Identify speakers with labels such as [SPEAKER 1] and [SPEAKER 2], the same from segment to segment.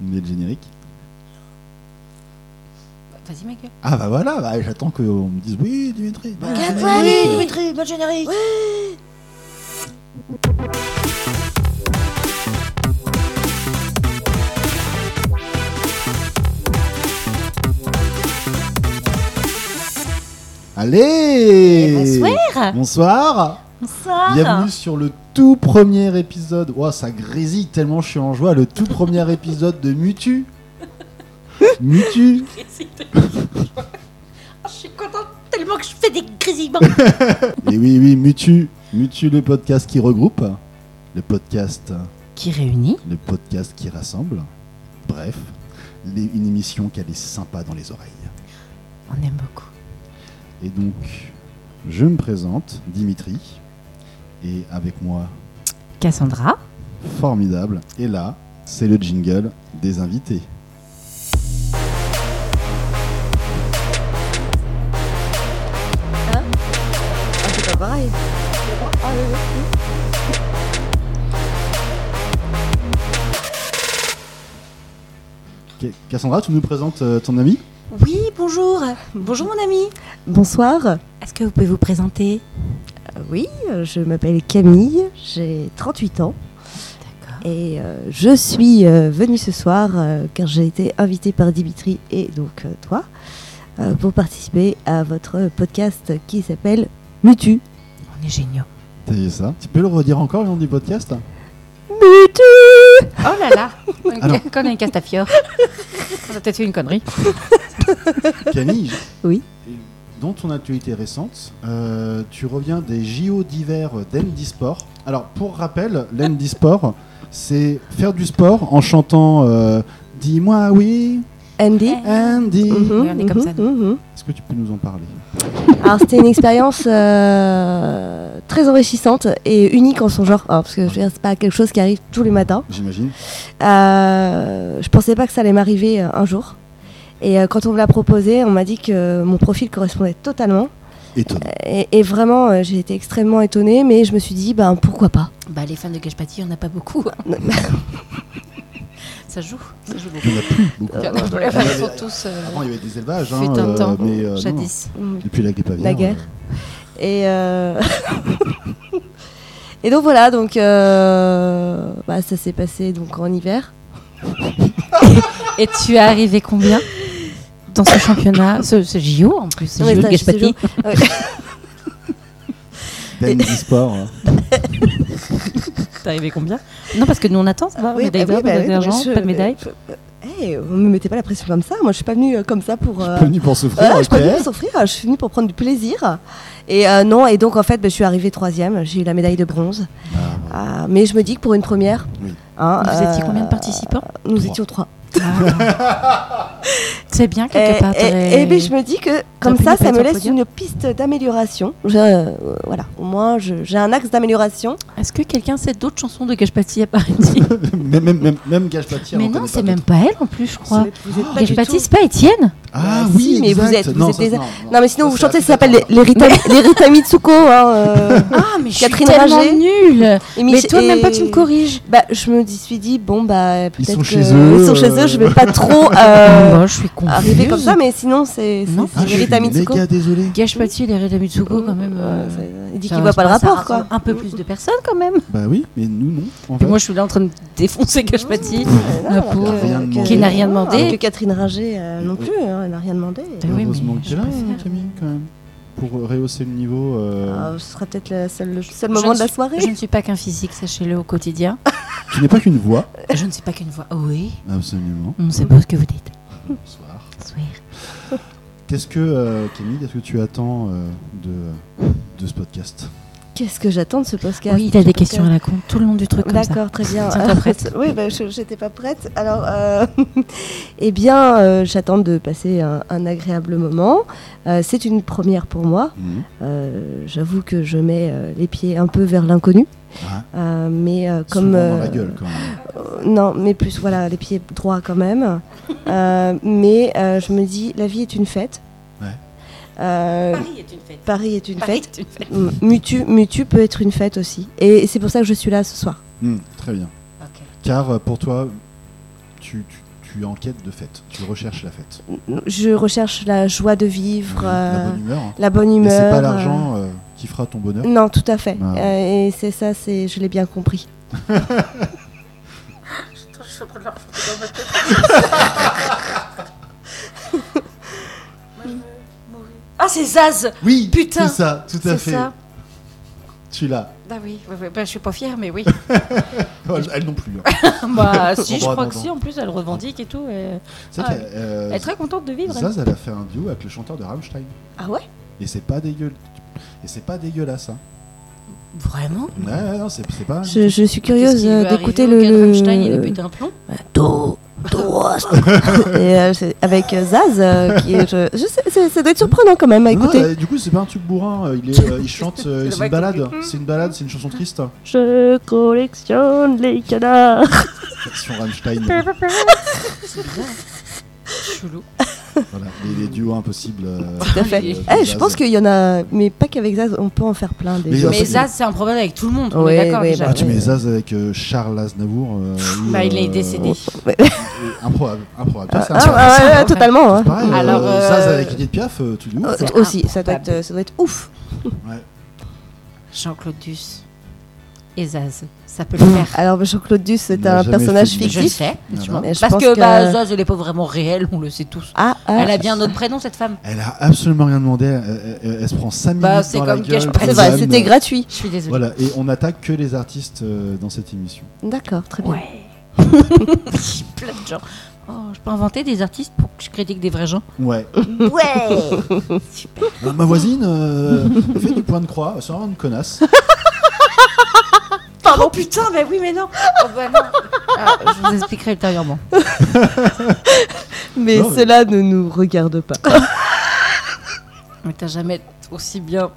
[SPEAKER 1] met le générique.
[SPEAKER 2] Vas-y, ma gueule.
[SPEAKER 1] Ah bah voilà, bah, j'attends qu'on me dise oui Dimitri. bah,
[SPEAKER 2] Quatre
[SPEAKER 1] oui.
[SPEAKER 2] allez, Dimitri, bon générique. Eh, ben,
[SPEAKER 1] Allez
[SPEAKER 2] Bonsoir.
[SPEAKER 1] Bonsoir
[SPEAKER 2] Bonsoir.
[SPEAKER 1] Bienvenue sur le tout premier épisode. Ouah, ça grésille tellement je suis en joie. Le tout premier épisode de Mutu. Mutu.
[SPEAKER 2] Oh, je suis contente tellement que je fais des grésillements.
[SPEAKER 1] Et oui, oui, Mutu. Mutu, le podcast qui regroupe. Le podcast,
[SPEAKER 2] Qui réunit
[SPEAKER 1] le podcast qui rassemble. Bref, les- une émission qui est sympa dans les oreilles.
[SPEAKER 2] On aime beaucoup.
[SPEAKER 1] Et donc, je me présente, Dimitri. Et avec moi,
[SPEAKER 2] Cassandra.
[SPEAKER 1] formidable. Et là, c'est le jingle des invités.
[SPEAKER 3] Ah, C'est pas pareil. Ah,
[SPEAKER 1] Ok, Cassandra, tu nous présentes euh, ton ami
[SPEAKER 2] Oui, bonjour. Bonjour, mon ami.
[SPEAKER 3] Bonsoir.
[SPEAKER 2] Est-ce que vous pouvez vous présenter
[SPEAKER 3] Euh, Oui, euh, je m'appelle Camille, j'ai 38 ans
[SPEAKER 2] D'accord.
[SPEAKER 3] et euh, je suis euh, venue ce soir euh, car j'ai été invitée par Dimitri et donc euh, toi euh, pour participer à votre podcast qui s'appelle Mutu.
[SPEAKER 2] On est géniaux.
[SPEAKER 1] T'as vu ça Tu peux le redire encore le nom du podcast
[SPEAKER 3] Mutu
[SPEAKER 2] Oh là là.
[SPEAKER 1] Alors.
[SPEAKER 2] Comme un castafiore. On a peut-être fait une connerie.
[SPEAKER 1] Camille
[SPEAKER 3] Oui.
[SPEAKER 1] Dans ton actualité récente, euh, tu reviens des JO d'hiver d'Endisport. Alors, pour rappel, l'Endisport, c'est faire du sport en chantant euh, Dis-moi oui,
[SPEAKER 3] Andy
[SPEAKER 1] Andy.
[SPEAKER 3] Mhm,
[SPEAKER 2] on est comme
[SPEAKER 3] mhm,
[SPEAKER 2] ça, nous.
[SPEAKER 3] mhm.
[SPEAKER 1] Est-ce que tu peux nous en parler
[SPEAKER 3] Alors c'était une expérience euh, très enrichissante et unique en son genre, hein, parce que je veux dire, c'est pas quelque chose qui arrive tous les matins.
[SPEAKER 1] J'imagine.
[SPEAKER 3] Euh, je pensais pas que ça allait m'arriver euh, un jour. Et euh, quand on me l'a proposé, on m'a dit que mon profil correspondait totalement.
[SPEAKER 1] Étonnant.
[SPEAKER 3] Et, et vraiment, euh, j'ai été extrêmement étonnée, mais je me suis dit, ben pourquoi pas
[SPEAKER 2] Bah, les fans de Gashpati, il n'y en a pas beaucoup. hein. ça joue. Ça joue beaucoup.
[SPEAKER 1] Il n'y en a plus beaucoup.
[SPEAKER 2] Il y en a-
[SPEAKER 1] ouais.
[SPEAKER 2] Ils sont tous. euh,
[SPEAKER 1] Avant, il y avait des élevages.
[SPEAKER 2] fut
[SPEAKER 1] hein,
[SPEAKER 2] un
[SPEAKER 1] euh,
[SPEAKER 2] temps,
[SPEAKER 1] mais, euh, non.
[SPEAKER 2] jadis.
[SPEAKER 1] Depuis la grippe aviaire.
[SPEAKER 3] La guerre. Et, euh, et donc voilà, donc euh, bah, ça s'est passé donc en hiver.
[SPEAKER 2] Et tu es arrivé combien dans ce championnat, ce, ce JO en plus, ce
[SPEAKER 3] Ouais,
[SPEAKER 2] JO de
[SPEAKER 3] ça,
[SPEAKER 2] Gashpati
[SPEAKER 3] c'est
[SPEAKER 1] euh, d'Endisport. hein.
[SPEAKER 2] T'es arrivé combien Non, parce que nous on attend, ça va
[SPEAKER 3] Oui,
[SPEAKER 2] médaille
[SPEAKER 3] bah
[SPEAKER 2] d'or,
[SPEAKER 3] oui, bah
[SPEAKER 2] médaille
[SPEAKER 3] oui,
[SPEAKER 2] d'argent,
[SPEAKER 3] je-
[SPEAKER 2] pas de médaille.
[SPEAKER 3] Hey, vous me mettez pas la pression comme ça. Moi, je suis pas venue euh, comme ça pour. euh,
[SPEAKER 1] Connu pour souffrir.
[SPEAKER 3] Ouais, je suis pas
[SPEAKER 1] ok.
[SPEAKER 3] venue pour souffrir, je suis venue pour prendre du plaisir. Et euh, non, et donc en fait, bah, je suis arrivée troisième, j'ai eu la médaille de bronze.
[SPEAKER 1] Ah,
[SPEAKER 3] Ah, mais je me dis que pour une première,
[SPEAKER 1] Oui.
[SPEAKER 3] hein,
[SPEAKER 2] Vous
[SPEAKER 3] euh,
[SPEAKER 2] étiez combien de participants
[SPEAKER 3] Nous
[SPEAKER 1] Trois.
[SPEAKER 3] étions trois. Ah.
[SPEAKER 2] C'est bien
[SPEAKER 3] Et,
[SPEAKER 2] quelque part.
[SPEAKER 3] et-
[SPEAKER 2] t'aurais-
[SPEAKER 3] et ben, je me dis que comme
[SPEAKER 2] pu
[SPEAKER 3] ça,
[SPEAKER 2] ne pas
[SPEAKER 3] ça
[SPEAKER 2] être
[SPEAKER 3] me
[SPEAKER 2] sur
[SPEAKER 3] laisse
[SPEAKER 2] podium.
[SPEAKER 3] une piste d'amélioration. Je- euh, voilà, au moins je- j'ai un axe d'amélioration.
[SPEAKER 2] Est-ce que quelqu'un sait d'autres chansons de Gashpati à Paris
[SPEAKER 1] même même, même, même Gashpati,
[SPEAKER 2] Mais
[SPEAKER 1] on
[SPEAKER 2] non,
[SPEAKER 1] connaît
[SPEAKER 2] c'est
[SPEAKER 1] pas
[SPEAKER 2] même pas elle en plus, je crois.
[SPEAKER 3] Vous êtes pas du
[SPEAKER 2] Gashpati,
[SPEAKER 3] tout-
[SPEAKER 2] c'est pas Étienne
[SPEAKER 1] Ah
[SPEAKER 3] Euh,
[SPEAKER 1] oui,
[SPEAKER 3] si, mais vous
[SPEAKER 1] exact.
[SPEAKER 3] êtes- vous
[SPEAKER 1] non,
[SPEAKER 3] êtes
[SPEAKER 1] ça,
[SPEAKER 3] des-
[SPEAKER 1] non,
[SPEAKER 3] Non, mais sinon vous
[SPEAKER 1] c'est
[SPEAKER 3] chantez, ça
[SPEAKER 1] Africa
[SPEAKER 3] s'appelle les, les, Rita, les Rita Mitsuko. Hein, euh,
[SPEAKER 2] Ah, mais je suis
[SPEAKER 3] Catherine
[SPEAKER 2] tellement
[SPEAKER 3] Ringer.
[SPEAKER 2] nulle
[SPEAKER 3] et
[SPEAKER 2] Mais
[SPEAKER 3] Mich-
[SPEAKER 2] toi, même pas
[SPEAKER 3] et-
[SPEAKER 2] tu me corriges
[SPEAKER 3] Bah, je me dis- suis dit, bon, bah, peut-être.
[SPEAKER 1] sont
[SPEAKER 3] que-
[SPEAKER 1] chez eux,
[SPEAKER 3] Ils sont chez
[SPEAKER 1] euh.
[SPEAKER 3] eux, je vais pas trop euh,
[SPEAKER 2] Moi, je suis con.
[SPEAKER 3] arriver comme ça, mais sinon, c'est
[SPEAKER 2] Non.
[SPEAKER 3] c'est-
[SPEAKER 1] Ah,
[SPEAKER 3] c'est
[SPEAKER 1] je suis
[SPEAKER 3] Rita Mitsuko.
[SPEAKER 1] méga désolé.
[SPEAKER 2] Gashpati et les Rita Mitsuko, quand même. euh,
[SPEAKER 3] Ouais, c'est- Il dit
[SPEAKER 2] ça-
[SPEAKER 3] qu'il voit pas le
[SPEAKER 2] ça
[SPEAKER 3] rapport,
[SPEAKER 2] rassemble
[SPEAKER 3] quoi.
[SPEAKER 2] Un peu plus de personnes quand même.
[SPEAKER 1] Bah oui, mais nous non. En
[SPEAKER 2] Puis
[SPEAKER 1] fait.
[SPEAKER 2] moi, je suis là en train de défoncer Gashpati.
[SPEAKER 3] Euh, non,
[SPEAKER 2] La
[SPEAKER 3] alors
[SPEAKER 2] pauvre.
[SPEAKER 3] que-
[SPEAKER 1] Rien
[SPEAKER 3] que-
[SPEAKER 1] demandé.
[SPEAKER 2] Qui n'a rien demandé. Ah, Euh,
[SPEAKER 3] Alors Que Catherine Ringer euh, non plus, hein, elle n'a rien demandé.
[SPEAKER 2] oui, mais
[SPEAKER 1] Heureusement que
[SPEAKER 2] je
[SPEAKER 1] t'es là, hein,
[SPEAKER 2] préfère.
[SPEAKER 1] Camille, quand même. Pour euh, rehausser le niveau. euh,
[SPEAKER 3] Ah, ce sera peut-être le seul, le seul
[SPEAKER 2] Je
[SPEAKER 3] moment
[SPEAKER 2] ne
[SPEAKER 3] de la
[SPEAKER 2] suis- Je
[SPEAKER 3] soirée.
[SPEAKER 2] ne suis pas qu'un physique, sachez-le au quotidien.
[SPEAKER 1] Tu n'es pas qu'une voix.
[SPEAKER 2] Je ne suis pas qu'une voix. Oui,
[SPEAKER 1] Absolument.
[SPEAKER 2] on sait pas ce que vous dites.
[SPEAKER 1] Bonsoir. Qu'est-ce que, euh, Camille, qu'est-ce que tu attends euh, de, de ce podcast
[SPEAKER 3] Qu'est-ce que j'attends de ce podcast
[SPEAKER 2] Oui, il a des questions à la con tout le long du truc comme ça.
[SPEAKER 3] D'accord, très bien.
[SPEAKER 2] Tiens-toi prête.
[SPEAKER 3] oui, bah, je- j'étais pas prête. Alors, euh, eh bien, euh, j'attends de passer un, un agréable moment. Euh, C'est une première pour moi. Euh, J'avoue que je mets euh, les pieds un peu vers l'inconnu.
[SPEAKER 1] Ah,
[SPEAKER 3] Euh, mais euh,
[SPEAKER 1] Comme
[SPEAKER 3] comme
[SPEAKER 1] dans la
[SPEAKER 3] euh,
[SPEAKER 1] gueule, quand même.
[SPEAKER 3] Euh, Non, mais plus voilà, les pieds droits quand même. Euh, mais euh, je me dis, la vie est une fête.
[SPEAKER 1] Ouais.
[SPEAKER 3] Euh,
[SPEAKER 2] est une fête.
[SPEAKER 3] Paris est une fête. M- Mutu, Mutu peut être une fête aussi. Et
[SPEAKER 1] Mmh,
[SPEAKER 3] c'est pour ça que je suis là ce soir.
[SPEAKER 1] Mm, très bien. Car euh, pour toi, tu, tu- tu es en quête de fête, tu recherches la fête.
[SPEAKER 3] Je recherche la joie de vivre,
[SPEAKER 1] la
[SPEAKER 3] euh,
[SPEAKER 1] bonne humeur. hein.
[SPEAKER 3] la bonne
[SPEAKER 1] Et
[SPEAKER 3] humeur.
[SPEAKER 1] c'est pas
[SPEAKER 3] euh,
[SPEAKER 1] l'argent euh, qui fera ton bonheur.
[SPEAKER 3] Non, tout à fait.
[SPEAKER 1] Ah.
[SPEAKER 3] Euh, et c'est ça, c'est, je l'ai bien compris.
[SPEAKER 4] Putain, je suis en train de leur foutre dans ma tête. Moi, je veux mourir. Ah, c'est Zaz
[SPEAKER 1] Oui,
[SPEAKER 4] Putain,
[SPEAKER 1] c'est ça, tout à
[SPEAKER 4] C'est
[SPEAKER 1] fait.
[SPEAKER 4] ça
[SPEAKER 1] Tu l'as.
[SPEAKER 4] Ah oui, ouais, ouais, bah, je suis pas fière, mais oui.
[SPEAKER 1] Oh, elle- elle non plus. hein.
[SPEAKER 2] Bah, si, je
[SPEAKER 1] Bon,
[SPEAKER 2] crois
[SPEAKER 1] non,
[SPEAKER 2] que
[SPEAKER 1] non.
[SPEAKER 2] si, en plus, elle revendique et tout. Elle,
[SPEAKER 1] C'est
[SPEAKER 2] Ah,
[SPEAKER 1] qu'elle, euh,
[SPEAKER 2] elle est très contente de vivre. elle.
[SPEAKER 1] Zaz, elle a fait un duo avec le chanteur de Rammstein.
[SPEAKER 3] Ah ouais
[SPEAKER 1] Et c'est pas dégueul. Et c'est pas dégueulasse. Hein.
[SPEAKER 2] Vraiment
[SPEAKER 1] Ouais, ouais, non, c'est c'est pas.
[SPEAKER 3] je, je
[SPEAKER 2] Qu'est-ce
[SPEAKER 3] suis curieuse
[SPEAKER 2] qui lui
[SPEAKER 3] euh,
[SPEAKER 2] est
[SPEAKER 3] d'écouter
[SPEAKER 2] arrivé
[SPEAKER 3] le.
[SPEAKER 2] au cadre
[SPEAKER 3] le-
[SPEAKER 2] Einstein, il a pété un plomb.
[SPEAKER 3] Do- do- Et, euh, c'est- avec euh, Zaz, euh, qui est- je, je sais, c'est- ça doit être surprenant quand même à
[SPEAKER 1] Non, non,
[SPEAKER 3] écouter.
[SPEAKER 1] euh, du coup, c'est pas un truc bourrin. euh, Il, est, euh, il chante. euh,
[SPEAKER 4] le
[SPEAKER 1] c'est
[SPEAKER 4] mec
[SPEAKER 1] une balade.
[SPEAKER 4] qui-
[SPEAKER 1] C'est une balade. C'est une chanson triste.
[SPEAKER 3] Je collectionne les canards.
[SPEAKER 1] Sur Rammstein.
[SPEAKER 2] C'est bizarre. Chelou.
[SPEAKER 1] voilà. Les, les duos impossibles. euh,
[SPEAKER 3] Tout à fait.
[SPEAKER 1] de- de
[SPEAKER 3] Eh, je
[SPEAKER 1] Zaz.
[SPEAKER 3] pense qu'il y en a, mais pas qu'avec Zaz, on peut en faire plein des
[SPEAKER 1] Mais
[SPEAKER 3] gens.
[SPEAKER 1] Zaz,
[SPEAKER 2] Mais Zaz, c'est un problème avec tout le monde. On
[SPEAKER 3] Ouais,
[SPEAKER 2] est d'accord
[SPEAKER 3] ouais, bah,
[SPEAKER 2] déjà.
[SPEAKER 1] Ah, tu
[SPEAKER 3] Ouais.
[SPEAKER 1] mets Zaz avec euh, Charles Aznavour. euh, ou,
[SPEAKER 2] Bah, il est
[SPEAKER 1] euh,
[SPEAKER 2] décédé.
[SPEAKER 3] Ouais.
[SPEAKER 1] euh, Improbable. Improbable. Toi, c'est
[SPEAKER 3] Ah,
[SPEAKER 1] improbable.
[SPEAKER 3] ouais, ouais,
[SPEAKER 2] ouais.
[SPEAKER 3] totalement. hein.
[SPEAKER 1] C'est pareil, euh,
[SPEAKER 2] Alors, euh,
[SPEAKER 1] Zaz avec Edith Piaf, euh, tu dis ouf.
[SPEAKER 3] Euh,
[SPEAKER 1] quoi.
[SPEAKER 3] aussi, ça doit, être, euh, ça doit être ouf.
[SPEAKER 2] Jean-Claude Duss et Zaz. Ça peut le faire.
[SPEAKER 3] Alors Jean-Claude Duss, c'est
[SPEAKER 1] Il a
[SPEAKER 3] un
[SPEAKER 1] jamais
[SPEAKER 3] personnage
[SPEAKER 1] fait de-
[SPEAKER 2] Je le
[SPEAKER 3] fictif.
[SPEAKER 2] sais. mais tu
[SPEAKER 1] Voilà.
[SPEAKER 2] m'en-
[SPEAKER 3] Mais Ah, je
[SPEAKER 2] Parce
[SPEAKER 3] pense
[SPEAKER 2] que,
[SPEAKER 3] que-
[SPEAKER 2] bah, Zaz, elle est pas vraiment réelle, on le sait tous.
[SPEAKER 3] Ah, ah.
[SPEAKER 2] Elle a bien notre prénom, cette femme.
[SPEAKER 1] Elle a absolument rien demandé. Elle, elle- elle- elle se prend 5
[SPEAKER 2] Bah,
[SPEAKER 1] minutes
[SPEAKER 2] c'est
[SPEAKER 1] dans la
[SPEAKER 2] comme
[SPEAKER 1] gueule.
[SPEAKER 2] Cash
[SPEAKER 1] pour
[SPEAKER 3] C'est
[SPEAKER 2] Prison.
[SPEAKER 1] Zaz.
[SPEAKER 3] vrai, c'était gratuit.
[SPEAKER 2] Je suis désolée.
[SPEAKER 1] Voilà, et on attaque que les artistes euh, dans cette émission.
[SPEAKER 3] D'accord, très bien.
[SPEAKER 2] Ouais. Plein de gens. Oh, je peux inventer des artistes pour que je critique des vrais gens.
[SPEAKER 1] Ouais.
[SPEAKER 2] Ouais.
[SPEAKER 1] Euh, ma voisine euh, elle fait du point de croix, c'est vraiment une connasse.
[SPEAKER 2] Oh putain, mais oui, mais non. Oh, bah, non. Ah, je vous expliquerai ultérieurement.
[SPEAKER 3] Mais
[SPEAKER 1] Non, mais- Ah,
[SPEAKER 3] cela ne nous regarde pas.
[SPEAKER 2] Mais t'as jamais aussi bien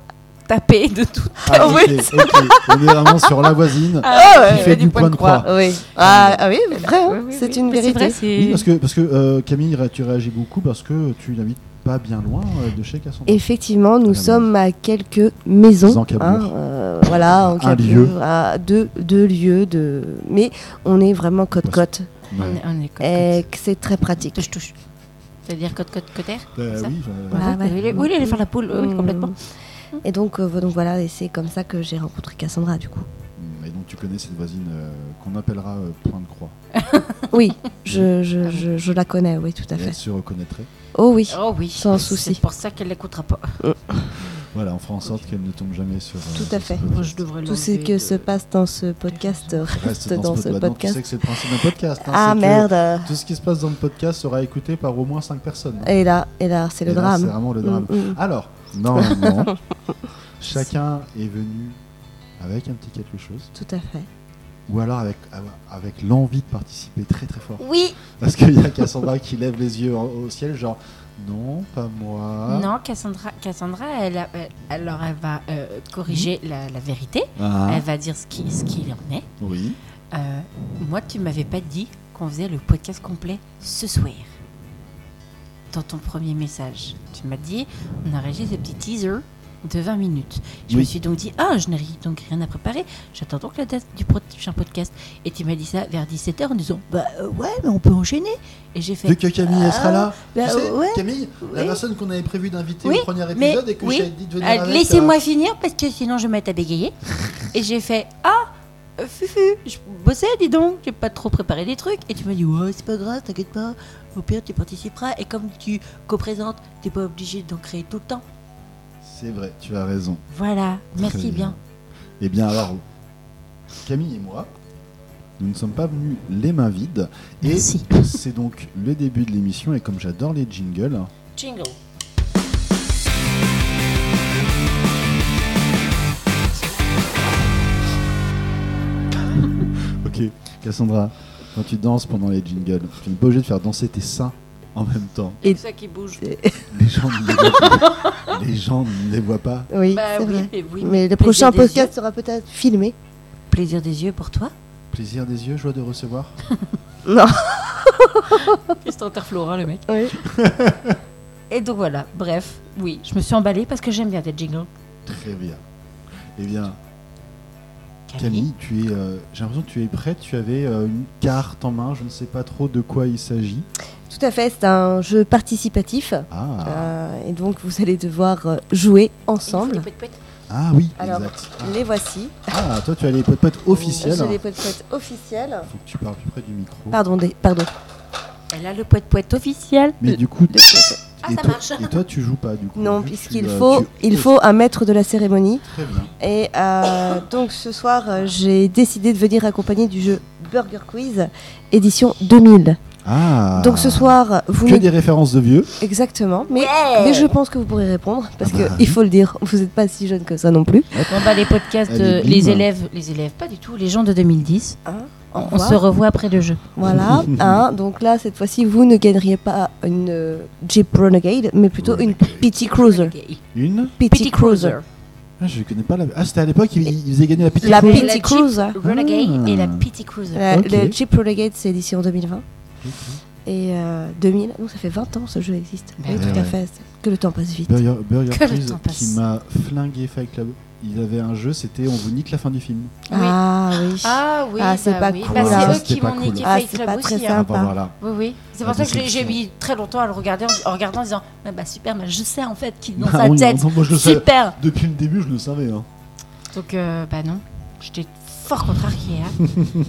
[SPEAKER 2] tapé de tout.
[SPEAKER 1] Ah, ok,
[SPEAKER 3] oui,
[SPEAKER 1] ok. On est vraiment sur la voisine.
[SPEAKER 3] Ah
[SPEAKER 1] Qui fait du point de croix.
[SPEAKER 3] Oui. Ah, ah oui, vrai, hein,
[SPEAKER 2] Oui, oui,
[SPEAKER 3] c'est
[SPEAKER 2] oui.
[SPEAKER 3] une
[SPEAKER 2] Mais
[SPEAKER 3] vérité.
[SPEAKER 2] vrai, c'est-
[SPEAKER 1] Oui, parce que, parce que euh, Camille, tu réagis beaucoup parce que tu n'habites pas bien loin euh, de chez Cassandra.
[SPEAKER 3] Effectivement, nous
[SPEAKER 1] Ah,
[SPEAKER 3] sommes à quelques maisons.
[SPEAKER 1] Encablures.
[SPEAKER 3] euh, voilà,
[SPEAKER 1] Un
[SPEAKER 3] encablures,
[SPEAKER 1] lieu.
[SPEAKER 3] À deux, deux lieux. De... Mais on est vraiment côte-côte.
[SPEAKER 2] On
[SPEAKER 1] Ouais.
[SPEAKER 2] est, on est code,
[SPEAKER 3] Et que c'est très
[SPEAKER 2] code.
[SPEAKER 3] pratique.
[SPEAKER 2] Touche, touche. C'est-à-dire code, code, cotaire
[SPEAKER 1] Euh,
[SPEAKER 2] ça.
[SPEAKER 1] oui, euh,
[SPEAKER 3] Voilà,
[SPEAKER 2] Ah,
[SPEAKER 3] Bah ouais.
[SPEAKER 2] oui, les- oui, les faire la poule, oui,
[SPEAKER 3] Mm.
[SPEAKER 2] complètement.
[SPEAKER 3] Et donc, euh, donc voilà, et c'est comme ça que j'ai rencontré Cassandra du coup.
[SPEAKER 1] et donc tu connais cette voisine euh, qu'on appellera euh, point de croix.
[SPEAKER 3] Oui, je, je, je, je la connais, oui, tout à
[SPEAKER 1] Et elle
[SPEAKER 3] fait.
[SPEAKER 1] se reconnaîtrait.
[SPEAKER 3] Oh oui.
[SPEAKER 2] Oh oui.
[SPEAKER 3] Sans souci.
[SPEAKER 2] C'est pour ça qu'elle l'écoutera pas.
[SPEAKER 1] Voilà, on fera en sorte qu'elle ne tombe jamais sur. euh,
[SPEAKER 3] Tout à
[SPEAKER 1] sur
[SPEAKER 3] fait.
[SPEAKER 1] ce podcast.
[SPEAKER 2] Je devrais
[SPEAKER 3] Tout ce
[SPEAKER 2] l'enlever
[SPEAKER 3] que
[SPEAKER 2] de-
[SPEAKER 3] se passe dans ce podcast euh,
[SPEAKER 1] Reste
[SPEAKER 3] reste
[SPEAKER 1] dans, ce, pod- bah, non, Tu sais
[SPEAKER 3] podcast.
[SPEAKER 1] que c'est le principe d'un podcast. hein,
[SPEAKER 3] Ah
[SPEAKER 1] c'est que
[SPEAKER 3] merde
[SPEAKER 1] Tout ce qui se passe dans le podcast sera écouté par au moins 5 personnes.
[SPEAKER 3] Et là, et là, c'est le
[SPEAKER 1] Et là, C'est
[SPEAKER 3] drame.
[SPEAKER 1] vraiment le
[SPEAKER 3] Mm,
[SPEAKER 1] drame.
[SPEAKER 3] mm.
[SPEAKER 1] Alors, normalement, chacun est venu avec un petit quelque chose,
[SPEAKER 3] Tout à fait.
[SPEAKER 1] ou alors avec, avec l'envie de participer très très fort.
[SPEAKER 4] Oui
[SPEAKER 1] Parce qu'il y a Cassandra qui lève les yeux au au ciel, genre non, pas
[SPEAKER 3] Ah.
[SPEAKER 1] moi.
[SPEAKER 2] Non, Cassandra, Cassandra elle, a- elle- alors elle va euh, corriger
[SPEAKER 3] Mmh.
[SPEAKER 2] la, la vérité.
[SPEAKER 1] Ah,
[SPEAKER 2] Elle va dire ce qu'il ce qu'il en est.
[SPEAKER 1] oui.
[SPEAKER 2] Euh, moi, tu m'avais pas dit qu'on faisait le podcast complet ce soir. Dans ton premier message, tu m'as dit on enregistre des petits teasers de 20 minutes. Je
[SPEAKER 1] Oui.
[SPEAKER 2] me suis donc dit ah, je n'ai ri- donc rien à préparer. J'attends donc la date du prochain podcast. Et tu m'as dit ça vers 17h en disant bah euh, ouais, mais on peut enchaîner. Et j'ai fait
[SPEAKER 1] Vu que Camille elle sera là,
[SPEAKER 2] bah,
[SPEAKER 1] tu sais,
[SPEAKER 2] ouais,
[SPEAKER 1] Camille, la
[SPEAKER 2] ouais.
[SPEAKER 1] personne qu'on avait prévu d'inviter
[SPEAKER 2] Oui,
[SPEAKER 1] au premier
[SPEAKER 2] mais
[SPEAKER 1] épisode et que
[SPEAKER 2] oui.
[SPEAKER 1] j'ai dit de venir
[SPEAKER 2] Ah,
[SPEAKER 1] avec,
[SPEAKER 2] Laissez-moi finir parce que sinon je vais mettre à bégayer. et j'ai fait Ah, euh, Fufu, je bossais, dis donc, j'ai pas trop préparé des trucs. Et tu m'as dit Ouais, c'est pas grave, t'inquiète pas, au pire tu participeras. Et comme tu co-présentes, t'es pas obligé d'en créer tout le temps.
[SPEAKER 1] euh, C'est vrai, tu as raison.
[SPEAKER 2] Voilà, merci
[SPEAKER 1] Très
[SPEAKER 2] bien.
[SPEAKER 1] Eh bien alors, Camille et moi, nous ne sommes pas venus les mains vides. Et
[SPEAKER 2] Merci.
[SPEAKER 1] c'est donc le début de l'émission et comme j'adore les jingles, hein.
[SPEAKER 2] Jingle.
[SPEAKER 1] ok Cassandra, quand tu danses pendant les jingles, tu n'es pas obligé de faire danser tes seins en même temps.
[SPEAKER 3] Et-
[SPEAKER 2] ça qui bouge.
[SPEAKER 1] Les gens ne les voient pas. Les gens ne les voient pas.
[SPEAKER 3] Oui,
[SPEAKER 2] Bah
[SPEAKER 3] c'est
[SPEAKER 2] oui,
[SPEAKER 3] vrai.
[SPEAKER 2] mais oui.
[SPEAKER 3] Mais le
[SPEAKER 2] Plaisir
[SPEAKER 3] prochain
[SPEAKER 2] des
[SPEAKER 3] podcast sera peut-être filmé.
[SPEAKER 2] yeux. Plaisir des yeux pour toi.
[SPEAKER 1] Plaisir des yeux, joie de recevoir.
[SPEAKER 3] Non.
[SPEAKER 2] C'est interflora le mec.
[SPEAKER 3] Oui.
[SPEAKER 2] Et donc voilà, bref, oui, je me suis emballée parce que j'aime bien des jingles.
[SPEAKER 1] Très bien. Eh bien, Camille, tu es, euh, j'ai l'impression que tu es prête. Tu avais euh, une carte en main. Je ne sais pas trop de quoi il s'agit.
[SPEAKER 3] Tout à fait, c'est un jeu participatif.
[SPEAKER 1] Ah,
[SPEAKER 3] Euh, et donc, vous allez devoir euh, jouer
[SPEAKER 2] Il
[SPEAKER 3] ensemble.
[SPEAKER 2] faut des poètes-poètes.
[SPEAKER 1] ah oui,
[SPEAKER 3] alors,
[SPEAKER 1] exact.
[SPEAKER 3] Les voici.
[SPEAKER 1] Ah, toi, tu as les potes officiels.
[SPEAKER 3] Oh, J'ai des
[SPEAKER 1] Il
[SPEAKER 3] potes officielles.
[SPEAKER 1] faut que tu parles plus près du micro.
[SPEAKER 3] Pardon, des- pardon.
[SPEAKER 2] Elle a le poète-poète officiel.
[SPEAKER 1] Mais du coup,
[SPEAKER 2] Ah,
[SPEAKER 1] et,
[SPEAKER 2] ça
[SPEAKER 1] toi,
[SPEAKER 2] marche.
[SPEAKER 1] et toi, tu joues pas du coup.
[SPEAKER 3] Non,
[SPEAKER 1] Vu que tu,
[SPEAKER 3] puisqu'il
[SPEAKER 1] euh,
[SPEAKER 3] faut,
[SPEAKER 1] tu-
[SPEAKER 3] il faut un maître de la cérémonie.
[SPEAKER 1] Très bien.
[SPEAKER 3] Et euh, donc ce soir, euh, j'ai décidé de venir accompagner du jeu Burger Quiz édition 2000.
[SPEAKER 1] Ah.
[SPEAKER 3] Donc ce soir, vous
[SPEAKER 1] Que
[SPEAKER 3] me-
[SPEAKER 1] des références de vieux.
[SPEAKER 3] exactement, mais,
[SPEAKER 2] Ouais.
[SPEAKER 3] mais je pense que vous pourrez répondre parce
[SPEAKER 1] Ah
[SPEAKER 3] que
[SPEAKER 1] bah,
[SPEAKER 3] il faut le dire, vous n'êtes pas si jeune que ça non plus.
[SPEAKER 2] Bon, bah, les podcasts,
[SPEAKER 1] Allez,
[SPEAKER 2] euh,
[SPEAKER 1] bim.
[SPEAKER 2] les élèves, les élèves, pas du tout, les gens de 2010.
[SPEAKER 1] Hein
[SPEAKER 3] Au
[SPEAKER 2] On, on
[SPEAKER 3] revoir.
[SPEAKER 2] se revoit après le jeu.
[SPEAKER 3] Voilà. hein, donc là, cette fois-ci, vous ne gagneriez pas une euh, Jeep Renegade, mais plutôt une PT Cruiser.
[SPEAKER 1] Une.
[SPEAKER 3] PT Cruiser.
[SPEAKER 1] Ah, je connais pas la. Ah, c'était à l'époque, il, il faisait gagner la petite.
[SPEAKER 3] La
[SPEAKER 1] cause.
[SPEAKER 2] la
[SPEAKER 3] PT
[SPEAKER 2] Jeep
[SPEAKER 3] Cruiser.
[SPEAKER 2] Renegade
[SPEAKER 1] Ah.
[SPEAKER 2] et la Pity Cruiser.
[SPEAKER 3] La-
[SPEAKER 1] Ok.
[SPEAKER 3] Le Jeep Renegade, c'est l'édition 2020. Et euh, 2000, donc ça fait 20 ans que ce jeu existe.
[SPEAKER 2] Ben
[SPEAKER 3] oui,
[SPEAKER 1] ouais.
[SPEAKER 3] tout
[SPEAKER 1] Ouais.
[SPEAKER 3] à fait. Que le temps passe vite.
[SPEAKER 1] Burger, Burger
[SPEAKER 2] Que le
[SPEAKER 1] Quiz
[SPEAKER 2] temps passe.
[SPEAKER 1] qui m'a flingué Fight Club. Il avait un jeu, c'était on vous nique la fin du film.
[SPEAKER 3] Ah oui.
[SPEAKER 2] Ah oui,
[SPEAKER 3] Ah, c'est
[SPEAKER 2] bah
[SPEAKER 3] pas
[SPEAKER 2] oui.
[SPEAKER 3] cool,
[SPEAKER 2] Bah,
[SPEAKER 1] hein.
[SPEAKER 2] c'est eux
[SPEAKER 1] C'était
[SPEAKER 2] qui
[SPEAKER 1] pas
[SPEAKER 2] m'ont
[SPEAKER 1] cool.
[SPEAKER 2] niqué
[SPEAKER 3] Ah,
[SPEAKER 2] Fight
[SPEAKER 3] c'est
[SPEAKER 2] Club
[SPEAKER 3] pas
[SPEAKER 2] aussi,
[SPEAKER 3] très
[SPEAKER 2] hein.
[SPEAKER 3] sympa.
[SPEAKER 1] bah voilà.
[SPEAKER 2] Oui, oui. C'est
[SPEAKER 1] La
[SPEAKER 2] pour ça que je l'ai- j'ai
[SPEAKER 1] déception.
[SPEAKER 2] mis très longtemps à le regarder en, en regardant en disant Ah bah super, mais je sais en fait qu'il est dans
[SPEAKER 1] Bah,
[SPEAKER 2] sa
[SPEAKER 1] on-
[SPEAKER 2] tête.
[SPEAKER 1] on- moi, je le savais.
[SPEAKER 2] super
[SPEAKER 1] Depuis le début, je le savais. Hein.
[SPEAKER 2] Donc, euh, bah non, j'étais fort contrariée. hein.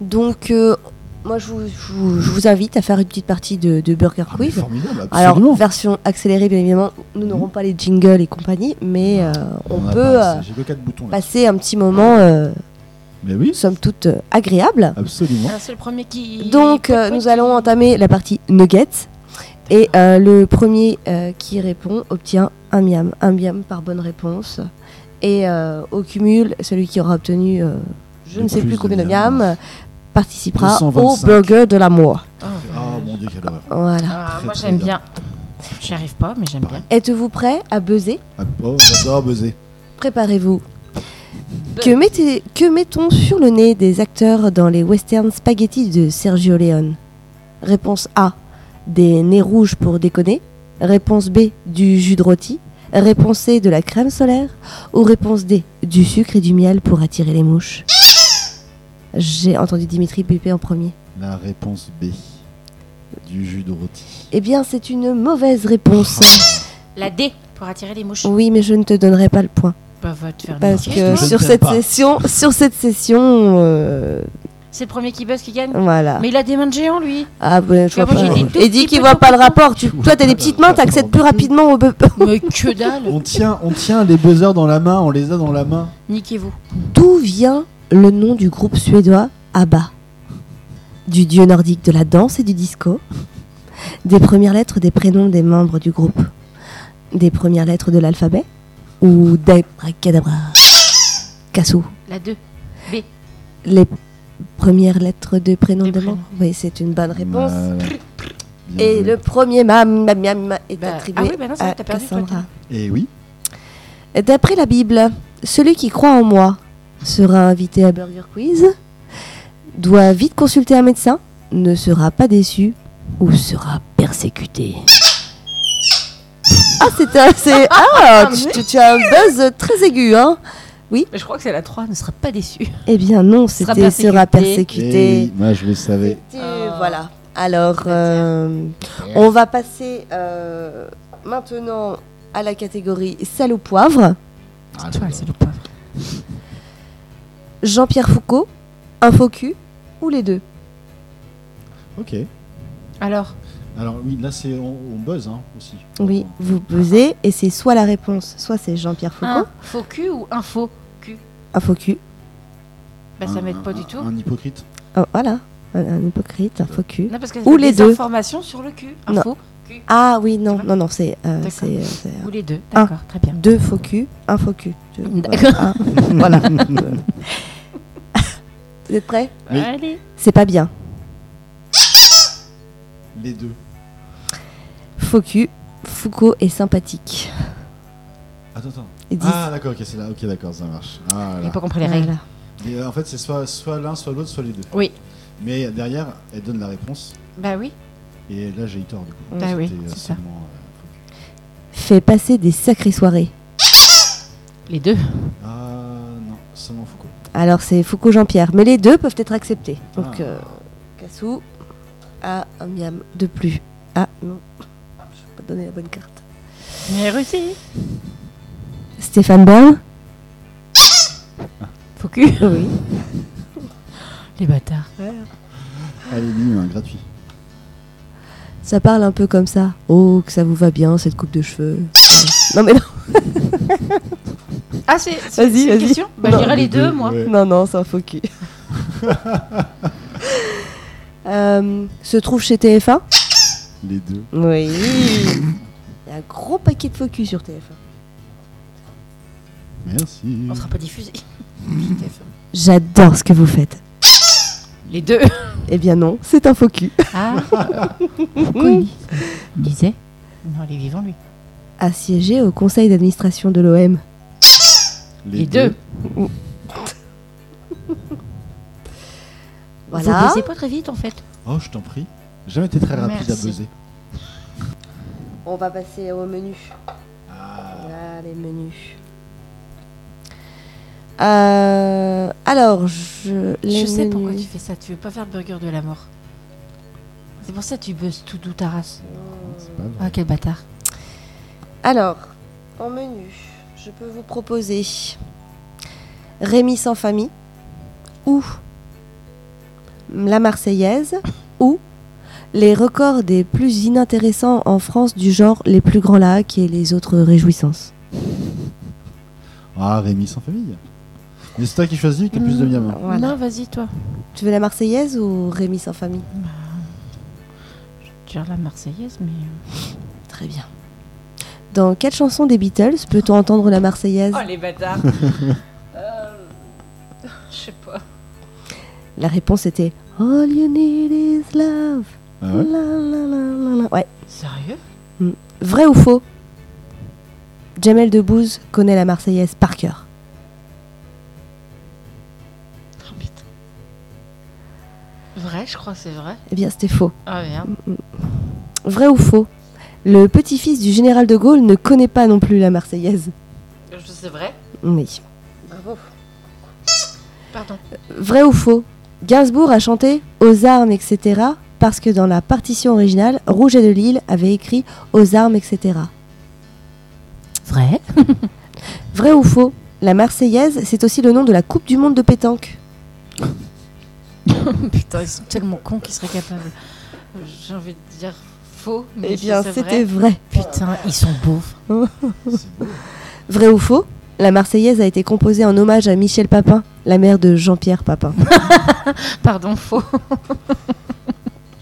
[SPEAKER 3] Donc, euh, moi, je vous, je vous- je vous invite à faire une petite partie de, de Burger
[SPEAKER 1] Ah, mais
[SPEAKER 3] Quiz.
[SPEAKER 1] formidable,
[SPEAKER 3] Alors,
[SPEAKER 1] absolument.
[SPEAKER 3] version accélérée, bien évidemment, nous n'aurons pas les jingles et compagnie, mais euh, on,
[SPEAKER 1] a
[SPEAKER 3] peut
[SPEAKER 1] pas-
[SPEAKER 3] euh,
[SPEAKER 1] J'ai que quatre boutons là.
[SPEAKER 3] passer un petit moment, euh,
[SPEAKER 1] Mais oui,
[SPEAKER 3] somme toute, euh, agréable.
[SPEAKER 1] absolument.
[SPEAKER 2] Ah, c'est le premier qui.
[SPEAKER 3] Donc, euh, nous allons entamer la partie Nuggets. Et euh, le premier euh, qui répond obtient un miam. Un miam par bonne réponse. Et euh, au cumul, celui qui aura obtenu euh, je
[SPEAKER 1] Le
[SPEAKER 3] ne sais
[SPEAKER 1] plus
[SPEAKER 3] plus
[SPEAKER 1] de
[SPEAKER 3] combien de
[SPEAKER 1] miam.
[SPEAKER 3] miam euh, participera
[SPEAKER 1] 225.
[SPEAKER 3] au burger de l'amour.
[SPEAKER 2] Oh,
[SPEAKER 1] Ah mon dieu, quelle horreur.
[SPEAKER 3] Voilà.
[SPEAKER 2] Ah,
[SPEAKER 1] Très,
[SPEAKER 2] moi
[SPEAKER 1] très
[SPEAKER 2] j'aime
[SPEAKER 1] bien.
[SPEAKER 2] bien. J'y arrive pas, mais j'aime bien.
[SPEAKER 3] Êtes-vous prêt à buzzer
[SPEAKER 1] Ah, oh, j'adore buzzer.
[SPEAKER 3] Préparez-vous. Que, mettez- que mettons sur le nez des acteurs dans les westerns spaghetti de Sergio Leone Réponse A. Des nez rouges pour déconner. Réponse B. Du jus de rôti. Réponse C. De la crème solaire. Ou réponse D. Du sucre et du miel pour attirer les mouches. J'ai entendu Dimitri Pépé en premier.
[SPEAKER 1] La réponse B. Du jus de rôti.
[SPEAKER 3] Eh bien, c'est une mauvaise réponse.
[SPEAKER 2] La D pour attirer les mouches.
[SPEAKER 3] Oui, mais je ne te donnerai pas le point.
[SPEAKER 2] Bah, va te faire
[SPEAKER 3] Parce
[SPEAKER 2] niquer,
[SPEAKER 3] que
[SPEAKER 1] Je
[SPEAKER 2] toi.
[SPEAKER 1] ne
[SPEAKER 3] sur
[SPEAKER 1] t'aime
[SPEAKER 3] cette
[SPEAKER 1] pas.
[SPEAKER 3] session, sur cette session, euh,
[SPEAKER 2] C'est le premier qui buzz qui gagne.
[SPEAKER 3] voilà.
[SPEAKER 2] Mais il a des mains de géant lui.
[SPEAKER 3] Ah ben je vois
[SPEAKER 2] Mais moi,
[SPEAKER 3] pas.
[SPEAKER 1] j'ai des
[SPEAKER 2] tout
[SPEAKER 3] Et dit
[SPEAKER 2] petits
[SPEAKER 3] qu'il
[SPEAKER 2] pots
[SPEAKER 3] voit pas le
[SPEAKER 2] coco.
[SPEAKER 3] rapport. Tu, toi t'as des petites mains, t'accèdes plus rapidement au bœuf.
[SPEAKER 2] Mais que dalle.
[SPEAKER 1] On tient, on tient les buzzers dans la main, on les a dans la main.
[SPEAKER 2] Niquez-vous.
[SPEAKER 3] D'où vient le nom du groupe suédois ABBA Du dieu nordique de la danse et du disco Des premières lettres des prénoms des membres du groupe Des premières lettres de l'alphabet Ou d'abracadabra Cassou
[SPEAKER 2] La 2.
[SPEAKER 3] Les premières lettres des prénoms
[SPEAKER 2] Des
[SPEAKER 3] des membres Oui, c'est une bonne réponse.
[SPEAKER 1] Voilà. Bien
[SPEAKER 3] Et
[SPEAKER 1] joué.
[SPEAKER 3] le premier mam, mam, mam est
[SPEAKER 2] Bah,
[SPEAKER 3] attribué
[SPEAKER 2] ah oui, bah non, c'est vrai,
[SPEAKER 3] à
[SPEAKER 2] t'as perdu, toi,
[SPEAKER 3] Cassandra.
[SPEAKER 1] Et Eh oui.
[SPEAKER 3] D'après la Bible, celui qui croit en moi sera invité à Burger Quiz, doit vite consulter un médecin, ne sera pas déçu ou sera persécuté. Ah, c'est un- c'est- ah, tu, tu- tu as un buzz très aigu, hein
[SPEAKER 2] Je crois que c'est la 3, ne sera pas déçu.
[SPEAKER 3] Eh bien non,
[SPEAKER 2] Sera
[SPEAKER 3] c'était sera
[SPEAKER 1] Eh
[SPEAKER 3] persécuté.
[SPEAKER 1] oui, moi je le savais.
[SPEAKER 3] C'était-
[SPEAKER 2] Oh.
[SPEAKER 3] Voilà. Alors, euh, on va passer euh, maintenant à la catégorie sel ou poivre.
[SPEAKER 1] Ah,
[SPEAKER 2] Toi, c'est le pauvre.
[SPEAKER 3] Jean-Pierre Foucault, InfoQ ou les deux
[SPEAKER 1] Ok.
[SPEAKER 2] Alors,
[SPEAKER 1] Alors oui, là c'est on, on buzz hein, aussi.
[SPEAKER 3] Oui, vous pesez et c'est soit la réponse, soit c'est Jean-Pierre
[SPEAKER 2] un
[SPEAKER 3] Foucault,
[SPEAKER 2] faux cul ou un faux cul
[SPEAKER 3] InfoQ.
[SPEAKER 2] Bah ça
[SPEAKER 1] Un-
[SPEAKER 2] m'aide pas
[SPEAKER 1] un-
[SPEAKER 2] du tout.
[SPEAKER 1] Un hypocrite.
[SPEAKER 3] Oh, voilà, un, un hypocrite, InfoQ.
[SPEAKER 2] Non, parce que
[SPEAKER 3] Ou
[SPEAKER 2] c'est
[SPEAKER 3] les
[SPEAKER 2] des
[SPEAKER 3] deux.
[SPEAKER 2] informations sur le cul. Un
[SPEAKER 3] Non.
[SPEAKER 2] faux
[SPEAKER 3] Ah oui, non,
[SPEAKER 2] C'est
[SPEAKER 3] non, non, c'est euh,
[SPEAKER 2] D'accord.
[SPEAKER 3] c'est, euh, c'est, euh,
[SPEAKER 2] ou les deux.
[SPEAKER 3] Un.
[SPEAKER 2] D'accord, très bien.
[SPEAKER 3] deux faux culs, un faux cul. Je-
[SPEAKER 2] D'accord.
[SPEAKER 3] un- Ah, Voilà. vous êtes prêts
[SPEAKER 1] Oui.
[SPEAKER 2] Allez.
[SPEAKER 3] C'est pas bien.
[SPEAKER 1] Les deux.
[SPEAKER 3] Faux cul, Foucault est sympathique.
[SPEAKER 1] Attends, attends.
[SPEAKER 3] Ils disent-
[SPEAKER 1] Ah d'accord, ok, c'est là. Ok, d'accord, ça marche. Ah,
[SPEAKER 2] J'ai
[SPEAKER 1] là.
[SPEAKER 2] pas compris les règles.
[SPEAKER 3] Voilà.
[SPEAKER 1] Et, euh, en fait, c'est soit soit l'un, soit l'autre, soit les deux.
[SPEAKER 2] Oui.
[SPEAKER 1] Mais derrière, elle donne la réponse.
[SPEAKER 2] Bah oui.
[SPEAKER 1] Et là, j'ai eu tort du coup.
[SPEAKER 5] Ah
[SPEAKER 2] Bah oui,
[SPEAKER 1] C'était, euh,
[SPEAKER 2] c'est ça.
[SPEAKER 1] seulement,
[SPEAKER 3] Fait passer des sacrées soirées.
[SPEAKER 2] Les deux.
[SPEAKER 1] euh, Ah non, seulement Foucault.
[SPEAKER 3] Alors c'est Foucault Jean-Pierre. Mais les deux peuvent être acceptés. Donc
[SPEAKER 1] Ah.
[SPEAKER 3] euh, Cassou a un miam de plus. Ah non, je vais pas te donner la bonne carte.
[SPEAKER 5] Mais réussi.
[SPEAKER 3] Stéphane Bern
[SPEAKER 5] Faut que.
[SPEAKER 3] Oui.
[SPEAKER 5] Les bâtards.
[SPEAKER 1] Allez, mime, hein, gratuit.
[SPEAKER 3] Ça parle un peu comme ça. Oh, que ça vous va bien cette coupe de cheveux. non mais non,
[SPEAKER 5] Ah, c'est.
[SPEAKER 3] c'est Vas-y, une vas-y. question
[SPEAKER 5] Bah,
[SPEAKER 3] Non.
[SPEAKER 5] je dirais les deux, moi.
[SPEAKER 1] ouais.
[SPEAKER 3] non, non, c'est un faux cul. Euh, se trouve chez TF1
[SPEAKER 1] Les deux.
[SPEAKER 3] Oui. Il y a un gros paquet de faux culs sur TF1.
[SPEAKER 1] Merci.
[SPEAKER 5] On sera pas diffusé.
[SPEAKER 3] J'adore ce que vous faites.
[SPEAKER 5] les deux.
[SPEAKER 3] Eh bien non, c'est un faux cul.
[SPEAKER 5] Ah. Pourquoi il disait Non, il est vivant, lui.
[SPEAKER 3] Assiégé au conseil d'administration de l'OM.
[SPEAKER 5] Les, deux. Vous
[SPEAKER 3] Voilà.
[SPEAKER 5] baisez pas très vite, en fait.
[SPEAKER 1] Oh, je t'en prie. J'ai Jamais été très rapide
[SPEAKER 5] Merci.
[SPEAKER 1] à buzzer.
[SPEAKER 3] On va passer au menu. Voilà les menus. Euh, alors, je. les
[SPEAKER 5] je sais pourquoi tu
[SPEAKER 3] menus.
[SPEAKER 5] fais ça. Tu veux pas faire le burger de la mort. C'est pour ça que tu buzz tout doux ta race.
[SPEAKER 1] C'est pas vrai.
[SPEAKER 5] Ah, quel bâtard.
[SPEAKER 3] Alors, en menu, je peux vous proposer Rémi sans famille ou La Marseillaise ou les records des plus inintéressants en France du genre les plus grands lacs et les autres réjouissances.
[SPEAKER 1] Ah, Rémi sans famille. Mais c'est toi qui choisis, t'as plus de miam. hein.
[SPEAKER 3] Voilà.
[SPEAKER 5] Non, vas-y, toi.
[SPEAKER 3] Tu veux la Marseillaise ou Rémi sans famille
[SPEAKER 5] Tu as la Marseillaise, mais. euh,
[SPEAKER 3] Très bien. Dans quelle chanson des Beatles peut-on entendre la Marseillaise
[SPEAKER 5] Oh, les bâtards. Euh, Je sais pas.
[SPEAKER 3] La réponse était All you need is love.
[SPEAKER 1] Ah ouais
[SPEAKER 3] La, la, la, la, la. Ouais.
[SPEAKER 5] Sérieux
[SPEAKER 3] Vrai ou faux Jamel Debbouze connaît la Marseillaise par cœur.
[SPEAKER 5] Oh, putain. Vrai, je crois, c'est vrai.
[SPEAKER 3] Eh bien, c'était faux.
[SPEAKER 5] Ah merde.
[SPEAKER 3] Vrai ou faux Le petit-fils du général de Gaulle ne connaît pas non plus la Marseillaise.
[SPEAKER 5] Euh, Je- C'est vrai
[SPEAKER 3] Oui.
[SPEAKER 5] Bravo. Pardon.
[SPEAKER 3] Vrai ou faux Gainsbourg a chanté Aux armes, etc. parce que dans la partition originale, Rouget de Lille avait écrit Aux armes, etc.
[SPEAKER 5] Vrai
[SPEAKER 3] Vrai ou faux La Marseillaise, c'est aussi le nom de la Coupe du Monde de pétanque.
[SPEAKER 5] Oh, Putain, ils sont tellement cons qu'ils seraient capables. Euh, J'ai envie de dire faux, mais
[SPEAKER 3] Eh bien,
[SPEAKER 5] c'est
[SPEAKER 3] c'était
[SPEAKER 5] vrai.
[SPEAKER 3] vrai.
[SPEAKER 5] Putain, ils sont beaux. Mmh.
[SPEAKER 1] C'est beau.
[SPEAKER 3] Vrai ou faux La Marseillaise a été composée en hommage à Michel Papin, la mère de Jean-Pierre Papin.
[SPEAKER 5] Pardon, faux.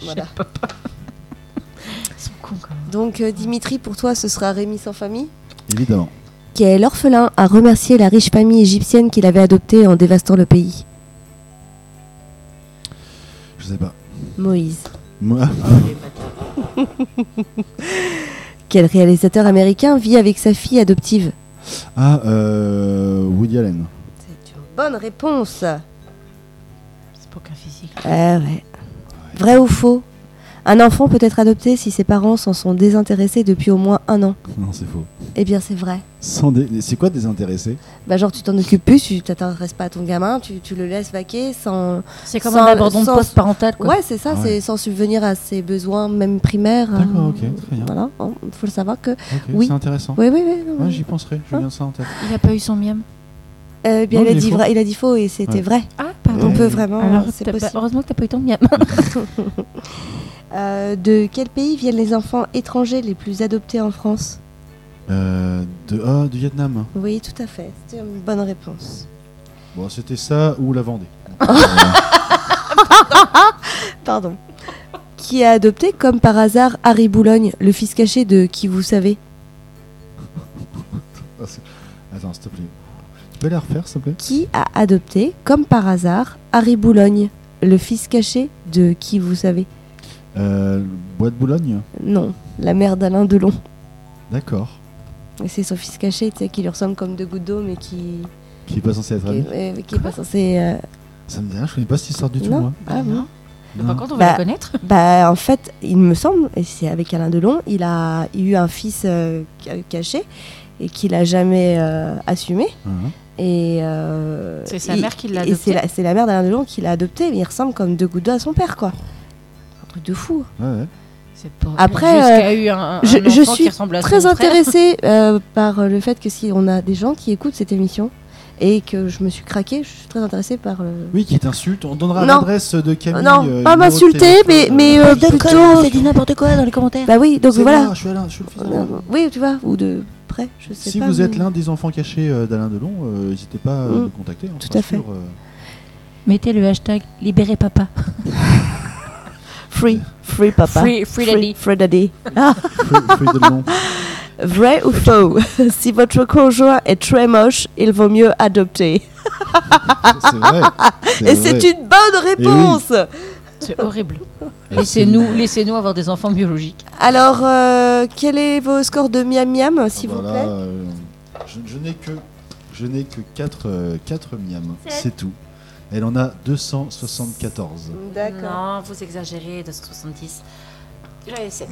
[SPEAKER 3] Voilà.
[SPEAKER 5] Ils sont cons quand même.
[SPEAKER 3] Donc euh, Dimitri, pour toi, ce sera Rémi sans famille
[SPEAKER 1] Évidemment.
[SPEAKER 3] Quel orphelin a remercié la riche famille égyptienne qu'il avait adoptée en dévastant le pays
[SPEAKER 1] Je sais pas.
[SPEAKER 3] Moïse.
[SPEAKER 1] Moi,
[SPEAKER 3] Quel réalisateur américain vit avec sa fille adoptive
[SPEAKER 1] ah, euh, Woody Allen.
[SPEAKER 3] C'est une bonne réponse
[SPEAKER 5] C'est pas qu'un physique.
[SPEAKER 3] Eh Vrai ou faux Un enfant peut être adopté si ses parents s'en sont désintéressés depuis au moins un an.
[SPEAKER 1] Non, c'est faux.
[SPEAKER 3] Eh bien, c'est vrai.
[SPEAKER 1] Sans dé- C'est quoi désintéressé
[SPEAKER 3] Bah genre tu t'en occupes plus, tu t'intéresses pas à ton gamin, tu, tu le laisses vaquer sans...
[SPEAKER 5] C'est comme
[SPEAKER 3] Sans-
[SPEAKER 5] un abandon
[SPEAKER 3] sans-
[SPEAKER 5] de poste parental, quoi.
[SPEAKER 3] Ouais c'est ça,
[SPEAKER 1] Ah Ouais.
[SPEAKER 3] c'est sans subvenir à ses besoins même primaires.
[SPEAKER 5] Ah.
[SPEAKER 3] euh,
[SPEAKER 1] D'accord, ok, très bien.
[SPEAKER 3] Voilà, hein, faut le savoir que...
[SPEAKER 1] Ok,
[SPEAKER 3] Oui.
[SPEAKER 1] C'est intéressant.
[SPEAKER 3] Oui, oui, oui. non,
[SPEAKER 1] Ouais,
[SPEAKER 3] oui.
[SPEAKER 1] J'y penserai, je viens de ça en tête.
[SPEAKER 5] Il a pas eu son miam.
[SPEAKER 3] Euh, eh bien,
[SPEAKER 1] Non,
[SPEAKER 3] il, a
[SPEAKER 1] il est
[SPEAKER 3] dit
[SPEAKER 1] faux.
[SPEAKER 3] vrai, il a dit faux et c'était
[SPEAKER 1] Ouais.
[SPEAKER 3] vrai.
[SPEAKER 5] Ah, pardon.
[SPEAKER 3] On
[SPEAKER 1] Ouais.
[SPEAKER 3] peut vraiment...
[SPEAKER 5] Alors,
[SPEAKER 3] c'est
[SPEAKER 5] t'as pas-
[SPEAKER 3] possible.
[SPEAKER 5] heureusement que t'as pas eu ton miam.
[SPEAKER 3] Euh, de quel pays viennent les enfants étrangers les plus adoptés en France
[SPEAKER 1] Euh, de, ah, du Vietnam.
[SPEAKER 3] Oui, tout à fait. C'était une bonne réponse.
[SPEAKER 1] Bon, c'était ça ou la Vendée.
[SPEAKER 3] Pardon. Qui a adopté comme par hasard Harry Boulogne, le fils caché de qui vous savez
[SPEAKER 1] Attends, s'il te plaît. Tu peux la refaire, s'il te plaît
[SPEAKER 3] Qui a adopté comme par hasard Harry Boulogne, le fils caché de qui vous savez
[SPEAKER 1] euh, Bois de Boulogne
[SPEAKER 3] Non, la mère d'Alain Delon.
[SPEAKER 1] D'accord.
[SPEAKER 3] Et C'est son fils caché, tu sais, qui lui ressemble comme deux gouttes d'eau, mais qui,
[SPEAKER 1] Qui est pas censé être
[SPEAKER 3] qui,
[SPEAKER 1] ami.
[SPEAKER 3] euh, qui est pas censé. euh,
[SPEAKER 1] Ça me dit rien, je connais pas cette histoire du tout,
[SPEAKER 3] non.
[SPEAKER 1] moi.
[SPEAKER 3] Ah bon
[SPEAKER 1] Non.
[SPEAKER 5] Par contre, on va
[SPEAKER 3] Bah.
[SPEAKER 5] le connaître.
[SPEAKER 3] Bah, en fait, il me semble, et c'est avec Alain Delon, il a eu un fils euh, ca- caché et qu'il a jamais euh, assumé.
[SPEAKER 1] Ah,
[SPEAKER 3] Et euh,
[SPEAKER 2] C'est sa
[SPEAKER 3] il-
[SPEAKER 2] mère qui l'a
[SPEAKER 3] et c'est
[SPEAKER 2] adopté.
[SPEAKER 3] la- C'est la, mère d'Alain Delon qui l'a adopté, mais il ressemble comme deux gouttes d'eau à son père, quoi. Un truc de fou.
[SPEAKER 2] Bah,
[SPEAKER 1] Ouais, ouais.
[SPEAKER 2] C'est pour-
[SPEAKER 3] Après, euh,
[SPEAKER 2] jusqu'à eu un, un
[SPEAKER 3] je- je
[SPEAKER 2] enfant
[SPEAKER 3] suis
[SPEAKER 2] qui ressemble à son
[SPEAKER 3] Très
[SPEAKER 2] frère.
[SPEAKER 3] intéressée euh, par le fait que si on a des gens qui écoutent cette émission et que je me suis craquée, je suis très intéressée par euh, le.
[SPEAKER 1] Oui, qui t'insulte. On donnera
[SPEAKER 3] Non.
[SPEAKER 1] l'adresse de Camille.
[SPEAKER 3] Non,
[SPEAKER 1] euh, numéro
[SPEAKER 3] pas
[SPEAKER 1] de
[SPEAKER 3] m'insulter,
[SPEAKER 1] téléphone,
[SPEAKER 3] mais,
[SPEAKER 1] euh,
[SPEAKER 3] mais euh,
[SPEAKER 5] de
[SPEAKER 3] plutôt.
[SPEAKER 5] connes, t'as dit n'importe quoi dans les commentaires.
[SPEAKER 3] Bah oui, donc
[SPEAKER 1] c'est
[SPEAKER 3] voilà.
[SPEAKER 1] moi, je suis Alain, je suis le fils
[SPEAKER 3] Euh,
[SPEAKER 1] d'Alain.
[SPEAKER 3] oui, tu vois, ou de près, je sais
[SPEAKER 1] Si
[SPEAKER 3] pas.
[SPEAKER 1] vous
[SPEAKER 3] mais-
[SPEAKER 1] êtes l'un des enfants cachés euh, d'Alain Delon, euh, n'hésitez pas à
[SPEAKER 3] Mm.
[SPEAKER 1] nous contacter. on
[SPEAKER 3] Tout
[SPEAKER 1] sera
[SPEAKER 3] à fait.
[SPEAKER 1] sûr, euh,
[SPEAKER 5] Mettez le hashtag libérez papa.
[SPEAKER 3] Free, free papa.
[SPEAKER 2] Free- free daddy.
[SPEAKER 3] Free daddy.
[SPEAKER 1] Free- Free Delon.
[SPEAKER 3] Vrai ou faux Si votre conjoint est très moche, il vaut mieux adopter.
[SPEAKER 1] C'est vrai.
[SPEAKER 3] Et c'est
[SPEAKER 1] vrai. Eh
[SPEAKER 3] une bonne réponse
[SPEAKER 2] C'est horrible. Laissez-nous laissez avoir des enfants biologiques.
[SPEAKER 3] Alors, euh, quel est vos scores de miam miam, s'il
[SPEAKER 1] Ah
[SPEAKER 3] vous
[SPEAKER 1] bah
[SPEAKER 3] plaît
[SPEAKER 1] là, euh, je, je n'ai que je n'ai que 4 miams,
[SPEAKER 6] Sept.
[SPEAKER 1] c'est tout. Elle en a 274.
[SPEAKER 3] Mmh.
[SPEAKER 2] Non, vous exagérez, 270.
[SPEAKER 6] J'avais 7.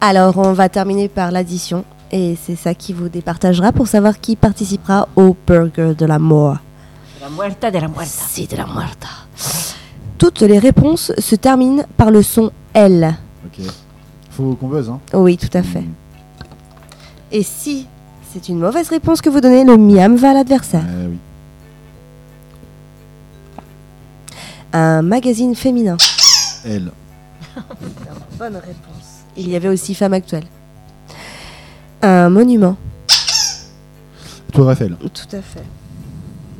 [SPEAKER 3] Alors, on va terminer par l'addition. Et c'est ça qui vous départagera pour savoir qui participera au Burger de la Mort.
[SPEAKER 2] La muerta de la muerta.
[SPEAKER 3] C'est de la muerta. Toutes les réponses se terminent par le son L.
[SPEAKER 1] OK. Faut qu'on buzz hein.
[SPEAKER 3] Oui, tout à fait.
[SPEAKER 1] Mm.
[SPEAKER 3] Et si c'est une mauvaise réponse que vous donnez, le miam va à l'adversaire.
[SPEAKER 1] Ouais, Eh oui.
[SPEAKER 3] Un magazine féminin.
[SPEAKER 1] Elle.
[SPEAKER 3] Bonne réponse. Il y avait aussi Femme Actuelle. Un monument.
[SPEAKER 1] Toi Raphaël.
[SPEAKER 3] Tout à fait.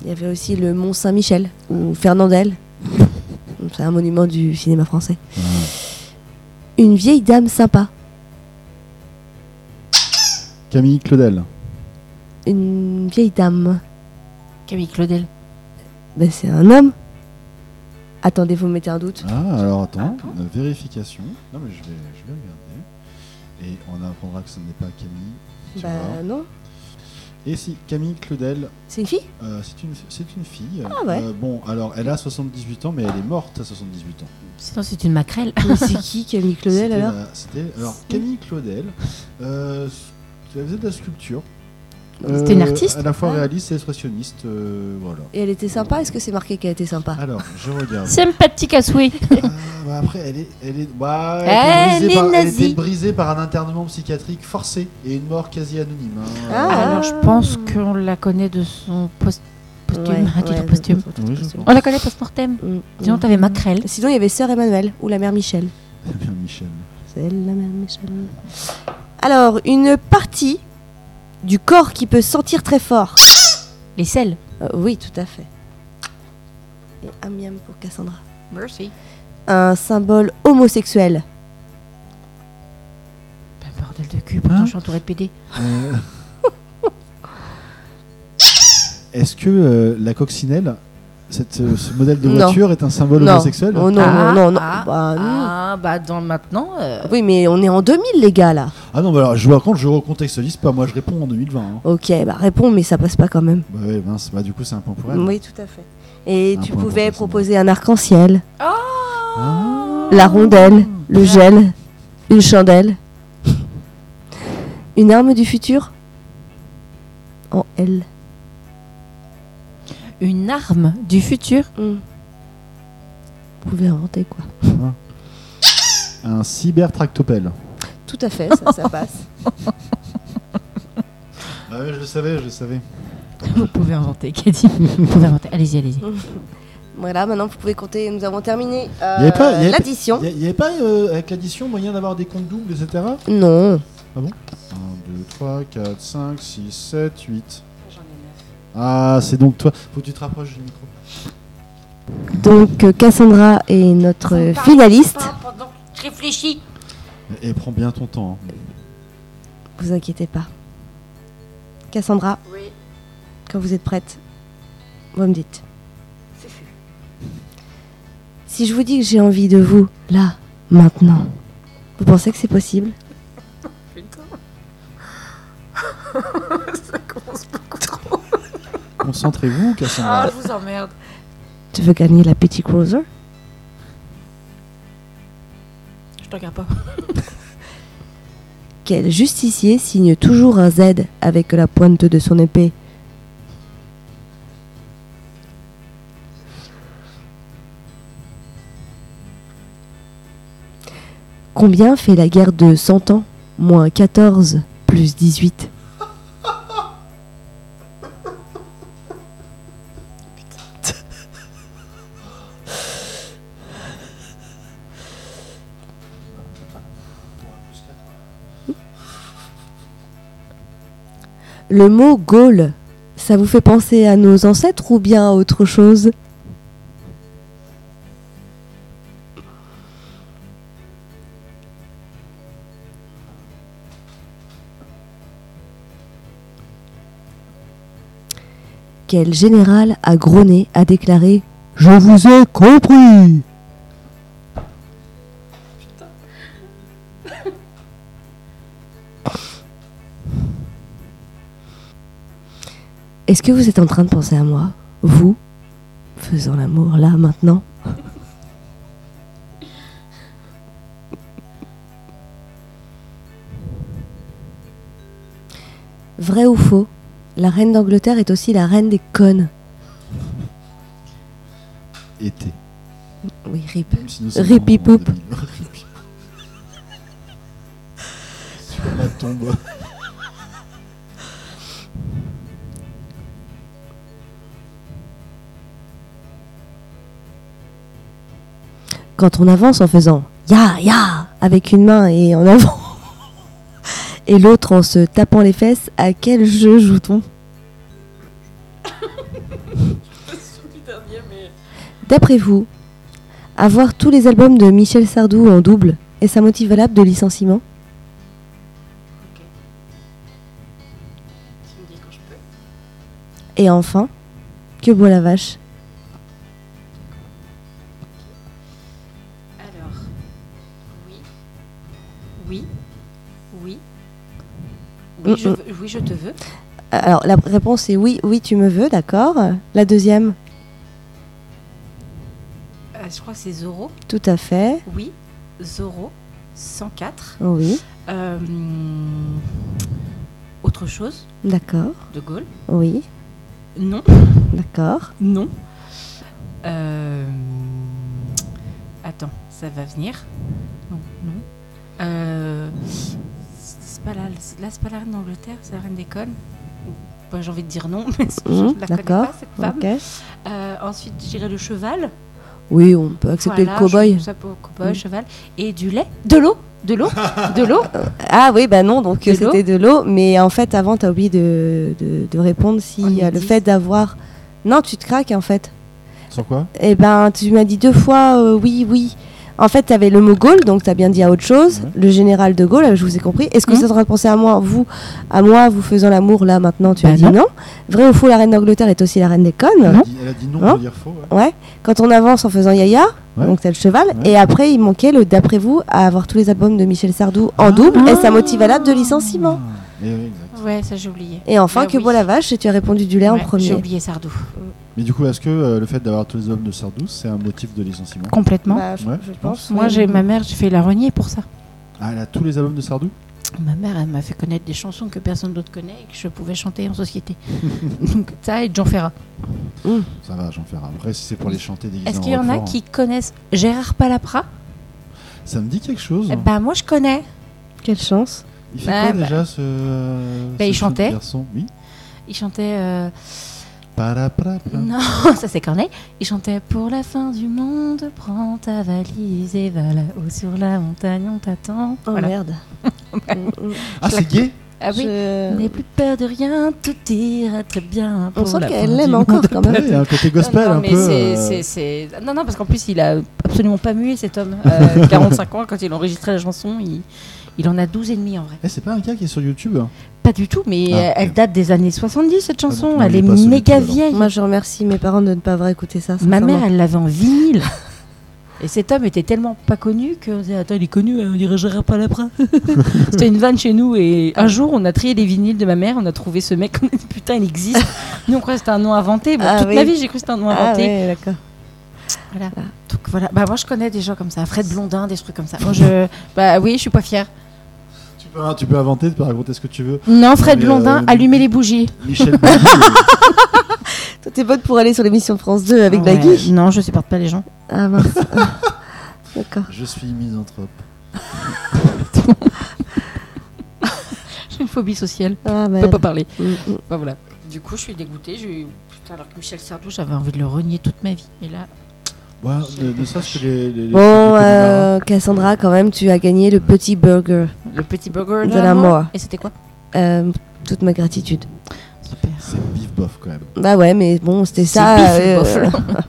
[SPEAKER 3] Il y avait aussi le Mont Saint-Michel ou Fernandel. C'est un monument du cinéma français.
[SPEAKER 1] Ah.
[SPEAKER 3] Une vieille dame sympa.
[SPEAKER 1] Camille Claudel.
[SPEAKER 3] Une vieille dame.
[SPEAKER 2] Camille Claudel.
[SPEAKER 3] Ben, c'est un homme. Attendez, vous me mettez un doute.
[SPEAKER 1] Ah, alors attends, euh, vérification. Non mais je vais je vais regarder. Et on apprendra que ce n'est pas Camille. tu
[SPEAKER 3] Bah
[SPEAKER 1] vois.
[SPEAKER 3] non.
[SPEAKER 1] Et si Camille Claudel,
[SPEAKER 3] C'est une fille
[SPEAKER 1] euh, c'est une c'est une fille.
[SPEAKER 3] Ah ouais.
[SPEAKER 1] Euh, bon, alors elle a 78 ans mais elle est morte à 78 ans.
[SPEAKER 2] Sinon, c'est une maquerelle.
[SPEAKER 3] Mais c'est qui Camille Claudel
[SPEAKER 1] C'était
[SPEAKER 3] alors
[SPEAKER 1] la- C'était alors Camille Claudel. euh, elle faisait de la sculpture. Euh,
[SPEAKER 2] C'était une artiste
[SPEAKER 1] À la fois
[SPEAKER 3] Ouais.
[SPEAKER 1] réaliste et expressionniste. euh, voilà.
[SPEAKER 3] Et elle était sympa Est-ce que c'est marqué qu'elle était sympa
[SPEAKER 1] Alors, je regarde.
[SPEAKER 2] Sympathique à souhait.
[SPEAKER 1] Ah, bah après, elle est, elle est, bah, était
[SPEAKER 2] Elle
[SPEAKER 1] brisée
[SPEAKER 2] est
[SPEAKER 1] par, elle
[SPEAKER 2] nazie.
[SPEAKER 1] était brisée par un internement psychiatrique forcé et une mort quasi anonyme. hein.
[SPEAKER 3] Ah.
[SPEAKER 2] Alors, je pense qu'on la connaît de son post Ah, posthume,
[SPEAKER 3] Ouais,
[SPEAKER 1] Ah,
[SPEAKER 2] à titre
[SPEAKER 3] ouais,
[SPEAKER 2] posthume.
[SPEAKER 3] d'autres- d'autres
[SPEAKER 1] Oui, je
[SPEAKER 3] costumes.
[SPEAKER 1] pense.
[SPEAKER 2] On la connaît post-mortem.
[SPEAKER 3] Mm.
[SPEAKER 2] Sinon, t'avais maquerelle.
[SPEAKER 3] Sinon, il y avait Sœur Emmanuel ou la mère Michel.
[SPEAKER 1] Eh Bien, Michel.
[SPEAKER 3] C'est elle, la mère Michel. Alors, une partie du corps qui peut sentir très fort.
[SPEAKER 2] Les selles.
[SPEAKER 3] Euh, oui, tout à fait. Et un miam pour Cassandra.
[SPEAKER 2] Mercy.
[SPEAKER 3] Un symbole homosexuel.
[SPEAKER 2] Ben, bordel de cul, pourtant,
[SPEAKER 1] Hein
[SPEAKER 2] je suis entourée de PD.
[SPEAKER 1] Euh, Est-ce que euh, la coccinelle, cette, euh, ce modèle de
[SPEAKER 3] Non.
[SPEAKER 1] voiture, est un symbole
[SPEAKER 3] non.
[SPEAKER 1] homosexuel
[SPEAKER 3] Oh non,
[SPEAKER 2] Ah,
[SPEAKER 3] non, non, non.
[SPEAKER 2] ah,
[SPEAKER 3] Bah, non.
[SPEAKER 2] Ah, bah, dans maintenant. euh,
[SPEAKER 3] Oui, mais on est en 2000, les gars, là.
[SPEAKER 1] Ah non, bah alors, je, par contre, je recontextualise pas. Moi, je réponds en 2020. hein.
[SPEAKER 3] Ok, bah réponds, mais ça passe pas quand même.
[SPEAKER 1] Bah, ouais, mince, bah, du coup, c'est un point pour elle.
[SPEAKER 3] Oui, tout à fait. Et
[SPEAKER 1] Un
[SPEAKER 3] tu
[SPEAKER 1] point pour
[SPEAKER 3] pouvais
[SPEAKER 1] Cassandra.
[SPEAKER 3] proposer un arc-en-ciel,
[SPEAKER 1] Ah.
[SPEAKER 3] la rondelle, le gel, une chandelle, une arme du futur en L.
[SPEAKER 2] Une arme du futur.
[SPEAKER 3] Mm. Vous pouvez inventer quoi.
[SPEAKER 1] Un cybertractopelle.
[SPEAKER 3] Tout à fait, ça, ça passe.
[SPEAKER 1] Ah ouais, je le savais, je le savais.
[SPEAKER 2] Vous pouvez inventer, Caddy. Vous pouvez inventer. Allez-y, allez-y.
[SPEAKER 3] Voilà, maintenant vous pouvez compter, nous avons terminé
[SPEAKER 1] Il y avait pas- il y
[SPEAKER 3] euh,
[SPEAKER 1] avait-
[SPEAKER 3] l'addition.
[SPEAKER 1] Il n'y avait pas, euh, avec l'addition, moyen d'avoir des comptes doubles, etc. 1,
[SPEAKER 3] Non,
[SPEAKER 1] 2, 3, 4, 5, 6, 7, 8. Ah, c'est donc toi. Faut que tu te rapproches du micro.
[SPEAKER 3] donc euh, Cassandra est notre euh, finaliste.
[SPEAKER 5] Pas pendant que je réfléchis.
[SPEAKER 1] Et, et prends bien ton temps. hein.
[SPEAKER 3] Vous inquiétez pas. Cassandra,
[SPEAKER 6] Oui,
[SPEAKER 3] quand vous êtes prête, vous me dites.
[SPEAKER 6] c'est fou.
[SPEAKER 3] Si je vous dis que j'ai envie de vous, là, maintenant, vous pensez que c'est possible
[SPEAKER 6] Ça commence beaucoup trop.
[SPEAKER 1] Concentrez-vous,
[SPEAKER 6] Ah,
[SPEAKER 1] Cassandra.
[SPEAKER 6] je vous emmerde.
[SPEAKER 3] Tu veux gagner la Petit Cruiser
[SPEAKER 6] Je te regarde pas.
[SPEAKER 3] Quel justicier signe toujours un Z avec la pointe de son épée Combien fait la guerre de 100 ans Moins 14 plus 18. Le mot Gaule, ça vous fait penser à nos ancêtres ou bien à autre chose Quel général à gros nez a déclaré Je vous ai compris Est-ce que vous êtes en train de penser à moi Vous Faisant l'amour là, maintenant Vrai ou faux La reine d'Angleterre est aussi la reine des connes.
[SPEAKER 1] Été.
[SPEAKER 3] Oui, rip.
[SPEAKER 1] Même si nous sommes en-
[SPEAKER 3] Rippy
[SPEAKER 1] en
[SPEAKER 3] poop.
[SPEAKER 1] 2000. Rippy. Sur la tombe.
[SPEAKER 3] Quand on avance en faisant ya ya avec une main et en avant et l'autre en se tapant les fesses, à quel jeu joue-t-on D'après vous, avoir tous les albums de Michel Sardou en double est-ce un motif valable de licenciement Et enfin, que boit la vache
[SPEAKER 2] Alors, oui, oui, oui, oui,
[SPEAKER 3] Mm,
[SPEAKER 2] je,
[SPEAKER 3] mm.
[SPEAKER 2] veux- oui, je te veux.
[SPEAKER 3] Alors la réponse est oui, oui tu me veux, d'accord. La deuxième,
[SPEAKER 2] Euh, je crois que c'est Zoro.
[SPEAKER 3] tout à fait,
[SPEAKER 2] Oui, Zoro, 104.
[SPEAKER 3] oui,
[SPEAKER 2] Euh, autre chose,
[SPEAKER 3] d'accord,
[SPEAKER 2] De Gaulle.
[SPEAKER 3] oui,
[SPEAKER 2] Non,
[SPEAKER 3] d'accord.
[SPEAKER 2] non. Euh, attends, ça va venir. Non, non. Euh, c'est pas là, là, c'est pas la reine d'Angleterre, c'est la reine des connes. Bah, J'ai envie de dire non, mais
[SPEAKER 3] Mhm,
[SPEAKER 2] je la connais
[SPEAKER 3] d'accord,
[SPEAKER 2] pas, cette femme.
[SPEAKER 3] Ok.
[SPEAKER 2] Euh, ensuite, j'irai le cheval.
[SPEAKER 3] Oui, on peut accepter
[SPEAKER 2] Voilà,
[SPEAKER 3] le cow-boy.
[SPEAKER 2] je- Ça pour cow-boy,
[SPEAKER 3] Mm.
[SPEAKER 2] cheval. Et du lait De l'eau De l'eau De l'eau
[SPEAKER 3] Ah oui, bah non, donc
[SPEAKER 2] De
[SPEAKER 3] euh,
[SPEAKER 2] l'eau
[SPEAKER 3] c'était de l'eau, mais en fait avant t'as oublié de, de, de répondre si
[SPEAKER 2] On est
[SPEAKER 3] euh, le
[SPEAKER 2] Oh, dix.
[SPEAKER 3] fait d'avoir... Non, tu te craques en fait.
[SPEAKER 1] Sur quoi
[SPEAKER 3] Eh ben tu m'as dit deux fois euh, oui, oui. En fait, t'avais le mot Gaulle, donc t'as bien dit à autre chose.
[SPEAKER 1] Ouais.
[SPEAKER 3] Le général de Gaulle, euh, je vous ai compris. Est-ce que vous
[SPEAKER 2] Mhm.
[SPEAKER 3] êtes en train de penser à moi, vous, à moi, vous faisant l'amour là maintenant Tu
[SPEAKER 7] Bah
[SPEAKER 3] as dit
[SPEAKER 7] non.
[SPEAKER 3] non. Vrai ou faux, la reine d'Angleterre est aussi la reine des connes.
[SPEAKER 1] Elle a dit- Elle a dit non,
[SPEAKER 3] Hein
[SPEAKER 1] pour dire faux. ouais.
[SPEAKER 3] Ouais. Quand on avance en faisant yaya,
[SPEAKER 1] Ouais.
[SPEAKER 3] donc t'as le cheval,
[SPEAKER 1] Ouais.
[SPEAKER 3] et après il manquait le d'après vous à avoir tous les albums de Michel Sardou en double, et ça motive valable de licenciement.
[SPEAKER 1] Mais, Eh oui, exact.
[SPEAKER 2] Ouais, ça j'ai oublié.
[SPEAKER 3] Et enfin,
[SPEAKER 2] Bah
[SPEAKER 3] que
[SPEAKER 2] oui.
[SPEAKER 3] boit la vache, et tu as répondu du lait en
[SPEAKER 2] Ouais, J'ai
[SPEAKER 3] premier.
[SPEAKER 2] oublié Sardou.
[SPEAKER 1] Mais du coup, est-ce que euh, le fait d'avoir tous les hommes de Sardou, c'est un motif de licenciement
[SPEAKER 2] Complètement.
[SPEAKER 3] Bah, je,
[SPEAKER 1] Ouais,
[SPEAKER 3] je
[SPEAKER 1] je
[SPEAKER 3] pense.
[SPEAKER 2] Moi,
[SPEAKER 3] oui.
[SPEAKER 2] j'ai ma mère, j'ai fait la renier pour ça.
[SPEAKER 1] Ah, elle a tous les albums de Sardou
[SPEAKER 2] Ma mère, elle m'a fait connaître des chansons que personne d'autre connaît et que je pouvais chanter en société. Donc, ça et John Ferrat.
[SPEAKER 1] Ça va, j'en ferai. Après, si c'est pour les chanter déguisés
[SPEAKER 2] Est-ce qu'il y en a
[SPEAKER 1] roquefort,
[SPEAKER 2] qui connaissent Gérard Palapra
[SPEAKER 1] Ça me dit quelque chose. hein.
[SPEAKER 2] Eh Bah, moi, je connais.
[SPEAKER 3] Quelle chance.
[SPEAKER 1] Il fait
[SPEAKER 2] bah,
[SPEAKER 1] quoi
[SPEAKER 2] bah.
[SPEAKER 1] déjà ce. euh, ce
[SPEAKER 2] Bah, il
[SPEAKER 1] jeune
[SPEAKER 2] chantait.
[SPEAKER 1] garçon Oui.
[SPEAKER 2] Il chantait. euh,
[SPEAKER 1] Paraprapra.
[SPEAKER 2] Non, ça c'est Corneille. Il chantait Pour la fin du monde, prends ta valise et va là-haut sur la montagne, on t'attend.
[SPEAKER 3] Oh
[SPEAKER 2] Voilà.
[SPEAKER 3] merde. Mm, mm.
[SPEAKER 1] Ah, c'est gay
[SPEAKER 2] Ah oui.
[SPEAKER 3] Je-
[SPEAKER 2] N'aie plus peur de rien, tout ira très bien.
[SPEAKER 3] On
[SPEAKER 2] pour
[SPEAKER 3] sent
[SPEAKER 2] la
[SPEAKER 3] qu'elle
[SPEAKER 2] fin
[SPEAKER 3] l'aime
[SPEAKER 2] du
[SPEAKER 3] encore
[SPEAKER 2] monde.
[SPEAKER 3] quand
[SPEAKER 1] Ouais,
[SPEAKER 3] même.
[SPEAKER 1] Il y a un côté gospel
[SPEAKER 2] non, non,
[SPEAKER 1] un
[SPEAKER 2] mais
[SPEAKER 1] peu.
[SPEAKER 2] c'est-
[SPEAKER 1] euh,
[SPEAKER 2] c'est- c'est- Non, non, parce qu'en plus, il a absolument pas mué cet homme. Euh, 45 ans, quand il a enregistré la chanson, il, il en a 12 et demi en vrai.
[SPEAKER 1] Eh, c'est pas un gars qui est sur YouTube. hein.
[SPEAKER 2] Pas du tout, mais
[SPEAKER 1] Ah,
[SPEAKER 2] euh,
[SPEAKER 1] ok. Ah,
[SPEAKER 2] elle date des années 70, cette chanson.
[SPEAKER 1] non,
[SPEAKER 2] elle
[SPEAKER 1] il est
[SPEAKER 2] est
[SPEAKER 1] pas celui
[SPEAKER 2] méga
[SPEAKER 1] qui est
[SPEAKER 2] vieille.
[SPEAKER 3] Moi, je remercie mes parents de ne pas avoir écouté ça.
[SPEAKER 2] Ma
[SPEAKER 3] sincèrement.
[SPEAKER 2] mère, elle l'avait en vinyle. Et cet homme était tellement pas connu que on disait, attends, il est connu, hein, on dirait Gérard Palapra. C'était une vanne chez nous et un jour on a trié les vinyles de ma mère, on a trouvé ce mec, on a dit putain, il existe. Nous on croyait que c'était un nom inventé. Bon,
[SPEAKER 3] Ah
[SPEAKER 2] toute
[SPEAKER 3] oui.
[SPEAKER 2] ma vie j'ai cru que c'était un nom
[SPEAKER 3] Ah
[SPEAKER 2] inventé.
[SPEAKER 3] ouais, d'accord.
[SPEAKER 2] Voilà. Donc voilà, bah moi je connais des gens comme ça, Fred Blondin, des trucs comme ça. Moi je, bah oui, je suis pas fière.
[SPEAKER 1] Tu peux, tu peux inventer, tu peux raconter ce que tu veux.
[SPEAKER 2] Non, Fred
[SPEAKER 1] Mais, euh,
[SPEAKER 2] Blondin, allumez les bougies.
[SPEAKER 1] Michel Barnier, euh,
[SPEAKER 3] Toi, t'es bonne pour aller sur l'émission France 2 avec
[SPEAKER 2] Ah Ouais,
[SPEAKER 3] Baggy.
[SPEAKER 2] Non, je supporte pas les gens.
[SPEAKER 3] Ah mince. d'accord.
[SPEAKER 1] je suis misanthrope.
[SPEAKER 2] phobie sociale.
[SPEAKER 3] Ah,
[SPEAKER 2] On
[SPEAKER 3] merde.
[SPEAKER 2] peut pas parler.
[SPEAKER 3] Mm, mm.
[SPEAKER 2] Enfin, voilà. Du coup, je suis dégoûtée. j'ai- Putain, alors que Michel Sardou, j'avais envie de le renier toute ma vie. Et là,
[SPEAKER 1] Ouais, hein, ne, ne serait-ce que les. les- les-
[SPEAKER 3] Bon,
[SPEAKER 1] les- les-
[SPEAKER 3] euh, Cassandra, quand même, tu as gagné le petit burger.
[SPEAKER 2] le petit burger
[SPEAKER 3] De la mort.
[SPEAKER 2] Et c'était quoi
[SPEAKER 3] Euh, toute ma gratitude.
[SPEAKER 2] Super.
[SPEAKER 1] C'est bif bof quand même.
[SPEAKER 3] Bah ouais, mais bon, c'était
[SPEAKER 2] C'est
[SPEAKER 3] ça.
[SPEAKER 2] bif,
[SPEAKER 3] euh,
[SPEAKER 2] bof, là.